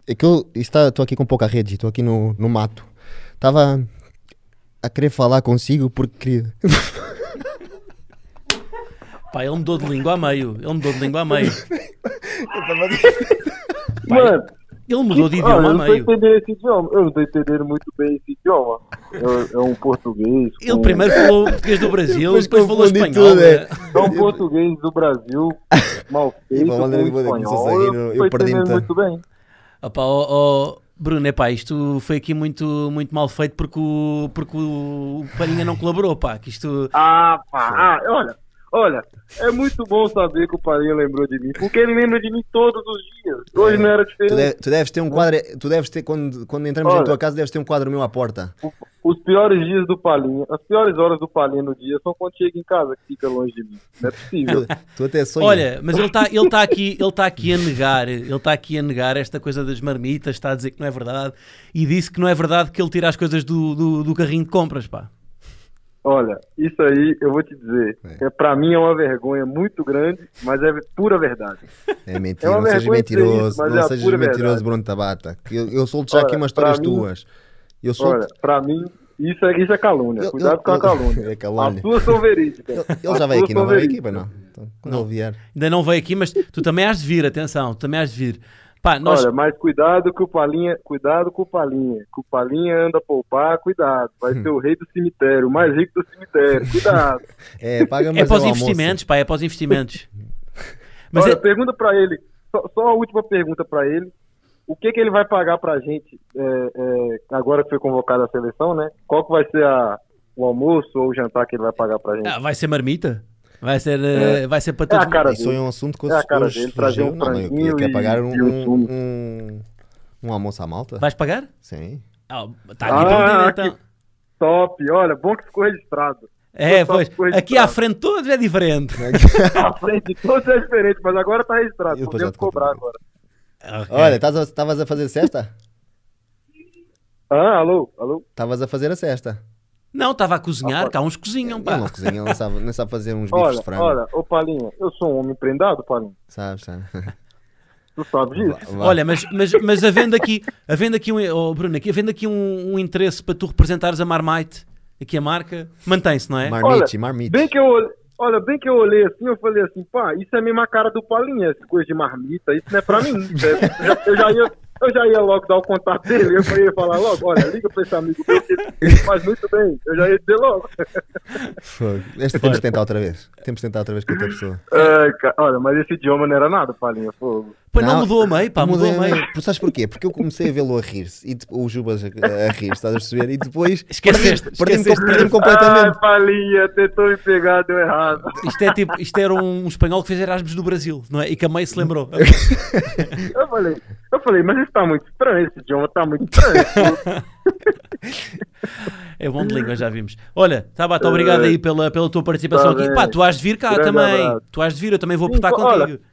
[SPEAKER 2] É que eu está, tô aqui com pouca rede, tô aqui no, no mato. Tava a querer falar consigo porque.
[SPEAKER 1] Pá, ele mudou de língua a meio. Ele mudou de língua a meio.
[SPEAKER 5] Mano,
[SPEAKER 1] Ele mudou de
[SPEAKER 5] olha,
[SPEAKER 1] idioma
[SPEAKER 5] eu
[SPEAKER 1] a
[SPEAKER 5] não tô
[SPEAKER 1] meio.
[SPEAKER 5] entendendo esse idioma. Eu não tô entendendo muito bem esse idioma. É, é um português.
[SPEAKER 1] Ele
[SPEAKER 5] com-
[SPEAKER 1] primeiro falou português do Brasil,
[SPEAKER 2] Depois
[SPEAKER 1] depois, falou
[SPEAKER 2] confundi
[SPEAKER 1] espanhol.
[SPEAKER 2] tudo, é.
[SPEAKER 1] né?
[SPEAKER 5] É um português do Brasil mal feito.
[SPEAKER 2] Ivan,
[SPEAKER 5] com
[SPEAKER 2] olha, Ivan, começou a
[SPEAKER 5] espanhol.
[SPEAKER 2] sair, eu
[SPEAKER 5] Eu, tô
[SPEAKER 2] perdi-me
[SPEAKER 5] entendendo
[SPEAKER 2] tanto.
[SPEAKER 5] muito bem.
[SPEAKER 1] Ah pá, ó, ó, Bruno, é pá, isto foi aqui muito, muito mal feito porque o, porque o Palhinha não colaborou, pá. Que isto.
[SPEAKER 5] Ah, pá. Ah, olha, olha. É muito bom saber que o Parinha lembrou de mim, porque ele lembra de mim todos os dias. Hoje não era
[SPEAKER 2] Tu,
[SPEAKER 5] diferente.
[SPEAKER 2] de- tu deves ter um quadro. Tu deves ter, quando, quando entramos na
[SPEAKER 5] Olha.
[SPEAKER 2] tua casa, deves ter um quadro meu à porta.
[SPEAKER 5] Os piores dias do Palinha, as piores horas do Palinha no dia são quando chega em casa que fica longe de mim. Não é possível.
[SPEAKER 2] Tu, tu até sonhas.
[SPEAKER 1] Olha, mas ele está ele tá aqui, ele tá aqui a negar, ele está aqui a negar esta coisa das marmitas, está a dizer que não é verdade e disse que não é verdade que ele tira as coisas do, do, do carrinho de compras, pá.
[SPEAKER 5] Olha, isso aí eu vou te dizer. É. pra mim é uma vergonha muito grande, mas é pura verdade.
[SPEAKER 2] É
[SPEAKER 5] É
[SPEAKER 2] mentira,
[SPEAKER 5] uma
[SPEAKER 2] não sejas
[SPEAKER 5] vergonha dizer
[SPEAKER 2] mentiroso.
[SPEAKER 5] isso, mas
[SPEAKER 2] não
[SPEAKER 5] é a
[SPEAKER 2] sejas
[SPEAKER 5] pura
[SPEAKER 2] mentiroso,
[SPEAKER 5] verdade.
[SPEAKER 2] Bruno Tabata. que Eu, eu solto já aqui
[SPEAKER 5] Olha,
[SPEAKER 2] umas histórias
[SPEAKER 5] pra mim-
[SPEAKER 2] tuas. Eu solto.
[SPEAKER 5] Olha, pra mim, isso é, isso é calúnia.
[SPEAKER 2] Eu-
[SPEAKER 5] Cuidado
[SPEAKER 2] eu-
[SPEAKER 5] com a
[SPEAKER 2] eu-
[SPEAKER 5] calúnia.
[SPEAKER 2] é calúnia.
[SPEAKER 5] As suas são verídicas.
[SPEAKER 2] ele já
[SPEAKER 5] As
[SPEAKER 2] veio
[SPEAKER 5] suas
[SPEAKER 2] aqui,
[SPEAKER 5] são
[SPEAKER 2] não veio aqui,
[SPEAKER 5] verídicas.
[SPEAKER 2] pois não. Então, Quando ele vier.
[SPEAKER 1] Ainda não veio aqui, mas tu também has de vir, atenção, tu também has de vir. Pá, nós,
[SPEAKER 5] Olha, mas cuidado com o Palinha, cuidado com o Palinha. Que o Palinha anda a poupar, cuidado. Vai
[SPEAKER 2] Hum.
[SPEAKER 5] ser o rei do cemitério, o mais rico do cemitério. Cuidado.
[SPEAKER 2] É, paga mais
[SPEAKER 1] é para os
[SPEAKER 2] o almoço.
[SPEAKER 1] investimentos, pá, é para os investimentos. Mas
[SPEAKER 5] Olha,
[SPEAKER 1] é,
[SPEAKER 5] pergunta pra ele, só, só a última pergunta pra ele. O que que ele vai pagar pra gente é, é, agora que foi convocado a seleção, né? Qual que vai ser a- o almoço ou o jantar que ele vai pagar pra gente?
[SPEAKER 1] ah, vai ser marmita, vai ser, eh, vai ser para todos.
[SPEAKER 5] É a cara
[SPEAKER 2] Isso é um assunto que eu
[SPEAKER 5] É a cara
[SPEAKER 2] hoje
[SPEAKER 5] dele, trazer
[SPEAKER 2] fugiu,
[SPEAKER 5] um
[SPEAKER 2] não, eu
[SPEAKER 5] franguinho
[SPEAKER 2] queria- quer
[SPEAKER 5] e-
[SPEAKER 2] pagar um,
[SPEAKER 5] e um sumo.
[SPEAKER 2] um, um almoço à malta?
[SPEAKER 1] Vais pagar?
[SPEAKER 2] Sim.
[SPEAKER 1] Ah, tá aqui
[SPEAKER 5] Ah,
[SPEAKER 1] ah,
[SPEAKER 5] aqui.
[SPEAKER 1] então.
[SPEAKER 5] Top, olha, bom que ficou registrado.
[SPEAKER 1] É,
[SPEAKER 5] Eu só
[SPEAKER 1] pois.
[SPEAKER 5] fui
[SPEAKER 1] Aqui à
[SPEAKER 5] registrado.
[SPEAKER 1] frente todos é diferente.
[SPEAKER 5] à frente de todos é diferente, mas agora tá registrado.
[SPEAKER 2] Eu
[SPEAKER 5] Não
[SPEAKER 2] depois já
[SPEAKER 5] devo
[SPEAKER 2] te
[SPEAKER 5] cobrar
[SPEAKER 2] conto.
[SPEAKER 5] agora.
[SPEAKER 1] Ok.
[SPEAKER 2] Olha, tás- estavas a fazer cesta?
[SPEAKER 5] Ah, alô, alô.
[SPEAKER 2] Estavas a fazer a cesta.
[SPEAKER 1] Não, estava a cozinhar, cá uns cozinham,
[SPEAKER 2] Ele não
[SPEAKER 1] pá.
[SPEAKER 2] cozinha, ele não sabe, não sabe fazer uns bifes
[SPEAKER 5] Olha,
[SPEAKER 2] de frango.
[SPEAKER 5] olha, ô Palinha, eu sou um homem prendado, Palinha.
[SPEAKER 2] Sabes, sabe?
[SPEAKER 5] Tu sabe disso?
[SPEAKER 2] Vá- vá.
[SPEAKER 1] Olha, mas, mas, mas havendo aqui, havendo aqui, um, oh, Bruno, aqui, havendo aqui um, um interesse para tu representares a Marmite, aqui a marca, mantém-se, não é?
[SPEAKER 2] Marmite, marmite.
[SPEAKER 5] Bem que eu olhei. Olha, bem que eu olhei assim, eu falei assim, pá, isso é mesmo a cara do Palinha, essa coisa de marmita, isso não é pra mim. né? Eu já ia, eu já ia logo dar o contato dele, eu ia falar logo, olha, liga pra esse amigo meu, que ele faz muito bem, eu já ia dizer logo.
[SPEAKER 2] Fogo. Este temos de tentar outra vez. Temos de tentar outra vez com outra pessoa.
[SPEAKER 5] Ai, cara, olha, mas esse idioma não era nada, Palinha, fogo.
[SPEAKER 1] Pois não, mudou a meio, pá, mudou a meio.
[SPEAKER 2] Por- Sabes porquê? Porque eu comecei a vê-lo a rir-se. E de- o Jubas a, a rir-se, estás a perceber? E depois.
[SPEAKER 1] Esqueceste,
[SPEAKER 2] perdi-me- Perdi-me
[SPEAKER 1] esqueceste.
[SPEAKER 2] perdi-me
[SPEAKER 5] Ai,
[SPEAKER 2] completamente.
[SPEAKER 5] Ah. Palinha, tentou me pegar, deu errado.
[SPEAKER 1] Isto, é tipo, isto era um espanhol que fez Erasmus no Brasil, não é? E que a meio se lembrou.
[SPEAKER 5] Eu falei, eu falei, mas isso tá muito estranho, esse idioma tá muito estranho.
[SPEAKER 1] É bom de língua, já vimos. Olha, Tabata, obrigado aí pela, pela tua participação
[SPEAKER 5] Tá
[SPEAKER 1] aqui.
[SPEAKER 5] bem.
[SPEAKER 1] Pá, tu has de vir cá
[SPEAKER 5] Eh, Grande
[SPEAKER 1] também.
[SPEAKER 5] abraço.
[SPEAKER 1] Tu has de vir, eu também vou
[SPEAKER 5] Sim,
[SPEAKER 1] apertar
[SPEAKER 5] olha.
[SPEAKER 1] contigo.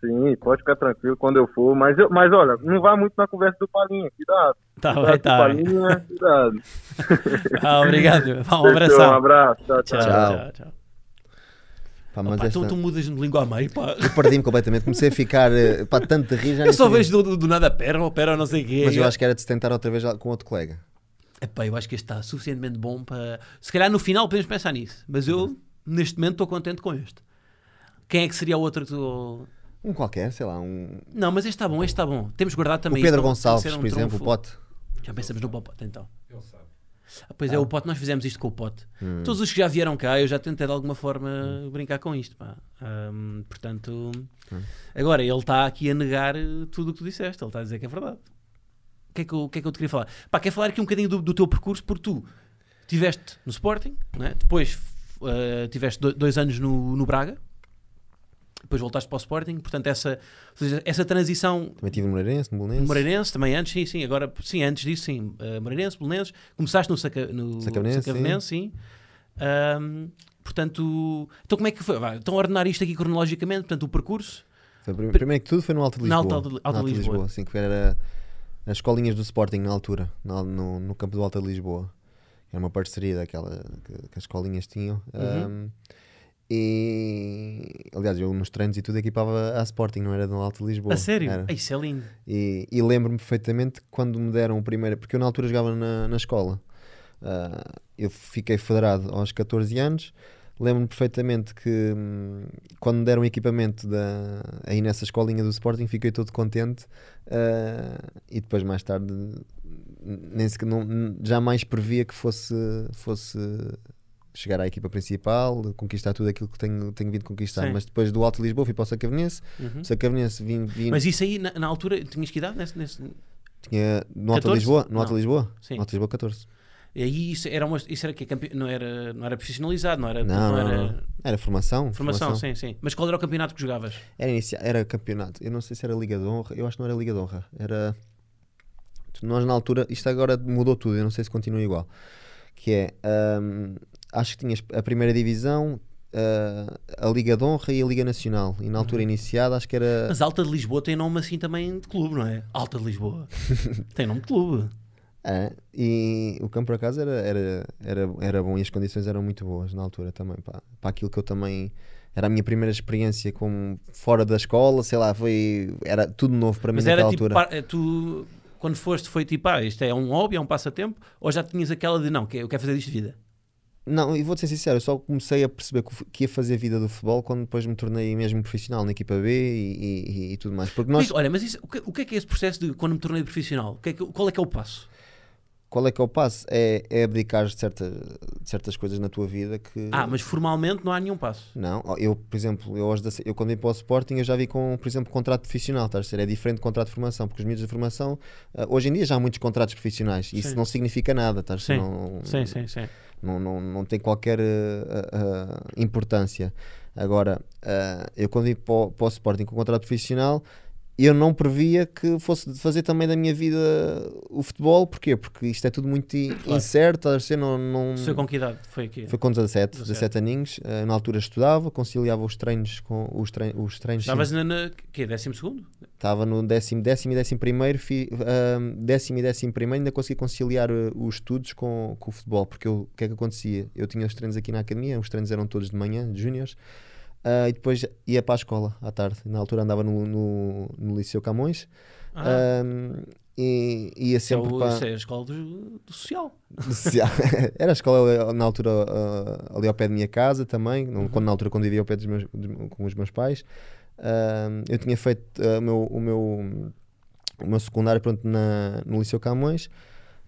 [SPEAKER 5] Sim, pode ficar tranquilo quando eu for, mas, eu, mas olha, não vá muito na conversa do Palinha, cuidado.
[SPEAKER 1] Tá
[SPEAKER 5] Cuidado
[SPEAKER 1] bem,
[SPEAKER 5] com o
[SPEAKER 1] tá bem.
[SPEAKER 5] Palinha, cuidado.
[SPEAKER 1] Ah, obrigado. Vá, um
[SPEAKER 5] Fechou, Um
[SPEAKER 1] abração.
[SPEAKER 5] abraço. Tchau, tchau.
[SPEAKER 1] Tchau,
[SPEAKER 2] Tchau.
[SPEAKER 1] tchau, tchau.
[SPEAKER 2] Pá, mas
[SPEAKER 1] Pá,
[SPEAKER 2] esta-
[SPEAKER 1] então tu mudas de língua a meio, pá.
[SPEAKER 2] Eu perdi-me completamente. Comecei a ficar. eh, Pá, tanto de rir já
[SPEAKER 1] Eu
[SPEAKER 2] nem
[SPEAKER 1] só
[SPEAKER 2] sabia.
[SPEAKER 1] vejo do, do- do nada perro, perro, não sei o quê.
[SPEAKER 2] Mas eu acho que era de se tentar outra vez lá com outro colega.
[SPEAKER 1] Epá, eu acho que este está suficientemente bom para. Se calhar no final podemos pensar nisso, mas eu neste momento estou contente com este. Quem é que seria o outro? que tu-
[SPEAKER 2] Um qualquer, sei lá, um.
[SPEAKER 1] Não, mas este está bom, este está bom. Temos guardado
[SPEAKER 2] O
[SPEAKER 1] também.
[SPEAKER 2] Pedro
[SPEAKER 1] isto para
[SPEAKER 2] Gonçalves,
[SPEAKER 1] ser um
[SPEAKER 2] por exemplo, o
[SPEAKER 1] trunfo.
[SPEAKER 2] Pote.
[SPEAKER 1] Já pensamos no Popote então.
[SPEAKER 3] Ele sabe.
[SPEAKER 1] Ah, Pois é, o Pote, nós fizemos isto com o Pote. Todos os que já vieram cá, eu já tentei de alguma forma brincar com isto. pá. Ahm, portanto, agora ele está aqui a negar eh, tudo o que tu disseste, ele está a dizer que é verdade. O que é que eu, o que é que eu te queria falar? Pá, quero falar aqui um bocadinho do, do teu percurso, porque tu estiveste no Sporting, não é? depois f- eh, tiveste do- dois anos no, no Braga, depois voltaste para o Sporting, portanto, essa, ou seja, essa transição
[SPEAKER 2] Também tive no Moreirense, no Bolonense.
[SPEAKER 1] Moreirense também antes, sim, sim. Agora, sim, antes disso, sim. Uh, Moreirense, Belenenses. Começaste no, Saca, no
[SPEAKER 2] Sacavenense,
[SPEAKER 1] Sacavenense, sim. Ahm, portanto, então como é que foi? Vá, então, a ordenar isto aqui cronologicamente, portanto, o percurso.
[SPEAKER 2] Foi prim- primeiro que tudo foi no Alto de
[SPEAKER 1] Na
[SPEAKER 2] Lisboa.
[SPEAKER 1] Alta de- Alta
[SPEAKER 2] Na
[SPEAKER 1] de Lisboa.
[SPEAKER 2] Sim, que era as escolinhas do Sporting na altura, na- no, no campo do Alta de Lisboa. Era uma parceria daquela que, que as escolinhas tinham.
[SPEAKER 1] Uhum.
[SPEAKER 2] Um, e aliás, eu nos treinos e tudo equipava a Sporting, não era do Alto de Lisboa.
[SPEAKER 1] a sério?
[SPEAKER 2] Era.
[SPEAKER 1] Ai, Isso é lindo.
[SPEAKER 2] E, e lembro-me perfeitamente quando me deram o primeiro, porque eu na altura jogava na, na escola. Ah, eu fiquei federado aos 14 anos. Lembro-me perfeitamente que hum, quando me deram o equipamento da, aí nessa escolinha do Sporting, fiquei todo contente. ah, e depois, mais tarde, nem sequer, não, jamais previa que fosse, fosse chegar à equipa principal, conquistar tudo aquilo que tenho, tenho vindo conquistar.
[SPEAKER 1] Sim.
[SPEAKER 2] Mas depois do Alto de Lisboa, fui para o Sacavenense.
[SPEAKER 1] Uhum.
[SPEAKER 2] Sacavenense vim, vim
[SPEAKER 1] Mas isso aí, na, na altura, tinhas que idade? Nesse, nesse...
[SPEAKER 2] tinha no Alto
[SPEAKER 1] 14?
[SPEAKER 2] Lisboa? No Alto
[SPEAKER 1] Não.
[SPEAKER 2] Lisboa?
[SPEAKER 1] Sim. É,
[SPEAKER 2] No Alto Lisboa 14.
[SPEAKER 1] E aí, isso era, uma, isso era que não era, não era profissionalizado, não era.
[SPEAKER 2] Não, não,
[SPEAKER 1] era
[SPEAKER 2] não, não. Era formação. Ah.
[SPEAKER 1] Formação, sim, sim. Mas qual era o campeonato que jogavas?
[SPEAKER 2] Era, inicia- era campeonato. Eu não sei se era Liga de Honra. Eu acho que não era Liga de Honra. Era. Nós na altura. Isto agora mudou tudo. Eu não sei se continua igual. Que é. hum, acho que tinhas a primeira divisão. ah, a Liga de Honra e a Liga Nacional. E na
[SPEAKER 1] Uhum.
[SPEAKER 2] altura iniciada, acho que era.
[SPEAKER 1] Mas Alta de Lisboa tem nome assim também de clube, não é? Alta de Lisboa. tem nome de clube.
[SPEAKER 2] É, e o campo por acaso era, era, era, era bom e as condições eram muito boas na altura também pá. para aquilo que eu também era a minha primeira experiência como fora da escola, sei lá, foi era tudo novo para mim
[SPEAKER 1] Mas
[SPEAKER 2] naquela
[SPEAKER 1] era tipo,
[SPEAKER 2] altura.
[SPEAKER 1] par- eh, tu, quando foste, foi tipo, ah, isto é um hobby, é um passatempo, ou já tinhas aquela de não, que eu quero fazer disto de vida?
[SPEAKER 2] Não, e vou ser sincero, eu só comecei a perceber que o fu- que ia fazer vida do futebol quando depois me tornei mesmo profissional na equipa B e, e- e tudo mais. Porque
[SPEAKER 1] Mas,
[SPEAKER 2] nós,
[SPEAKER 1] olha, mas isso- o, que, o que é que é esse processo de quando me tornei profissional? O que é que- qual é que é o passo?
[SPEAKER 2] qual é que é o passo? É, é abdicar de, certa, de certas coisas na tua vida que
[SPEAKER 1] Ah, mas formalmente não há nenhum passo.
[SPEAKER 2] Não, ó, eu, por exemplo, eu, aos 16 eu quando vim para o Sporting eu já vi com, por exemplo, contrato profissional, estás a ser? É diferente de contrato de formação, porque os miúdos de formação, ah, hoje em dia já há muitos contratos profissionais, e isso
[SPEAKER 1] Sim.
[SPEAKER 2] não significa nada, estás a ser? Não,
[SPEAKER 1] sim, sim, sim.
[SPEAKER 2] não, não, não tem qualquer ah, ah, importância. Agora, ah, eu quando vim para o, para o Sporting com contrato profissional, eu não previa que fosse fazer também da minha vida o futebol, porquê? Porque isto é tudo muito i- incerto, estás a ser? Não, não...
[SPEAKER 1] Foi Hum. com que idade? Foi aqui.
[SPEAKER 2] Foi com 17,
[SPEAKER 1] 17.
[SPEAKER 2] 17 aninhos. eh, na altura estudava, conciliava os treinos com os, trein os treinos. sim.
[SPEAKER 1] Estavas na, na quê? Décimo segundo?
[SPEAKER 2] Estava no décimo, décimo e décimo primeiro, fi, ahm, décimo e décimo primeiro, ainda consegui conciliar eh, os estudos com, com o futebol, porque eu- o que é que acontecia? Eu tinha os treinos aqui na academia, os treinos eram todos de manhã, de júniores, ah, e depois ia para a escola à tarde. Na altura andava no, no, no Liceu Camões
[SPEAKER 1] Ah,
[SPEAKER 2] ahm, e ia
[SPEAKER 1] isso é
[SPEAKER 2] sempre Hum.
[SPEAKER 1] o-
[SPEAKER 2] para.
[SPEAKER 1] isso é a escola do, do social.
[SPEAKER 2] Se- Era a escola na altura ah, ali ao pé da minha casa também,
[SPEAKER 1] Uhum.
[SPEAKER 2] não- quando, na altura quando vivia ao pé dos meus- dos- com os meus pais. Ah, eu tinha feito ah, o, meu, o, meu, o meu secundário pronto, na, no Liceu Camões.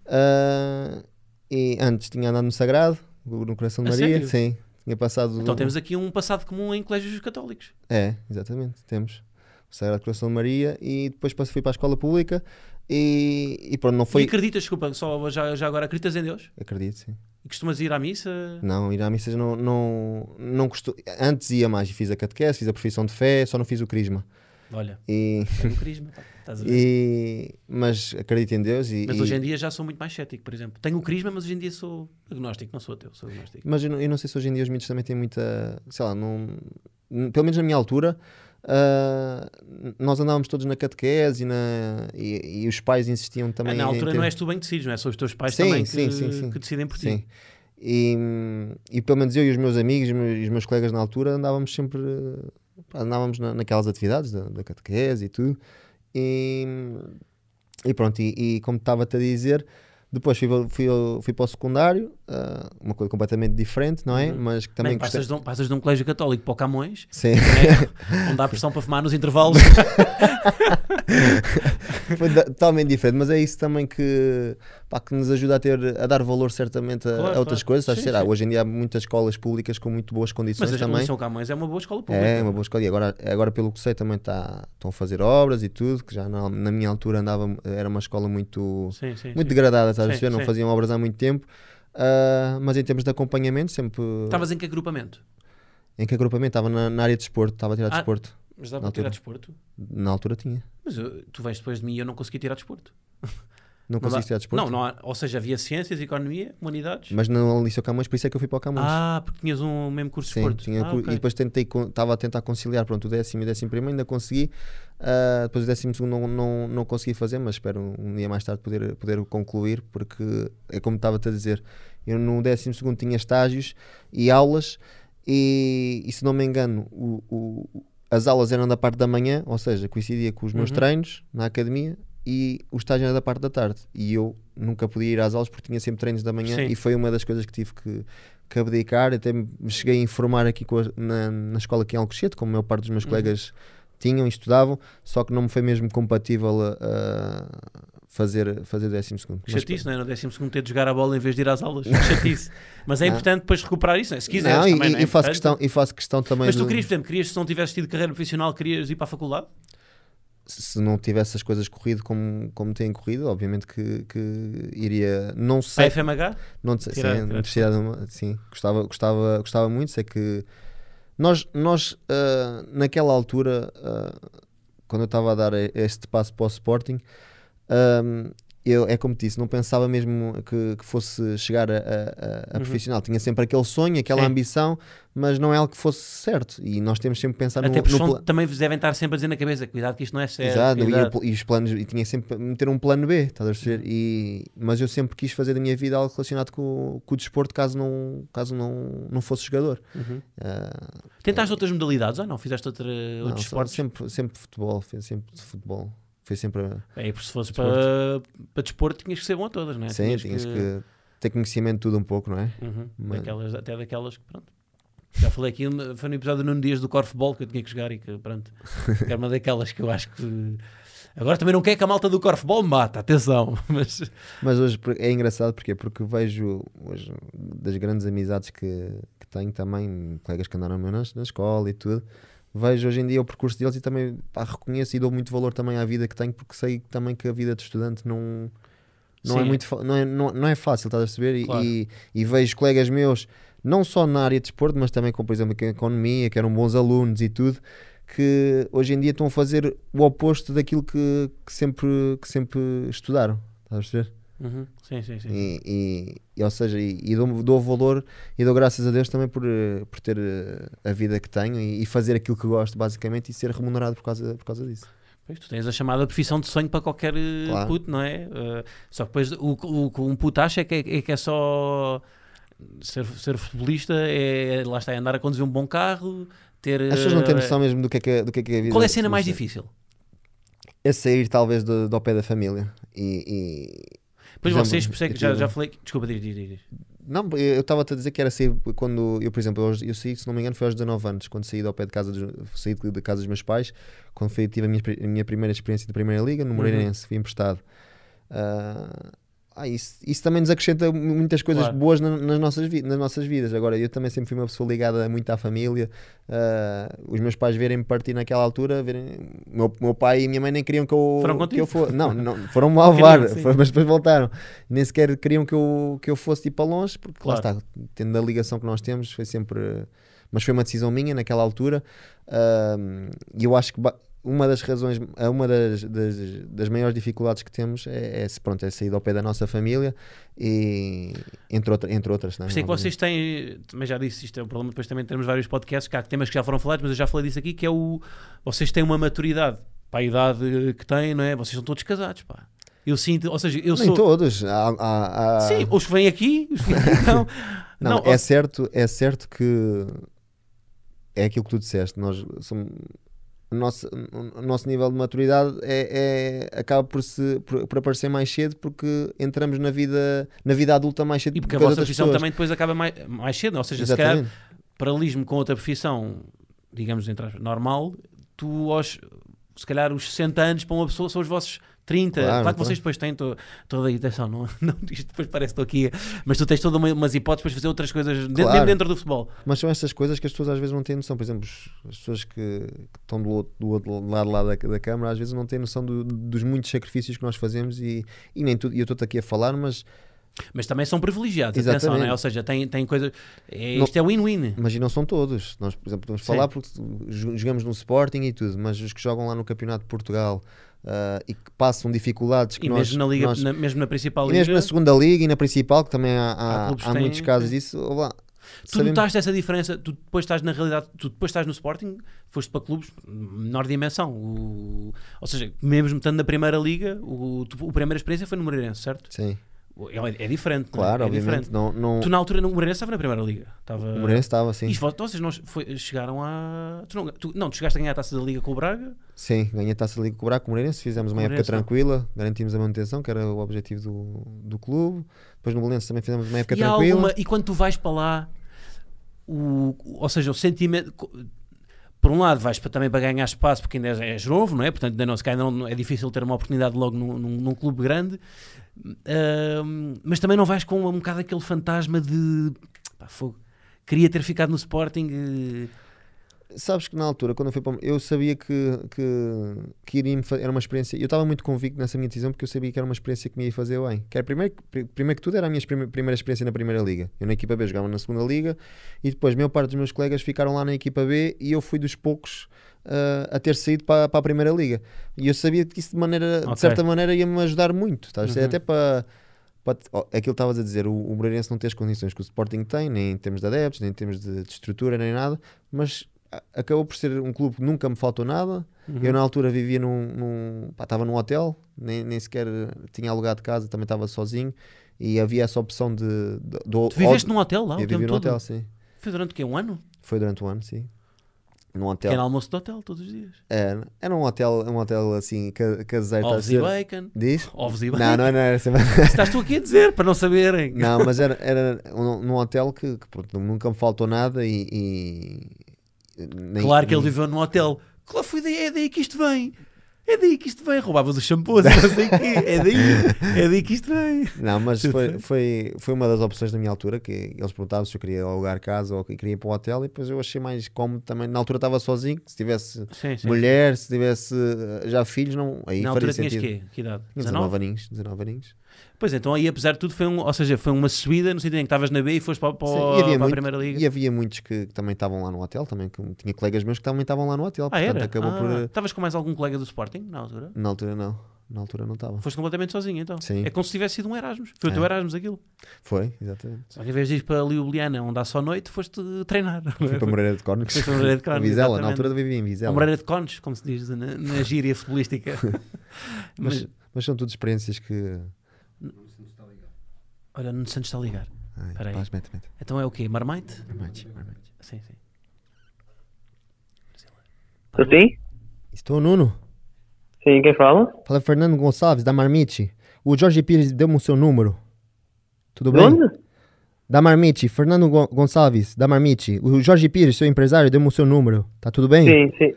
[SPEAKER 2] Ah, e antes tinha andado no Sagrado, no Coração de
[SPEAKER 1] A
[SPEAKER 2] Maria.
[SPEAKER 1] sério?
[SPEAKER 2] Sim, tinha passado.
[SPEAKER 1] Então temos aqui um passado comum em colégios católicos.
[SPEAKER 2] É, exatamente, temos. O Sagrado Coração de Maria e depois passei- fui para a escola pública e, e pronto, não
[SPEAKER 1] E
[SPEAKER 2] foi.
[SPEAKER 1] acreditas, desculpa, só já, já agora acreditas em Deus?
[SPEAKER 2] Acredito, sim.
[SPEAKER 1] E costumas ir à missa?
[SPEAKER 2] Não, ir à missa não, não, não costu- Antes ia mais, fiz a catequese, fiz a profissão de fé, só não fiz o crisma.
[SPEAKER 1] Olha,
[SPEAKER 2] E,
[SPEAKER 1] é um carisma. pá, Estás a ver?
[SPEAKER 2] Hum. e- mas acredito em Deus e.
[SPEAKER 1] Mas
[SPEAKER 2] e-
[SPEAKER 1] hoje em dia já sou muito mais cético, por exemplo. Tenho o crisma, mas hoje em dia sou agnóstico, não sou ateu, sou agnóstico.
[SPEAKER 2] mas eu, não, eu não sei se hoje em dia os miúdos também têm muita. Sei lá, não, n- pelo menos na minha altura, ah, n- nós andávamos todos na catequese e, na, e, e os pais insistiam também.
[SPEAKER 1] Ah, Na
[SPEAKER 2] em
[SPEAKER 1] altura
[SPEAKER 2] ter-
[SPEAKER 1] não és tu bem que decides, não é? São os teus pais
[SPEAKER 2] Sim,
[SPEAKER 1] também que,
[SPEAKER 2] sim, sim, sim.
[SPEAKER 1] que decidem por ti.
[SPEAKER 2] Sim. E, e pelo menos eu e os meus amigos e os meus- e os meus colegas na altura andávamos sempre pá, andávamos na- naquelas atividades da, da catequese e tudo. E, e pronto, e, e como estava-te a dizer, Depois fui, ao- fui, ao- fui para o secundário, ah, uma coisa completamente diferente, não é? Mas que também
[SPEAKER 1] Uhum. Bem,
[SPEAKER 2] gostei.
[SPEAKER 1] passas, de um, passas de um colégio católico para o Camões,
[SPEAKER 2] Sim,
[SPEAKER 1] né? onde há pressão para fumar nos intervalos.
[SPEAKER 2] foi da- totalmente diferente, mas é isso também que, pá, que nos ajuda a ter a dar valor certamente a,
[SPEAKER 1] Claro,
[SPEAKER 2] a outras
[SPEAKER 1] claro.
[SPEAKER 2] coisas. Acho
[SPEAKER 1] Sim,
[SPEAKER 2] que, sei lá,
[SPEAKER 1] sim.
[SPEAKER 2] hoje em dia há muitas escolas públicas com muito boas condições
[SPEAKER 1] Mas a
[SPEAKER 2] também.
[SPEAKER 1] São Camões é uma boa escola pública.
[SPEAKER 2] É, uma boa escola. E agora, agora pelo que sei, também tá, estão a fazer obras e tudo, que já na, na minha altura andava, era uma escola muito,
[SPEAKER 1] Sim, sim,
[SPEAKER 2] muito
[SPEAKER 1] sim.
[SPEAKER 2] degradada, estás a
[SPEAKER 1] Sim,
[SPEAKER 2] perceber? Não
[SPEAKER 1] sim.
[SPEAKER 2] faziam obras há muito tempo. Ah, mas em termos de acompanhamento, sempre.
[SPEAKER 1] Estavas em que agrupamento?
[SPEAKER 2] Em que agrupamento? Estava na, na área de desporto, estava a tirar
[SPEAKER 1] Ah.
[SPEAKER 2] desporto.
[SPEAKER 1] Mas dá
[SPEAKER 2] Na
[SPEAKER 1] para tirar
[SPEAKER 2] altura.
[SPEAKER 1] desporto?
[SPEAKER 2] Na altura tinha.
[SPEAKER 1] Mas eu- tu vens depois de mim e eu não consegui tirar desporto.
[SPEAKER 2] Não
[SPEAKER 1] Não dá-
[SPEAKER 2] consegui tirar desporto.
[SPEAKER 1] Não, não há- ou seja, havia ciências, economia, humanidades.
[SPEAKER 2] Mas no Liceu Camões, por isso é que eu fui para o Camões.
[SPEAKER 1] Ah, porque tinhas um mesmo curso de
[SPEAKER 2] Sim,
[SPEAKER 1] desporto.
[SPEAKER 2] tinha
[SPEAKER 1] Ah,
[SPEAKER 2] cu-
[SPEAKER 1] ok.
[SPEAKER 2] e depois tentei, con- estava a tentar conciliar, pronto, o décimo e o décimo primeiro, ainda consegui, ah, depois o décimo segundo não, não, não consegui fazer, mas espero um dia mais tarde poder, poder o concluir, porque é como estava-te a dizer, eu no décimo segundo tinha estágios e aulas, e, e se não me engano, o- o- as aulas eram da parte da manhã, ou seja, coincidia com os meus
[SPEAKER 1] Uhum.
[SPEAKER 2] treinos na academia, e o estágio era da parte da tarde, e eu nunca podia ir às aulas porque tinha sempre treinos da manhã,
[SPEAKER 1] Sim.
[SPEAKER 2] e foi uma das coisas que tive que, que abdicar. Até me cheguei a informar aqui com a- na, na escola aqui em Alcochete, como a maior parte dos
[SPEAKER 1] Uhum.
[SPEAKER 2] meus colegas tinham e estudavam, só que não me foi mesmo compatível a, a fazer, fazer o décimo segundo.
[SPEAKER 1] Que
[SPEAKER 2] Mas
[SPEAKER 1] Chatice, não é? No 12 ter de jogar a bola em vez de ir às aulas. Que Chatice. Mas é
[SPEAKER 2] Não.
[SPEAKER 1] importante depois recuperar isso, não é? Se quiseres
[SPEAKER 2] Não, e,
[SPEAKER 1] também, não é
[SPEAKER 2] e
[SPEAKER 1] importante.
[SPEAKER 2] faço questão, e faço questão também.
[SPEAKER 1] Mas tu
[SPEAKER 2] de-
[SPEAKER 1] querias, por exemplo, querias, se não tivesse tido carreira profissional, querias ir para a faculdade?
[SPEAKER 2] se não tivesse as coisas corrido como, como têm corrido, obviamente que, que iria. Não
[SPEAKER 1] Para
[SPEAKER 2] sei.
[SPEAKER 1] a FMH?
[SPEAKER 2] Não sei,
[SPEAKER 1] Tirar-
[SPEAKER 2] sim,
[SPEAKER 1] tirar.
[SPEAKER 2] universidade, uma- sim, gostava, gostava, gostava muito, sei que nós, nós ah, naquela altura, ah, quando eu estava a dar e- este passo para o Sporting, ah, eu, é como te disse, não pensava mesmo que, que fosse chegar a, a- a- a profissional, tinha sempre aquele sonho, aquela
[SPEAKER 1] Uhum. Sim.
[SPEAKER 2] ambição, mas não é algo que fosse certo, e nós temos sempre que pensar
[SPEAKER 1] Até
[SPEAKER 2] no,
[SPEAKER 1] porque
[SPEAKER 2] no
[SPEAKER 1] são-
[SPEAKER 2] pla-
[SPEAKER 1] também vos devem estar sempre a dizer na cabeça: cuidado que isto não é sério.
[SPEAKER 2] Exato, e,
[SPEAKER 1] cuidado.
[SPEAKER 2] o pl- e os planos, e tinha sempre para meter um plano B, estás a perceber? E, mas eu sempre quis fazer da minha vida algo relacionado com, com o desporto, caso não, caso não, não fosse jogador. Ah,
[SPEAKER 1] Tentaste outras modalidades ou não? Fizeste outra,
[SPEAKER 2] não,
[SPEAKER 1] outros
[SPEAKER 2] só-
[SPEAKER 1] esportes?
[SPEAKER 2] sempre, sempre futebol, foi sempre de futebol. Foi sempre. a-
[SPEAKER 1] É, porque se fosse para, para desporto, tinhas que ser bom a todas, não é?
[SPEAKER 2] sim, tinhas que... ter conhecimento de tudo um pouco, não é?
[SPEAKER 1] Uhum,
[SPEAKER 2] Mas-
[SPEAKER 1] daquelas- até daquelas que, pronto. Já falei aqui, no- foi no episódio do Nuno Dias do Corfball que eu tinha que jogar e que, pronto, que era uma daquelas que eu acho que. Agora também não quer que a malta do Corfball me mata, atenção, mas.
[SPEAKER 2] Mas hoje por- é engraçado porque porque vejo hoje das grandes amizades que, que tenho também, colegas que andaram na, na escola e tudo. Vejo hoje em dia o percurso deles e também pá, reconheço e dou muito valor também à vida que tenho, porque sei também que a vida de estudante não, não, é,
[SPEAKER 1] Sim.
[SPEAKER 2] muito, fa- não, é, não, não é fácil, estás a perceber? E,
[SPEAKER 1] Claro.
[SPEAKER 2] e, e vejo colegas meus, não só na área de desporto, mas também com, por exemplo, com a economia, que eram bons alunos e tudo, que hoje em dia estão a fazer o oposto daquilo que, que, sempre, que sempre estudaram, estás a perceber?
[SPEAKER 1] Uhum, sim, sim, sim.
[SPEAKER 2] E, e- e, ou seja, e, e dou, dou valor e dou graças a Deus também por, eh, por ter eh, a vida que tenho e, e fazer aquilo que gosto, basicamente, e ser remunerado por causa, por causa disso.
[SPEAKER 1] Pois, tu tens a chamada profissão de sonho para qualquer eh,
[SPEAKER 2] Claro.
[SPEAKER 1] puto, não é? Eh, só que depois o, que- o que um puto acha é que é, é que é só ser, ser futebolista, é, lá está, é andar a conduzir um bom carro, ter.
[SPEAKER 2] As pessoas não têm
[SPEAKER 1] eh,
[SPEAKER 2] noção mesmo do que é que, é- do que, é, que é a vida.
[SPEAKER 1] Qual é a cena mais
[SPEAKER 2] Não sei.
[SPEAKER 1] difícil?
[SPEAKER 2] É sair, talvez, do, do pé da família. E, e-
[SPEAKER 1] Pois
[SPEAKER 2] Por exemplo,
[SPEAKER 1] vocês, por isso é que
[SPEAKER 2] eu
[SPEAKER 1] já,
[SPEAKER 2] tive-
[SPEAKER 1] já falei. que- Desculpa, diz, diz, diz.
[SPEAKER 2] Não, eu estava-te a dizer que era sair quando eu, por exemplo, eu, eu saí, se não me engano, foi aos 19 anos, quando saí, do pé de, casa dos, saí de casa dos meus pais, quando fui, tive a minha, pri- a minha primeira experiência de Primeira Liga,
[SPEAKER 1] Uhum.
[SPEAKER 2] no Moreirense, fui emprestado. Ah, ah, isso, isso também nos acrescenta mu- muitas coisas
[SPEAKER 1] Claro.
[SPEAKER 2] boas na- nas, nossas vi- nas nossas vidas. Agora, eu também sempre fui uma pessoa ligada muito à família. Ah, os meus pais verem-me partir naquela altura, verem, meu, meu pai e minha mãe nem queriam que eu,
[SPEAKER 1] Foram
[SPEAKER 2] que
[SPEAKER 1] contigo?
[SPEAKER 2] eu fosse. Não, não foram-me alvar,
[SPEAKER 1] sim.
[SPEAKER 2] foi- mas depois voltaram. Nem sequer queriam que eu, que eu fosse ir para longe, porque lá
[SPEAKER 1] Claro.
[SPEAKER 2] está, tendo a ligação que nós temos, foi sempre. Mas foi uma decisão minha naquela altura. Ah, E eu acho que ba- uma das razões, é uma das, das, das maiores dificuldades que temos é, é, se- pronto, é sair ao pé da nossa família e entre, outra, entre outras. Não é?
[SPEAKER 1] Por isso é que vocês têm, também já disse isto, é um problema, depois também temos vários podcasts, que há temas que já foram falados, mas eu já falei disso aqui, que é o, vocês têm uma maturidade, para a idade que têm, não é? Vocês são todos casados, pá. Eu sinto, ou seja, eu
[SPEAKER 2] Nem
[SPEAKER 1] sou...
[SPEAKER 2] todos. Há, há- há-
[SPEAKER 1] Sim, os que vêm aqui, os que vêm aqui, não.
[SPEAKER 2] Não,
[SPEAKER 1] Não,
[SPEAKER 2] é,
[SPEAKER 1] ó-
[SPEAKER 2] certo, é certo que é aquilo que tu disseste. Nós somos, o nosso, o nosso nível de maturidade é, é- acaba por, se, por, por aparecer mais cedo porque entramos na vida, na vida adulta mais cedo
[SPEAKER 1] E porque a
[SPEAKER 2] que as
[SPEAKER 1] vossa
[SPEAKER 2] outras
[SPEAKER 1] profissão
[SPEAKER 2] pessoas.
[SPEAKER 1] também depois acaba mais, mais cedo, ou seja, se calhar
[SPEAKER 2] Exatamente.
[SPEAKER 1] paralelismo com outra profissão, digamos, entre aspas, normal, tu aos, se calhar os 60 anos para uma pessoa são os vossos 30.
[SPEAKER 2] Claro,
[SPEAKER 1] Claro, que
[SPEAKER 2] claro.
[SPEAKER 1] vocês depois têm to- toda a atenção, não, não isto depois parece que estou aqui, mas tu tens todas uma, umas hipóteses para fazer outras coisas dentro-
[SPEAKER 2] Claro.
[SPEAKER 1] mesmo dentro do futebol.
[SPEAKER 2] Mas são estas coisas que as pessoas às vezes não têm noção. Por exemplo, os- as pessoas que, que estão do outro, do outro lado lá da, da câmara às vezes não têm noção do- dos muitos sacrifícios que nós fazemos e, e nem tudo. E eu estou aqui a falar, mas
[SPEAKER 1] Mas também são privilegiados, atenção,
[SPEAKER 2] Exatamente.
[SPEAKER 1] não é? Ou seja, tem, tem coisas. é-
[SPEAKER 2] Não-
[SPEAKER 1] isto é win-win.
[SPEAKER 2] Mas e não são todos. Nós, por exemplo, podemos
[SPEAKER 1] Sim.
[SPEAKER 2] falar porque jo- jogamos no Sporting e tudo, mas os que jogam lá no Campeonato de Portugal ah, e que passam dificuldades que
[SPEAKER 1] E
[SPEAKER 2] nós.
[SPEAKER 1] mesmo na liga,
[SPEAKER 2] nós-
[SPEAKER 1] na- mesmo na principal
[SPEAKER 2] e
[SPEAKER 1] liga,
[SPEAKER 2] mesmo na segunda liga e na principal, que também há, há-
[SPEAKER 1] Há clubes
[SPEAKER 2] há
[SPEAKER 1] que têm-
[SPEAKER 2] muitos casos
[SPEAKER 1] sim.
[SPEAKER 2] disso. Olá,
[SPEAKER 1] Tu notaste essa diferença? Tu depois estás na realidade, tu depois estás no Sporting, foste para clubes menor dimensão. O- ou seja, mesmo estando na primeira liga, o, tu- a primeira experiência foi no Moreirense, certo?
[SPEAKER 2] Sim,
[SPEAKER 1] É, é diferente. não é?
[SPEAKER 2] claro,
[SPEAKER 1] é
[SPEAKER 2] obviamente.
[SPEAKER 1] diferente.
[SPEAKER 2] Não, não...
[SPEAKER 1] Tu na altura, no o Moreirense estava na primeira liga. Estava...
[SPEAKER 2] O Moreirense estava assim.
[SPEAKER 1] E vo- vocês não foi- chegaram a. Tu não, tu- não, tu chegaste a ganhar a taça da liga com o Braga?
[SPEAKER 2] Sim, ganhei a taça de liga com o Braco, com o Moreirense. Fizemos
[SPEAKER 1] Com
[SPEAKER 2] uma
[SPEAKER 1] o
[SPEAKER 2] época
[SPEAKER 1] Moreirense, não.
[SPEAKER 2] tranquila, garantimos a manutenção, que era o objetivo do, do clube. Depois no Belenenses também fizemos uma época
[SPEAKER 1] e, há
[SPEAKER 2] tranquila.
[SPEAKER 1] alguma- e quando tu vais para lá, o, o- ou seja, o sentimento. co- Por um lado, vais para, também para ganhar espaço, porque ainda és, és novo, não é? Portanto, ainda não, se calhar não- não- é difícil ter uma oportunidade logo num, num- num clube grande, Ahm, mas também não vais com um bocado aquele fantasma de pá, fogo. Queria ter ficado no Sporting. eh,
[SPEAKER 2] Sabes que na altura, quando eu fui para. o- Eu sabia que, que, que iria me fa- era uma experiência. Eu estava muito convicto nessa minha decisão porque eu sabia que era uma experiência que me ia fazer bem. Que era primeiro, que- pri- primeiro que tudo era a minha exprime- primeira experiência na primeira liga. Eu na equipa B jogava na segunda liga e depois, maior parte dos meus colegas ficaram lá na equipa B e eu fui dos poucos ah, a ter saído para, para a primeira liga. E eu sabia que isso de, maneira,
[SPEAKER 1] Ok.
[SPEAKER 2] de certa maneira ia me ajudar muito. Estás
[SPEAKER 1] Uhum.
[SPEAKER 2] a dizer? Até para. Pá, te- ó, é aquilo que estavas a dizer, o, o Moreirense não tem as condições que o Sporting tem, nem em termos de adeptos, nem em termos de, de estrutura, nem nada, mas a- acabou por ser um clube que nunca me faltou nada.
[SPEAKER 1] Uhum.
[SPEAKER 2] Eu, na altura, vivia num. num pá, estava num hotel, nem, nem sequer tinha alugado casa, também estava sozinho, e havia essa opção de. de, do-
[SPEAKER 1] Tu viveste
[SPEAKER 2] ou-
[SPEAKER 1] num hotel lá?
[SPEAKER 2] Eu
[SPEAKER 1] O
[SPEAKER 2] vivi
[SPEAKER 1] tempo
[SPEAKER 2] num
[SPEAKER 1] todo?
[SPEAKER 2] hotel, sim.
[SPEAKER 1] Foi durante o quê? Um ano?
[SPEAKER 2] Foi durante o ano, sim. Num hotel.
[SPEAKER 1] Pequeno almoço de hotel, todos os dias.
[SPEAKER 2] Era, era um hotel, um hotel assim, ca- caseiro. tá a
[SPEAKER 1] Ovos e
[SPEAKER 2] ser-
[SPEAKER 1] bacon.
[SPEAKER 2] Diz?
[SPEAKER 1] Ovos e bacon.
[SPEAKER 2] Não, não, não era assim, sempre.
[SPEAKER 1] Estás tu aqui a dizer, para não saberem.
[SPEAKER 2] Não, mas era, era um- num hotel que, que, pronto, nunca me faltou nada e. e- nem-
[SPEAKER 1] Claro que ele
[SPEAKER 2] nem-
[SPEAKER 1] viveu num hotel. Claro, foi daí, é daí que isto vem. É daí que isto vem. Roubavas os shampoos, não sei o quê. É daí, é daí que isto vem.
[SPEAKER 2] Não, mas foi, foi, foi uma das opções da minha altura que eles perguntavam se eu queria alugar casa ou que queria ir para um hotel e depois eu achei mais cómodo também. Na altura estava sozinho, se tivesse
[SPEAKER 1] Sim, sim.
[SPEAKER 2] mulher, se tivesse eh, já filhos, não. Aí
[SPEAKER 1] Na
[SPEAKER 2] faria
[SPEAKER 1] altura tinhas
[SPEAKER 2] sentido.
[SPEAKER 1] quê? Que idade?
[SPEAKER 2] Tinha 19 aninhos, 19 aninhos.
[SPEAKER 1] Pois é, então aí apesar de tudo foi, um, ou seja, foi uma subida no sentido em que estavas na B e foste para, para,
[SPEAKER 2] Sim,
[SPEAKER 1] o-
[SPEAKER 2] e,
[SPEAKER 1] para
[SPEAKER 2] havia
[SPEAKER 1] a
[SPEAKER 2] muito-
[SPEAKER 1] Primeira Liga.
[SPEAKER 2] e havia muitos que, que também estavam lá no hotel, também que tinha colegas meus que também estavam lá no hotel,
[SPEAKER 1] ah,
[SPEAKER 2] portanto
[SPEAKER 1] era?
[SPEAKER 2] acabou
[SPEAKER 1] Ah,
[SPEAKER 2] por. eh,
[SPEAKER 1] Estavas com mais algum colega do Sporting na altura?
[SPEAKER 2] Na altura não, na altura não estava.
[SPEAKER 1] Foste completamente sozinho então.
[SPEAKER 2] Sim.
[SPEAKER 1] É como se tivesse sido um Erasmus. Foi o
[SPEAKER 2] É.
[SPEAKER 1] teu Erasmus aquilo.
[SPEAKER 2] Foi, exatamente.
[SPEAKER 1] Só que em vez de ir para Ljubljana, onde há só noite, foste eh, treinar.
[SPEAKER 2] Fui para Moreira de Cónicos.
[SPEAKER 1] Foi para Moreira de Cónicos,
[SPEAKER 2] Vizela, na
[SPEAKER 1] exatamente.
[SPEAKER 2] altura eu vivia em
[SPEAKER 1] A
[SPEAKER 2] Vizela.
[SPEAKER 1] Moreira de Cones, como se diz na, na gíria futebolística.
[SPEAKER 2] Mas, mas são tudo experiências que.
[SPEAKER 3] Não se nos está ligado.
[SPEAKER 1] Olha, o Nuno Santos está a ligar.
[SPEAKER 2] Ai,
[SPEAKER 1] Peraí.
[SPEAKER 2] vais, mete, mete.
[SPEAKER 1] Então é o quê? Marmite?
[SPEAKER 2] Marmantes, marmantes.
[SPEAKER 1] Sim, sim.
[SPEAKER 6] Estou sim?
[SPEAKER 2] Estou é Nuno.
[SPEAKER 6] Sim, quem fala?
[SPEAKER 2] Fala Fernando Gonçalves, da Marmite. O Jorge Pires deu-me o seu número. Tudo
[SPEAKER 6] De
[SPEAKER 2] bem?
[SPEAKER 6] onde?
[SPEAKER 2] Da Marmite, Fernando Gon- Gonçalves, da Marmite. O Jorge Pires, seu empresário, deu-me o seu número. Tá tudo bem?
[SPEAKER 6] Sim, sim.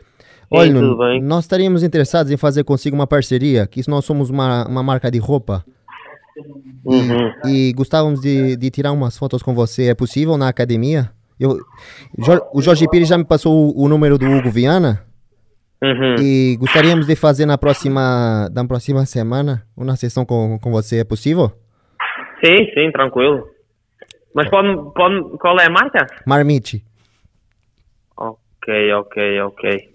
[SPEAKER 2] Olha,
[SPEAKER 6] sim, tudo
[SPEAKER 2] Nuno,
[SPEAKER 6] bem.
[SPEAKER 2] nós estaríamos interessados em fazer consigo uma parceria, que isso nós somos uma, uma marca de roupa.
[SPEAKER 6] Uhum.
[SPEAKER 2] e gostávamos de, de tirar umas fotos com você. É possível na academia? Eu, Jor- o Jorge Pires já me passou o, o número do Hugo Viana
[SPEAKER 6] Uhum.
[SPEAKER 2] e gostaríamos de fazer na próxima, na próxima semana uma sessão com, com você. É possível?
[SPEAKER 6] Sim, sim, tranquilo. Mas pode, pode, qual é a marca?
[SPEAKER 2] Marmite.
[SPEAKER 6] Ok, ok, ok.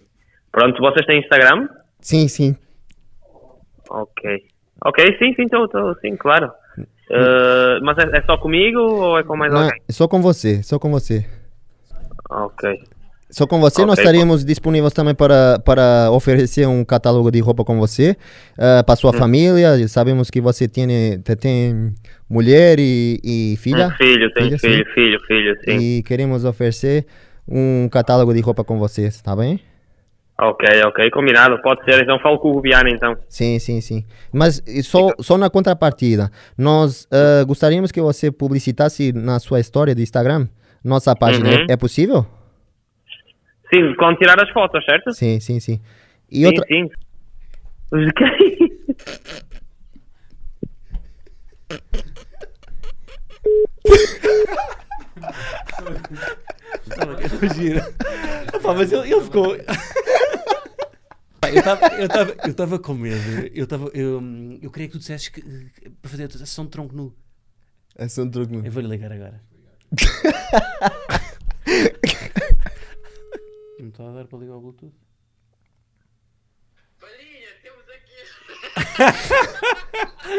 [SPEAKER 6] Pronto, vocês têm Instagram?
[SPEAKER 2] Sim, sim.
[SPEAKER 6] Ok. Ok, sim, sim, tô, tô, sim, claro. Eh, mas é, é só comigo ou é com mais
[SPEAKER 2] Não,
[SPEAKER 6] alguém?
[SPEAKER 2] só com você, só com você.
[SPEAKER 6] Ok.
[SPEAKER 2] Só com você, nós
[SPEAKER 6] Ok,
[SPEAKER 2] estaríamos disponíveis também para, para oferecer um catálogo de roupa com você, ah, para
[SPEAKER 6] Hum.
[SPEAKER 2] sua família. Sabemos que você tem, tem mulher e, e filha.
[SPEAKER 6] Um filho, tem
[SPEAKER 2] Filha,
[SPEAKER 6] filho,
[SPEAKER 2] sim.
[SPEAKER 6] filho, filho, sim.
[SPEAKER 2] E queremos oferecer um catálogo de roupa com vocês, tá bem?
[SPEAKER 6] Ok, ok, combinado. Pode ser, então falo com o Rubiano então.
[SPEAKER 7] Sim, sim, sim. Mas eh, só, só na contrapartida, nós
[SPEAKER 2] eh,
[SPEAKER 7] ah, gostaríamos que você publicitasse na sua história do Instagram nossa página.
[SPEAKER 6] Uhum.
[SPEAKER 7] É, é possível?
[SPEAKER 6] Sim, quando tirar as fotos, certo?
[SPEAKER 7] Sim, sim, sim. E
[SPEAKER 6] sim,
[SPEAKER 7] outra.
[SPEAKER 6] sim. Ok.
[SPEAKER 1] Gira. Opa, mas ele, ele ficou. Pá, Eu estava eu tava, eu tava com medo. Eu, tava, eu, eu queria que tu dissesses que, que- para fazer a tua sessão de tronco nu.
[SPEAKER 2] É só um truque.
[SPEAKER 1] Eu vou-lhe ligar agora. Não está a dar para ligar o Bluetooth?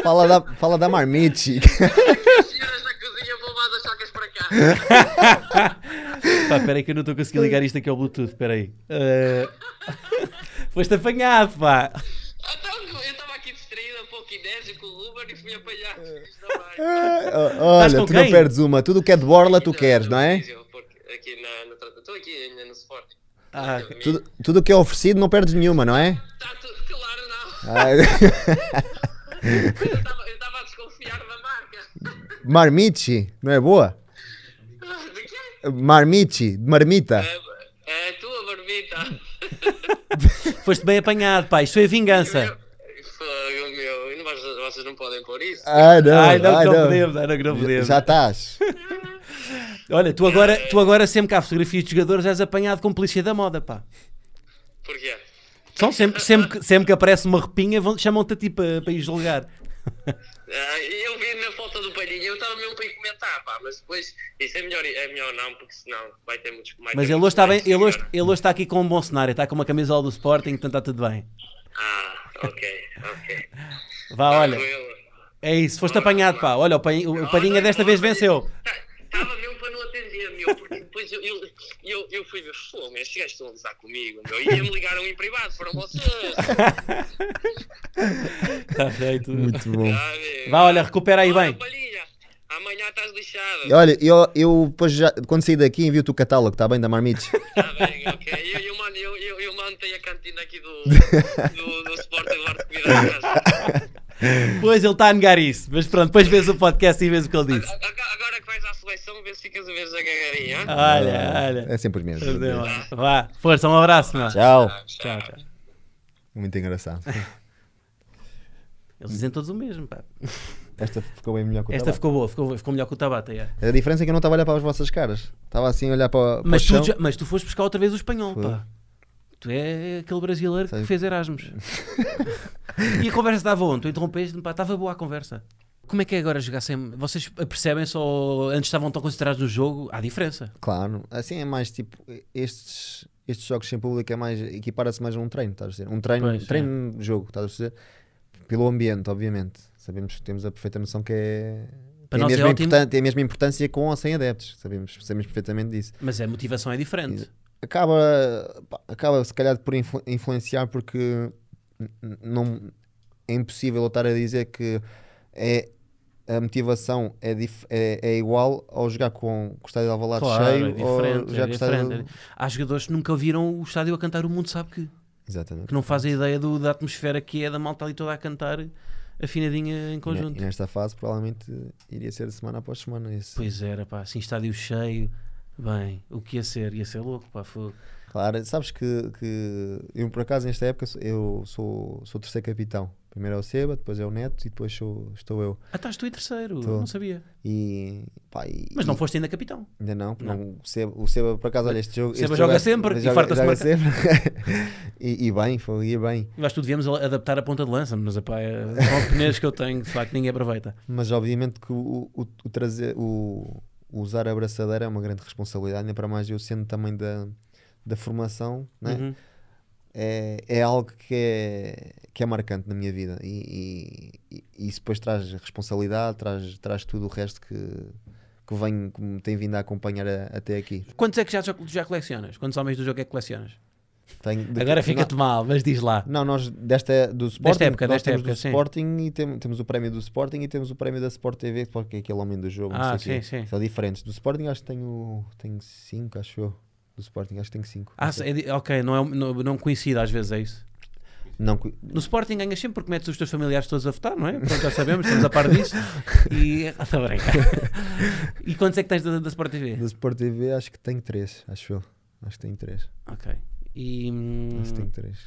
[SPEAKER 2] Fala da, fala da marmite.
[SPEAKER 1] Pá, espera aí que eu não estou conseguindo ligar isto aqui ao Bluetooth. Espera aí. Eh, Foste apanhado, pá.
[SPEAKER 8] Então, eu estava aqui distraída, um pouco inérgico com o Uber e fui apanhar.
[SPEAKER 2] Ah,
[SPEAKER 1] Estás com
[SPEAKER 2] Olha, tu não
[SPEAKER 1] quem?
[SPEAKER 2] perdes uma. Tudo que é de borla tu queres, não é?
[SPEAKER 8] Aqui na, no, estou aqui ainda no Sporting.
[SPEAKER 1] Ah,
[SPEAKER 2] Tudo, tudo que é oferecido não perdes nenhuma, não é?
[SPEAKER 8] Está tá tudo claro, não.
[SPEAKER 2] Ah,
[SPEAKER 8] Eu estava a desconfiar da marca.
[SPEAKER 2] marmite, não é boa?
[SPEAKER 8] De quê?
[SPEAKER 2] Marmite, marmita.
[SPEAKER 8] É, a tua barbita.
[SPEAKER 1] foste bem apanhado, pá. Isto foi a vingança.
[SPEAKER 8] Fogo meu, não, vocês, vocês não podem pôr isso.
[SPEAKER 2] Ah, não,
[SPEAKER 1] Ai, não,
[SPEAKER 2] ai,
[SPEAKER 1] que não,
[SPEAKER 2] não.
[SPEAKER 1] podemos. Ai, não, que não podemos.
[SPEAKER 2] Já estás.
[SPEAKER 1] Olha, tu agora, tu agora sempre que há fotografias de jogadores és apanhado com polícia da moda, pá.
[SPEAKER 8] Porquê?
[SPEAKER 1] São sempre, sempre, que- sempre que aparece uma repinha, vão- chamam-te a ti para, para ir julgar.
[SPEAKER 8] Ah, eu vi na foto do palhinho, eu estava mesmo para ir comentar, pá, mas depois isso é melhor, é melhor não, porque senão vai ter muitos vai
[SPEAKER 1] Mas
[SPEAKER 8] ter
[SPEAKER 1] ele hoje
[SPEAKER 8] muitos
[SPEAKER 1] está, bem,
[SPEAKER 8] likes,
[SPEAKER 1] ele, hoje,
[SPEAKER 8] senhora.
[SPEAKER 1] ele hoje está aqui com um bom cenário, está com uma camisola do Sporting, então está tudo bem.
[SPEAKER 8] Ah, ok, ok.
[SPEAKER 1] Vá, Ah, olha,
[SPEAKER 8] Tranquilo.
[SPEAKER 1] é isso, foste apanhado, pá. Olha, o, Pain- o Palhinha desta vez venceu.
[SPEAKER 8] Estava tá, mesmo para não atender, meu, porque depois eu, eu, eu, eu fui ver fogo, estes gajos estão a usar comigo, meu, e me ligaram em privado, foram vocês.
[SPEAKER 1] Está Tá feito.
[SPEAKER 2] Muito bom.
[SPEAKER 8] sabe?
[SPEAKER 1] Vá, olha, recupera aí
[SPEAKER 8] Olha,
[SPEAKER 1] bem.
[SPEAKER 8] Palhinha, amanhã estás lixado.
[SPEAKER 2] Olha, eu, eu depois já, quando sair daqui envio-te o catálogo, tá bem? Da marmite.
[SPEAKER 8] Tá bem, ok. Eu, eu, mando, eu, eu, eu mando aí a cantina aqui do, do, do Sporting Lar de Comida da Casa.
[SPEAKER 1] Pois ele está a negar isso, mas pronto, depois vês o podcast e vês o que ele disse.
[SPEAKER 8] Agora, agora que vais à seleção, vê se ficas a vez a gagarinha. hein?
[SPEAKER 1] Ah, Olha, olha.
[SPEAKER 2] É sempre os mesmos.
[SPEAKER 1] Vá, força, um abraço, meu.
[SPEAKER 2] Tchau.
[SPEAKER 1] Tchau, tchau.
[SPEAKER 2] Muito engraçado.
[SPEAKER 1] Eles dizem todos o mesmo, pá.
[SPEAKER 2] Esta ficou bem melhor que o
[SPEAKER 1] Esta
[SPEAKER 2] tabaco.
[SPEAKER 1] ficou boa, ficou, ficou melhor que o Tabata. yeah.
[SPEAKER 2] A diferença é que eu não estava a olhar para as vossas caras. Estava assim a olhar para, para
[SPEAKER 1] Mas,
[SPEAKER 2] o
[SPEAKER 1] tu,
[SPEAKER 2] chão.
[SPEAKER 1] já- mas tu foste buscar outra vez o espanhol,
[SPEAKER 2] Foi.
[SPEAKER 1] pá. Tu é aquele brasileiro
[SPEAKER 2] Sei.
[SPEAKER 1] que fez Erasmus. e a conversa estava onde? Tu interrompeste-me, pá, estava boa a conversa. Como é que é agora jogar sem. Vocês percebem-se ou antes estavam tão considerados no jogo? Há diferença.
[SPEAKER 2] Claro. Assim é mais tipo... Estes, estes jogos sem público é mais... Equipara-se mais a um treino, estás a dizer? Um treino,
[SPEAKER 1] Pois, é.
[SPEAKER 2] treino jogo, estás a dizer? Pelo ambiente, obviamente. Sabemos que temos a perfeita noção que é...
[SPEAKER 1] Para
[SPEAKER 2] tem, a
[SPEAKER 1] nós é
[SPEAKER 2] mesma
[SPEAKER 1] ótimo.
[SPEAKER 2] importân- tem a mesma importância com ou sem adeptos. Sabemos, sabemos perfeitamente disso.
[SPEAKER 1] Mas a motivação é diferente.
[SPEAKER 2] acaba, pá, acaba se calhar por influ- influenciar porque n- n- não, é impossível eu estar a dizer que é, a motivação é, dif- é, é igual ao jogar com com o estádio de Alvalade
[SPEAKER 1] Claro,
[SPEAKER 2] cheio
[SPEAKER 1] é
[SPEAKER 2] ou
[SPEAKER 1] diferente.
[SPEAKER 2] jogar
[SPEAKER 1] É
[SPEAKER 2] com o estádio
[SPEAKER 1] diferente. Há jogadores que nunca ouviram o estádio a cantar o mundo, sabe que.
[SPEAKER 2] Exatamente.
[SPEAKER 1] que não fazem ideia do- da atmosfera que é da malta ali toda a cantar afinadinha em
[SPEAKER 2] E ne-
[SPEAKER 1] conjunto.
[SPEAKER 2] E nesta fase provavelmente iria ser semana após semana isso.
[SPEAKER 1] Pois era, pá, assim, estádio cheio. Bem, o que ia ser? Ia ser louco, pá. Foi...
[SPEAKER 2] Claro, sabes que, que eu por acaso nesta época sou- eu sou, sou o terceiro capitão. Primeiro é o Seba, depois é o Neto e depois sou, estou eu.
[SPEAKER 1] Ah, estás tu em terceiro,
[SPEAKER 2] Tô.
[SPEAKER 1] não sabia.
[SPEAKER 2] E, pá, e-
[SPEAKER 1] Mas
[SPEAKER 2] e-
[SPEAKER 1] não foste ainda capitão.
[SPEAKER 2] Ainda não, porque
[SPEAKER 1] Não.
[SPEAKER 2] não- o, Seba, o Seba, por acaso, olha, este
[SPEAKER 1] O
[SPEAKER 2] jogo.
[SPEAKER 1] Seba
[SPEAKER 2] este
[SPEAKER 1] joga
[SPEAKER 2] jogo é-
[SPEAKER 1] sempre e
[SPEAKER 2] joga-
[SPEAKER 1] farta-se
[SPEAKER 2] joga
[SPEAKER 1] de
[SPEAKER 2] sempre. e, e bem, foi, ia bem.
[SPEAKER 1] Eu acho que tu devíamos a- adaptar a ponta de lança, mas pá, é- são pneus que eu tenho, de facto, ninguém aproveita.
[SPEAKER 2] Mas obviamente que o, o, o trazer, o, o usar a abraçadeira é uma grande responsabilidade, ainda para mais eu sendo também da, da formação, né?
[SPEAKER 1] Uhum.
[SPEAKER 2] é, é algo que é, que é marcante na minha vida. E, e, e- e isso depois traz responsabilidade, traz, traz tudo o resto que, que, vem, que me tem vindo a acompanhar a- até aqui.
[SPEAKER 1] Quantos é que já, já- já colecionas? Quantos homens do jogo é que colecionas?
[SPEAKER 2] Tenho- de-
[SPEAKER 1] Agora
[SPEAKER 2] não-
[SPEAKER 1] fica-te mal, mas diz lá.
[SPEAKER 2] Não, nós desta é do Sporting,
[SPEAKER 1] época,
[SPEAKER 2] nós
[SPEAKER 1] desta
[SPEAKER 2] temos
[SPEAKER 1] época,
[SPEAKER 2] do
[SPEAKER 1] sim.
[SPEAKER 2] Sporting e tem- temos o prémio do Sporting e temos o prémio da Sport TV, porque é aquele homem do jogo, não
[SPEAKER 1] Ah,
[SPEAKER 2] sei o quê.
[SPEAKER 1] sim, sim.
[SPEAKER 2] São diferentes. Do Sporting acho que tenho, tenho cinco, acho eu. do Sporting, acho que tenho 5.
[SPEAKER 1] Ah, é di- ok, não, é, não, não coincide às vezes, é isso.
[SPEAKER 2] Não, cu-
[SPEAKER 1] No Sporting ganhas sempre porque metes os teus familiares todos a votar, não é? Portanto, já sabemos, estamos a par disso. E. Ah, tá bem. E quantos é que tens da, da Sport TV?
[SPEAKER 2] do Sport TV acho que tenho 3, acho eu. Acho que tenho 3.
[SPEAKER 1] Ok. E, hum,
[SPEAKER 2] Acho que tenho 3.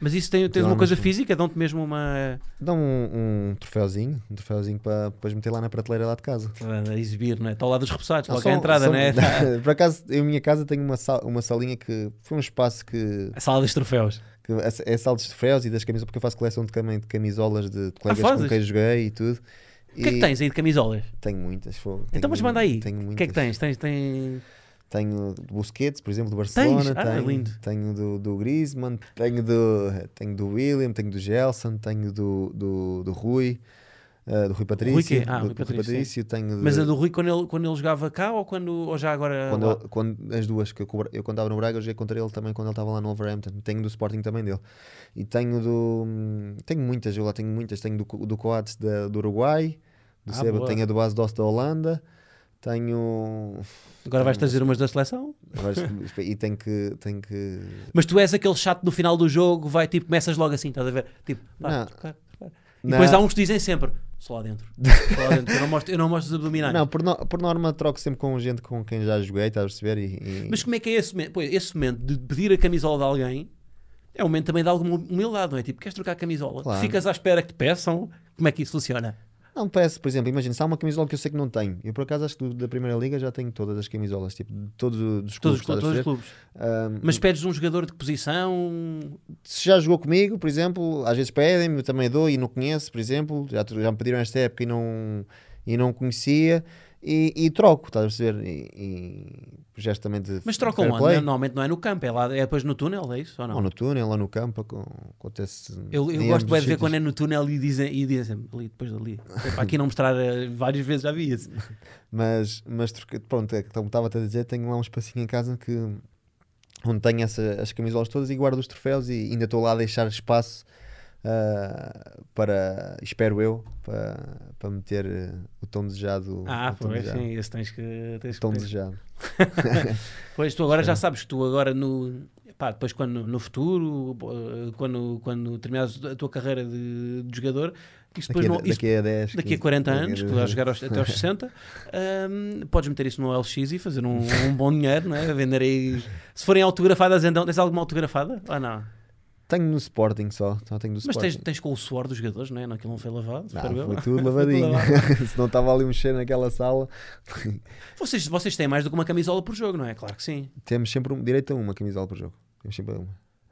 [SPEAKER 1] mas isso tem, tens
[SPEAKER 2] Lá
[SPEAKER 1] uma
[SPEAKER 2] no
[SPEAKER 1] coisa
[SPEAKER 2] fundo.
[SPEAKER 1] física? Dão-te mesmo uma.
[SPEAKER 2] Dá um, um troféuzinho, um troféuzinho para depois meter lá na prateleira lá de casa.
[SPEAKER 1] a exibir, não é? Está ao lado dos repousados,
[SPEAKER 2] Ah,
[SPEAKER 1] qualquer
[SPEAKER 2] só-
[SPEAKER 1] entrada,
[SPEAKER 2] só-
[SPEAKER 1] não é? Tá-
[SPEAKER 2] Por acaso, em minha casa tenho uma, sal- uma salinha que foi um espaço que,
[SPEAKER 1] A sala dos troféus.
[SPEAKER 2] que é é sala dos troféus e das camisolas, porque eu faço coleção de, cami- de camisolas de, de colegas
[SPEAKER 1] fazes?
[SPEAKER 2] com quem joguei e tudo.
[SPEAKER 1] O que é que tens aí de camisolas?
[SPEAKER 2] Tenho muitas. Fogo.
[SPEAKER 1] Então,
[SPEAKER 2] Tenho-
[SPEAKER 1] mas manda aí.
[SPEAKER 2] Tenho
[SPEAKER 1] O que é que tens?
[SPEAKER 2] muitas.
[SPEAKER 1] Tens. tens...
[SPEAKER 2] Tenho do Busquets, por exemplo, do Barcelona.
[SPEAKER 1] Ah,
[SPEAKER 2] tenho,
[SPEAKER 1] lindo.
[SPEAKER 2] tenho do, do Griezmann, tenho do, tenho do William, tenho do Gelson, tenho do, do, do Rui, eh, do Rui Patrício.
[SPEAKER 1] quê? Ah,
[SPEAKER 2] do,
[SPEAKER 1] Rui
[SPEAKER 2] do
[SPEAKER 1] Patrício, sim.
[SPEAKER 2] tenho de-
[SPEAKER 1] Mas a do Rui, quando ele, quando ele jogava cá ou, quando, ou já agora.
[SPEAKER 2] quando,
[SPEAKER 1] lá?
[SPEAKER 2] ele- quando- as duas que eu, co- eu contava no Braga, eu joguei contra ele também quando ele estava lá no Wolverhampton. Tenho do Sporting também dele. E tenho do. Tenho muitas, eu lá tenho muitas. Tenho do, Co- do Coates da- do Uruguai, do
[SPEAKER 1] Ah,
[SPEAKER 2] Seba,
[SPEAKER 1] boa.
[SPEAKER 2] tenho a do Base Dost da Holanda, tenho.
[SPEAKER 1] Agora vais trazer umas da seleção?
[SPEAKER 2] Agora- e tenho que. Tenho que...
[SPEAKER 1] Mas tu és aquele chato no final do jogo, vai tipo, começas logo assim, estás a ver? Tipo, pá,
[SPEAKER 2] Não.
[SPEAKER 1] trocar, trocar. E
[SPEAKER 2] Não.
[SPEAKER 1] depois há uns que dizem sempre, só lá dentro. Só lá dentro, eu não mostro, eu não mostro os abdominais.
[SPEAKER 2] Não, por, no- por norma troco sempre com gente com quem já joguei, estás a perceber? E, e-
[SPEAKER 1] Mas como é que é esse momento? Pois, esse momento de pedir a camisola de alguém é um momento também de alguma humildade, não é? Tipo, queres trocar a camisola?
[SPEAKER 2] Claro.
[SPEAKER 1] Ficas à espera que te peçam. Como é que isso funciona?
[SPEAKER 2] Não, parece, por exemplo, imagina, se há uma camisola que eu sei que não tenho. Eu por acaso acho que do- da Primeira Liga já tenho todas as camisolas, tipo, de todos o- dos
[SPEAKER 1] Todos,
[SPEAKER 2] clubes.
[SPEAKER 1] os
[SPEAKER 2] estás a
[SPEAKER 1] clubes, todos os
[SPEAKER 2] perceber?
[SPEAKER 1] clubes.
[SPEAKER 2] Ahm,
[SPEAKER 1] Mas pedes um jogador de que posição.
[SPEAKER 2] se já jogou comigo, por exemplo, às vezes pedem-me, eu também dou e não conheço, por exemplo, já, tro- já me pediram esta época e não, e não conhecia, e, e troco, estás a perceber? E, e gesto também de.
[SPEAKER 1] Mas
[SPEAKER 2] de
[SPEAKER 1] trocam
[SPEAKER 2] fair
[SPEAKER 1] onde?
[SPEAKER 2] play.
[SPEAKER 1] né? Normalmente não é no campo, é, lá, é depois no túnel, é isso? Ou não?
[SPEAKER 2] Ou no túnel, lá no campo, acon- acontece.
[SPEAKER 1] Eu, eu
[SPEAKER 2] em
[SPEAKER 1] gosto
[SPEAKER 2] ambos
[SPEAKER 1] bem
[SPEAKER 2] os
[SPEAKER 1] de ver
[SPEAKER 2] sítios.
[SPEAKER 1] quando é no túnel e dizem, e dizem ali, depois ali. Para aqui não mostrar, eh, várias vezes já vi isso.
[SPEAKER 2] Mas, mas troquei- pronto, é que como estava a dizer, tenho lá um espacinho em casa que onde tenho essa- as camisolas todas e guardo os troféus e ainda estou lá a deixar espaço ah, para, espero eu, para, para meter eh, o tão desejado.
[SPEAKER 1] Ah,
[SPEAKER 2] o tão
[SPEAKER 1] pois
[SPEAKER 2] desejado.
[SPEAKER 1] sim, esse tens que. Tens
[SPEAKER 2] O
[SPEAKER 1] que
[SPEAKER 2] tão
[SPEAKER 1] tens-
[SPEAKER 2] desejado.
[SPEAKER 1] Pois tu agora já sabes que tu agora no. Pá, depois quando no futuro, eh, quando, quando terminares a tua carreira de, de jogador, isso depois
[SPEAKER 2] Daqui, a-
[SPEAKER 1] não. Isso,
[SPEAKER 2] daqui a 10,
[SPEAKER 1] Daqui a
[SPEAKER 2] 15,
[SPEAKER 1] 40 anos, que vais
[SPEAKER 2] daqui a-
[SPEAKER 1] jogar aos- até aos 60, ahm, podes meter isso no LX e fazer um, um bom dinheiro, não é? Vender aí. Se forem autografadas, então tens alguma autografada? Ou não?
[SPEAKER 2] Tenho no Sporting só, só tenho do
[SPEAKER 1] Mas
[SPEAKER 2] Sporting.
[SPEAKER 1] tens, tens com o suor dos jogadores, não é? Naquilo não foi lavado,
[SPEAKER 2] Não,
[SPEAKER 1] espero eu.
[SPEAKER 2] foi tudo lavadinho.
[SPEAKER 1] lavado.
[SPEAKER 2] Se não estava ali um cheiro naquela sala,
[SPEAKER 1] Vocês, vocês têm mais do que uma camisola por jogo, não é? Claro que sim.
[SPEAKER 2] temos sempre um, direito a uma camisola por jogo. Temos sempre uma.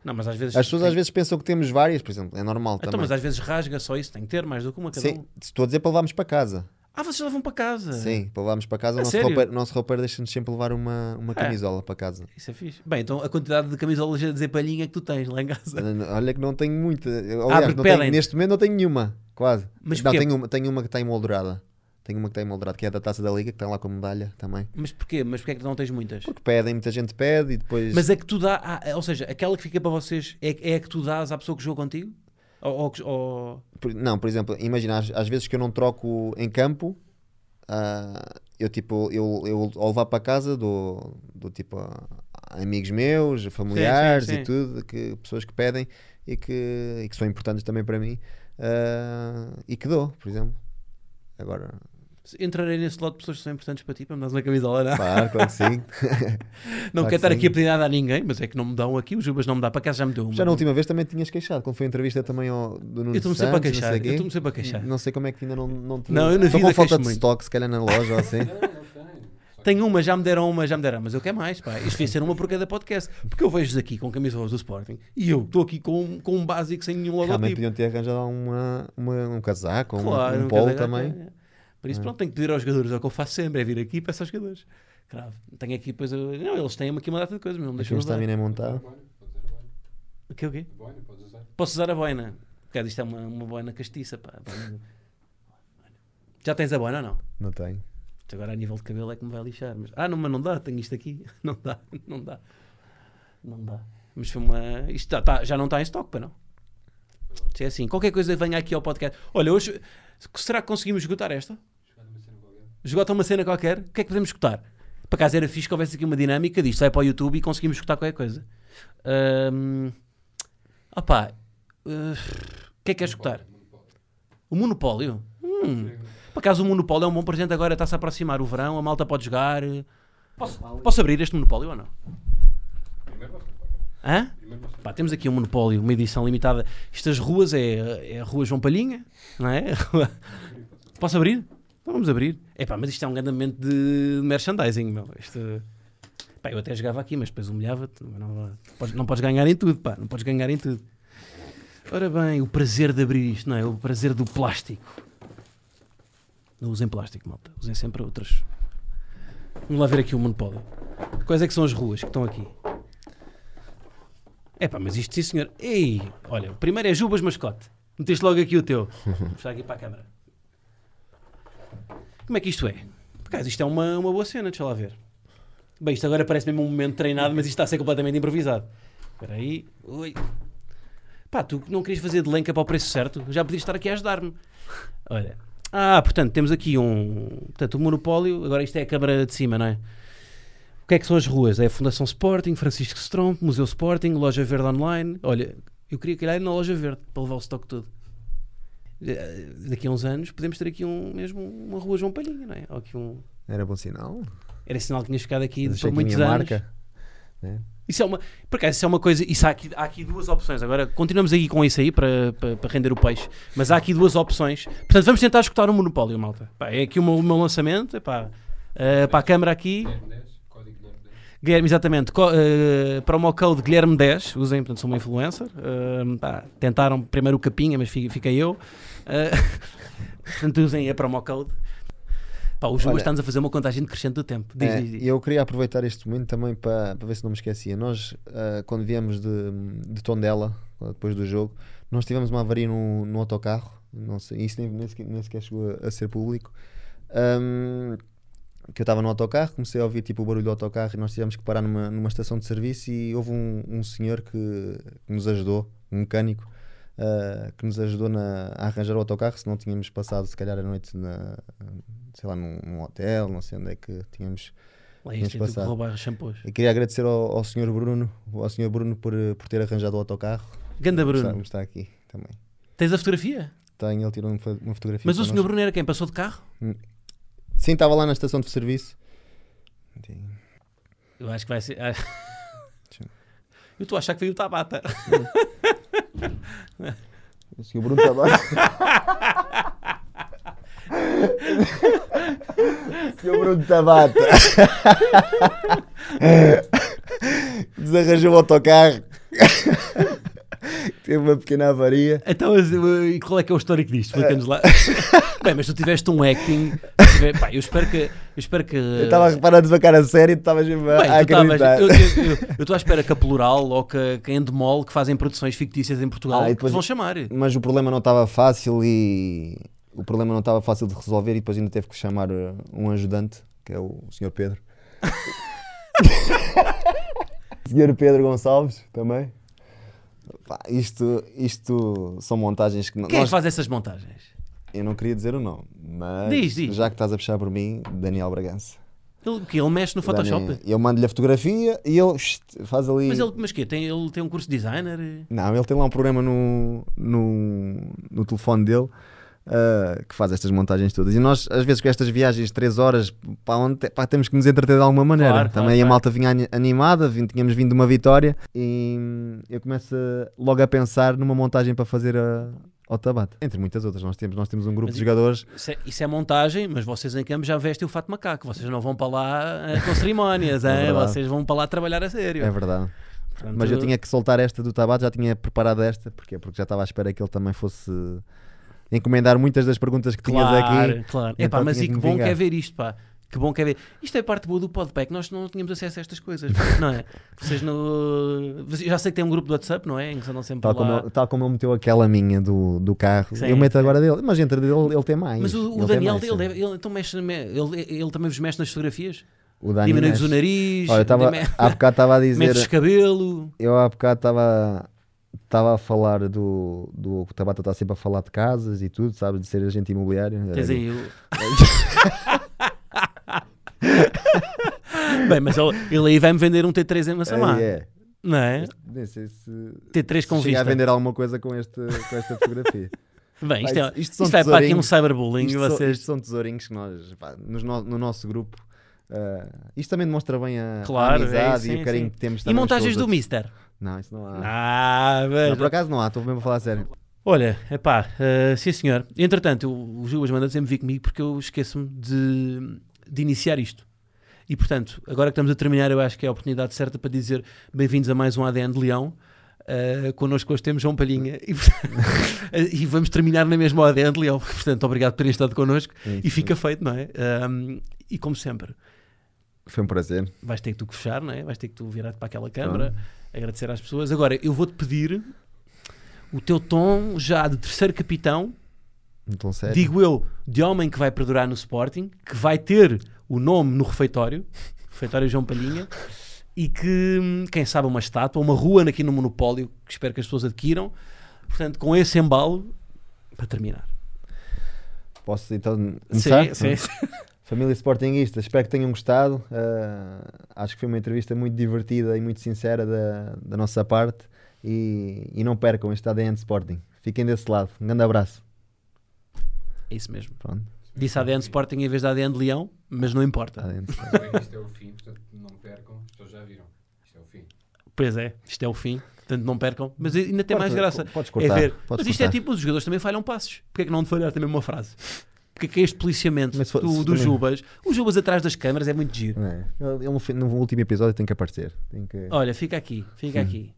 [SPEAKER 1] Não, mas às vezes.
[SPEAKER 2] As pessoas às vezes pensam que temos várias, por exemplo, é normal
[SPEAKER 1] Então,
[SPEAKER 2] também.
[SPEAKER 1] mas às vezes rasga só isso, tem que ter mais do que uma cada
[SPEAKER 2] Sim,
[SPEAKER 1] um.
[SPEAKER 2] estou a dizer para levarmos para casa.
[SPEAKER 1] Ah, vocês levam para casa.
[SPEAKER 2] Sim, para levarmos para casa.
[SPEAKER 1] A
[SPEAKER 2] O nosso
[SPEAKER 1] É sério?
[SPEAKER 2] roupeiro, nosso roupeiro deixa-nos sempre levar uma, uma camisola para casa.
[SPEAKER 1] Isso é fixe. Bem, então a quantidade de camisolas a dizer palhinha que tu tens lá em casa.
[SPEAKER 2] Olha que não tenho muita. Eu,
[SPEAKER 1] Ah,
[SPEAKER 2] Aliás,
[SPEAKER 1] porque
[SPEAKER 2] não tenho-
[SPEAKER 1] pedem-te.
[SPEAKER 2] neste momento não tenho nenhuma, quase.
[SPEAKER 1] Mas
[SPEAKER 2] não,
[SPEAKER 1] porquê?
[SPEAKER 2] tenho uma, tenho uma que está emoldurada. Tenho uma que está emoldurada, que é da taça da liga, que está lá com a medalha também.
[SPEAKER 1] Mas porquê? Mas porquê é que não tens muitas?
[SPEAKER 2] Porque pedem, muita gente pede e depois.
[SPEAKER 1] Mas a que tu dá, ah, ou seja, aquela que fica para vocês é, é a que tu dás à pessoa que jogou contigo? Ou, ou que- ou-
[SPEAKER 2] Por- não, por exemplo, imagina, às, às vezes que eu não troco em campo, ah, eu tipo, eu, eu ao levar para casa dou, dou tipo a, a amigos meus, a familiares
[SPEAKER 1] sim, sim.
[SPEAKER 2] e tudo, que, pessoas que pedem e que, e que são importantes também para mim ah, e que dou, por exemplo. Agora,
[SPEAKER 1] Se entrarei nesse lote de pessoas que são importantes para ti para me dar uma camisola? Não,
[SPEAKER 2] claro, claro que sim.
[SPEAKER 1] não
[SPEAKER 2] claro
[SPEAKER 1] quero
[SPEAKER 2] que
[SPEAKER 1] estar
[SPEAKER 2] sim.
[SPEAKER 1] aqui a pedir nada a ninguém, mas é que não me dão aqui, o Jubas não me dá para casa, já me deu uma.
[SPEAKER 2] Já na última vez também tinhas queixado, quando foi a entrevista também ao, do Nuno
[SPEAKER 1] Eu estou-me
[SPEAKER 2] Santos,
[SPEAKER 1] sempre a
[SPEAKER 2] não sei
[SPEAKER 1] queixar, eu
[SPEAKER 2] quê.
[SPEAKER 1] estou-me sempre a queixar.
[SPEAKER 2] Não sei como é que ainda não, não te...
[SPEAKER 1] Não, eu na
[SPEAKER 2] Estou
[SPEAKER 1] vida
[SPEAKER 2] com falta
[SPEAKER 1] queixo
[SPEAKER 2] de
[SPEAKER 1] muito.
[SPEAKER 2] estoque, se calhar na loja ou assim.
[SPEAKER 1] Tenho uma, já me deram uma, já me deram, mas eu quero mais, pá. Isto devia ser uma por cada podcast. Porque eu vejo-vos aqui com camisolas do Sporting e eu estou aqui com, com um básico sem nenhum
[SPEAKER 2] Realmente
[SPEAKER 1] logotipo.
[SPEAKER 2] podiam ter arranjado uma, uma- um casaco, um-
[SPEAKER 1] tipo Claro,
[SPEAKER 2] um
[SPEAKER 1] um
[SPEAKER 2] polo
[SPEAKER 1] casaco,
[SPEAKER 2] também.
[SPEAKER 1] é. Por isso, pronto, tenho que pedir aos jogadores. É o que eu faço sempre, é vir aqui e peço aos jogadores. Claro, tenho aqui depois. eu- Não, eles têm aqui uma data de coisas, mas não me
[SPEAKER 2] Deixa
[SPEAKER 1] deixam
[SPEAKER 2] o
[SPEAKER 1] usar.
[SPEAKER 2] estamina montar.
[SPEAKER 1] O quê, o quê?
[SPEAKER 3] Boina, podes usar.
[SPEAKER 1] Posso usar a boina? Porque isto é uma, uma boina castiça, pá. Boina- Já tens a boina ou não?
[SPEAKER 2] Não tenho.
[SPEAKER 1] Isto Agora a nível de cabelo é que me vai lixar. Mas... Ah, não, mas não dá, tenho isto aqui. Não dá, não dá. Não dá. Mas foi uma. Isto tá- tá- já não está em estoque, para não. Se é assim, qualquer coisa venha aqui ao podcast. Olha, hoje será que conseguimos esgotar esta? Esgotar uma cena qualquer? O que é que podemos escutar? Para acaso era fixe que houvesse aqui uma dinâmica disto. Vai para o YouTube e conseguimos escutar qualquer coisa. Ahm, opá, eh, o que é que queres escutar? O Monopólio? Hum. Por acaso o Monopólio é um bom presente agora, está-se a aproximar o verão, a malta pode jogar. eh. Posso, posso abrir este Monopólio ou não? Hã? Pá, temos aqui um monopólio, uma edição limitada. Estas ruas é, é a Rua João Palhinha, não é? Posso abrir? Então vamos abrir. Epá, mas isto é um grande momento de merchandising, meu. Isto... Pá, eu até jogava aqui, mas depois humilhava-te. Não, não, podes- não podes ganhar em tudo, pá. Não podes ganhar em tudo. Ora bem, o prazer de abrir isto, não é? O prazer do plástico. Não usem plástico, malta. Usem sempre outras. Vamos lá ver aqui o monopólio. Quais é que são as ruas que estão aqui? Epá, mas isto sim, senhor. Ei, olha, o primeiro é Jubas Mascote. Meteste logo aqui o teu. Vou puxar aqui para a câmara. Como é que isto é? Por acaso, isto é uma, uma boa cena, deixa lá ver. Bem, isto agora parece mesmo um momento treinado, mas isto está a ser completamente improvisado. Espera aí. Ui. Pá, tu não querias fazer de lenca para o preço certo? Já podias estar aqui a ajudar-me. Olha. Ah, portanto, temos aqui um... Portanto, o monopólio... Agora isto é a câmara de cima, não é? O que é que são as ruas? É a Fundação Sporting, Francisco Stromp, Museu Sporting, Loja Verde Online. Olha, eu queria calhar ir na Loja Verde para levar o estoque todo. Eh, Daqui a uns anos podemos ter aqui um, mesmo uma rua João Palhinha, não é? Ou aqui um...
[SPEAKER 2] Era bom sinal.
[SPEAKER 1] Era sinal que tinhas ficado aqui
[SPEAKER 2] Achei
[SPEAKER 1] por
[SPEAKER 2] que a
[SPEAKER 1] muitos
[SPEAKER 2] minha
[SPEAKER 1] anos.
[SPEAKER 2] marca.
[SPEAKER 1] Isso é uma, por acaso, isso é uma coisa. Isso há, aqui, há aqui duas opções. Agora continuamos aí com isso aí para, para, para render o peixe. Mas há aqui duas opções. Portanto, vamos tentar escutar o monopólio, malta. Pá, é aqui o meu, o meu lançamento. Epá, eh, para a câmara aqui. Guilherme, exatamente. Co eh, promo code Guilherme 10. Usem, portanto, sou uma influencer. Eh, pá, tentaram primeiro o Capinha, mas fi- fiquei eu. Eh, portanto, usem a promo code. Pá, os
[SPEAKER 2] Olha.
[SPEAKER 1] Jumas está-nos a fazer uma contagem decrescente do tempo. Diz,
[SPEAKER 2] É,
[SPEAKER 1] diz, diz.
[SPEAKER 2] E eu queria aproveitar este momento também para, para ver se não me esquecia. Nós, ah, quando viemos de, de Tondela, depois do jogo, nós tivemos uma avaria no, no autocarro. Não sei, isso nem, nem sequer, nem sequer chegou a, a ser público. Ahm, que eu estava no autocarro, comecei a ouvir tipo o barulho do autocarro e nós tivemos que parar numa, numa estação de serviço e houve um, um senhor que, que nos ajudou, um mecânico, ah, que nos ajudou na- a arranjar o autocarro, se não tínhamos passado se calhar a noite na, sei lá, num, num hotel, não sei onde é que tínhamos.
[SPEAKER 1] Lá este é tu que
[SPEAKER 2] passado.
[SPEAKER 1] roubar shampoos.
[SPEAKER 2] Eu queria agradecer ao, ao senhor Bruno, ao senhor Bruno por, eh, por ter arranjado o autocarro.
[SPEAKER 1] Ganda
[SPEAKER 2] Está,
[SPEAKER 1] Bruno.
[SPEAKER 2] como está aqui também.
[SPEAKER 1] Tens a fotografia?
[SPEAKER 2] Tem, ele tirou uma fo- uma fotografia.
[SPEAKER 1] Mas o
[SPEAKER 2] connosco.
[SPEAKER 1] senhor Bruno era quem? Passou de carro?
[SPEAKER 2] Sim, estava lá na estação de serviço. Sim.
[SPEAKER 1] Eu acho que vai ser. ah.
[SPEAKER 2] Sim.
[SPEAKER 1] Eu estou a achar que veio o Tabata.
[SPEAKER 2] O senhor Bruno estava lá. Senhor Bruno um Tabata. Desarranjou o autocarro. Teve uma pequena avaria.
[SPEAKER 1] Então, mas, uh, e qual é que é o histórico disto? Explica-nos lá. Bem, mas tu tiveste um acting. tive- pá, eu espero que. Eu espero que.
[SPEAKER 2] Eu estava a reparar na tua cara séria e tu estavas mesmo
[SPEAKER 1] Bem,
[SPEAKER 2] a
[SPEAKER 1] tu tavas-
[SPEAKER 2] acreditar.
[SPEAKER 1] eu- eu- eu- eu estou à espera que a Plural ou que, que a Endemol, que fazem produções fictícias em Portugal,
[SPEAKER 2] Ah, e
[SPEAKER 1] que
[SPEAKER 2] depois-
[SPEAKER 1] te vão chamar.
[SPEAKER 2] Mas o problema não estava fácil e o problema não estava fácil de resolver e depois ainda teve que chamar eh, um ajudante, que é o Sr. Pedro. Sr. Pedro Gonçalves também. Pá, isto, isto são montagens que não-
[SPEAKER 1] Quem é que
[SPEAKER 2] nós-
[SPEAKER 1] faz essas montagens?
[SPEAKER 2] eu não queria dizer o nome, mas
[SPEAKER 1] Diz, diz.
[SPEAKER 2] já que estás a puxar por mim, Daniel Bragança.
[SPEAKER 1] Ele, que ele mexe no Photoshop.
[SPEAKER 2] Dani- eu mando-lhe a fotografia e ele shht, faz ali.
[SPEAKER 1] Mas ele, mas quê? Tem, ele tem um curso de designer?
[SPEAKER 2] Não, ele tem lá um programa no, no, no telefone dele ah, que faz estas montagens todas. E nós, às vezes, com estas viagens de 3 horas, para onde, te- pá, temos que nos entreter de alguma maneira.
[SPEAKER 1] Claro, claro,
[SPEAKER 2] Também a
[SPEAKER 1] claro.
[SPEAKER 2] malta vinha ani- animada, vin- tínhamos vindo de uma vitória. E hum, eu começo a- logo a pensar numa montagem para fazer a, ao Tabata. Entre muitas outras, nós temos, nós temos um grupo
[SPEAKER 1] Mas
[SPEAKER 2] de
[SPEAKER 1] e-
[SPEAKER 2] jogadores
[SPEAKER 1] Isso é, isso é montagem, mas vocês em campo já vestem o fato macaco. Vocês não vão para lá eh, com cerimónias,
[SPEAKER 2] É
[SPEAKER 1] hein?
[SPEAKER 2] verdade.
[SPEAKER 1] vocês vão para lá trabalhar a sério.
[SPEAKER 2] É verdade.
[SPEAKER 1] Portanto,
[SPEAKER 2] Mas eu tinha que soltar esta do Tabata, já tinha preparado esta, porquê? Porque já estava à espera que ele também fosse encomendar muitas das perguntas que tinhas
[SPEAKER 1] Claro,
[SPEAKER 2] aqui.
[SPEAKER 1] claro.
[SPEAKER 2] Então
[SPEAKER 1] Epá, mas
[SPEAKER 2] tinha
[SPEAKER 1] e
[SPEAKER 2] que
[SPEAKER 1] que
[SPEAKER 2] me
[SPEAKER 1] bom que
[SPEAKER 2] vingar.
[SPEAKER 1] é ver isto, pá. Que bom que é ver. Isto é parte boa do podpack. Nós não tínhamos acesso a estas coisas, não é? Vocês no. vocês- Já sei que tem um grupo do WhatsApp, não é? Em que andam sempre
[SPEAKER 2] Tal
[SPEAKER 1] lá.
[SPEAKER 2] como, ele, tal como ele meteu aquela minha do, do carro,
[SPEAKER 1] Sim,
[SPEAKER 2] eu meto
[SPEAKER 1] sim.
[SPEAKER 2] agora dele. Mas entre dele, ele tem mais.
[SPEAKER 1] Mas o, o
[SPEAKER 2] Ele tem
[SPEAKER 1] Daniel,
[SPEAKER 2] mais,
[SPEAKER 1] ele,
[SPEAKER 2] sim.
[SPEAKER 1] deve- ele, então mexe, me- ele, ele também vos mexe nas fotografias?
[SPEAKER 2] O Dani
[SPEAKER 1] Diminui-vos o
[SPEAKER 2] mexe.
[SPEAKER 1] nariz,
[SPEAKER 2] Olha, eu tava,
[SPEAKER 1] dime-
[SPEAKER 2] há bocado estava a dizer.
[SPEAKER 1] metes cabelo.
[SPEAKER 2] Eu há bocado estava estava a falar do, do o Tabata está sempre a falar de casas e tudo, sabes, de ser agente imobiliário.
[SPEAKER 1] Tens aí o. Bem, mas ele, ele aí vai-me vender um T3 em Massamá.
[SPEAKER 2] Aí é.
[SPEAKER 1] Não é?
[SPEAKER 2] Nem sei se
[SPEAKER 1] T3 com
[SPEAKER 2] se chegar
[SPEAKER 1] vista.
[SPEAKER 2] a vender alguma coisa com, este, com esta fotografia.
[SPEAKER 1] Bem, isto,
[SPEAKER 2] Pá,
[SPEAKER 1] é,
[SPEAKER 2] isto- isto
[SPEAKER 1] isto,
[SPEAKER 2] são
[SPEAKER 1] vai para aqui um
[SPEAKER 2] tesourinhos.
[SPEAKER 1] cyberbullying.
[SPEAKER 2] Isto,
[SPEAKER 1] e
[SPEAKER 2] são-
[SPEAKER 1] vocês...
[SPEAKER 2] isto são tesourinhos que nós, pá, nos no, no nosso grupo. ah, isto também demonstra bem a, a
[SPEAKER 1] Claro, é
[SPEAKER 2] amizade
[SPEAKER 1] isso,
[SPEAKER 2] e
[SPEAKER 1] sim,
[SPEAKER 2] o carinho
[SPEAKER 1] sim.
[SPEAKER 2] que temos
[SPEAKER 1] E
[SPEAKER 2] também uns
[SPEAKER 1] montagens do
[SPEAKER 2] com os outros.
[SPEAKER 1] Mister?
[SPEAKER 2] Não, isso não há.
[SPEAKER 1] Ah,
[SPEAKER 2] Não,
[SPEAKER 1] veja.
[SPEAKER 2] por acaso não há, estou mesmo a falar a sério.
[SPEAKER 1] Olha, é pá, sim senhor. Entretanto, o, o Gil Basmanda sempre vi comigo porque eu esqueço-me de, de iniciar isto. E portanto, agora que estamos a terminar, eu acho que é a oportunidade certa para dizer bem-vindos a mais um ADN de Leão. Uh, connosco hoje temos João Palhinha e, portanto, e vamos terminar na mesma ADN de Leão. Portanto, obrigado por terem estado connosco e fica feito, não é? Um, e como sempre,
[SPEAKER 2] Foi um prazer.
[SPEAKER 1] vais ter que tu que fechar, não é? Vais ter que tu virar-te para aquela câmara, agradecer às pessoas. Agora, eu vou-te pedir o teu tom já de terceiro capitão,
[SPEAKER 2] Então, sério.
[SPEAKER 1] digo eu, de homem que vai perdurar no Sporting, que vai ter o nome no refeitório, refeitório João Palhinha, e que, hum, quem sabe, uma estátua, uma rua aqui no Monopólio, que espero que as pessoas adquiram. Portanto, com esse embalo, para terminar.
[SPEAKER 2] Posso então começar?
[SPEAKER 1] sim, sim.
[SPEAKER 2] Família Sportingista, espero que tenham gostado. Ah, acho que foi uma entrevista muito divertida e muito sincera da, da nossa parte. E, e não percam este ADN de Sporting. Fiquem desse lado. Um grande abraço.
[SPEAKER 1] É isso mesmo.
[SPEAKER 2] Pronto,
[SPEAKER 1] Disse ADN Sporting em vez de ADN de Leão, mas não importa.
[SPEAKER 2] ADN de Sporting.
[SPEAKER 3] Bem, isto é o fim, portanto não percam, isto já viram. Isto é o fim.
[SPEAKER 1] Pois é, isto é o fim, portanto não percam. Mas ainda tem mais
[SPEAKER 2] Podes-
[SPEAKER 1] graça.
[SPEAKER 2] podes
[SPEAKER 1] é
[SPEAKER 2] cortar,
[SPEAKER 1] ver.
[SPEAKER 2] podes
[SPEAKER 1] Mas isto é
[SPEAKER 2] cortar.
[SPEAKER 1] tipo, os jogadores também falham passos. Porquê é que não de falhar também uma frase? Porque é que este policiamento
[SPEAKER 2] Mas se for-
[SPEAKER 1] do,
[SPEAKER 2] se
[SPEAKER 1] do
[SPEAKER 2] também-
[SPEAKER 1] Jubas, o Jubas atrás das câmaras é muito giro.
[SPEAKER 2] É. Ele, ele no, fim- no último episódio tem que aparecer. Tem que...
[SPEAKER 1] Olha, fica aqui,
[SPEAKER 2] Hum.
[SPEAKER 1] fica aqui.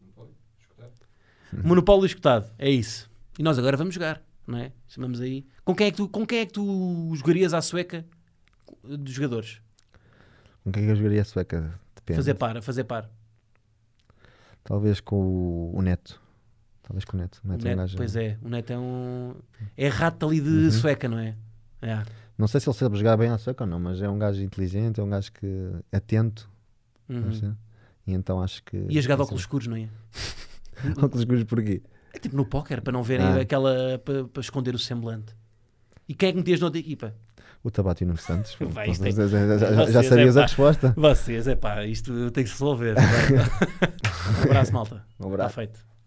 [SPEAKER 1] Monopólio escutado, é isso. E nós agora vamos jogar, não é? Chamamos aí. Com quem é que tu, com quem é que tu jogarias à sueca dos jogadores?
[SPEAKER 2] Com quem é que eu jogaria a sueca? Depende.
[SPEAKER 1] Fazer par, a fazer par.
[SPEAKER 2] Talvez com o, o Neto. Talvez com o Neto. O
[SPEAKER 1] O
[SPEAKER 2] Neto é um
[SPEAKER 1] Neto,
[SPEAKER 2] gajo-
[SPEAKER 1] pois é, o Neto é um. É rato ali de
[SPEAKER 2] Uhum.
[SPEAKER 1] sueca, não é? É.
[SPEAKER 2] Não sei se ele sabe jogar bem à sueca ou não, mas é um gajo inteligente, é um gajo que atento.
[SPEAKER 1] Uhum.
[SPEAKER 2] percebe? E então acho que.
[SPEAKER 1] Ia jogar de óculos
[SPEAKER 2] óculos.
[SPEAKER 1] escuros, não é? ia?
[SPEAKER 2] Óculos escuros por aqui.
[SPEAKER 1] É tipo no póquer, para não verem
[SPEAKER 2] Ah.
[SPEAKER 1] aquela. Para, para esconder o semblante. E quem é que metias na outra equipa?
[SPEAKER 2] O Tabato e o Nuno Santos. pronto,
[SPEAKER 1] Vai, isto
[SPEAKER 2] já,
[SPEAKER 1] é-
[SPEAKER 2] já- já- já
[SPEAKER 1] Vocês,
[SPEAKER 2] sabias
[SPEAKER 1] epá.
[SPEAKER 2] a resposta.
[SPEAKER 1] Vocês, é pá, isto tem que se resolver. um abraço, malta.
[SPEAKER 2] Um abraço.
[SPEAKER 1] Está feito.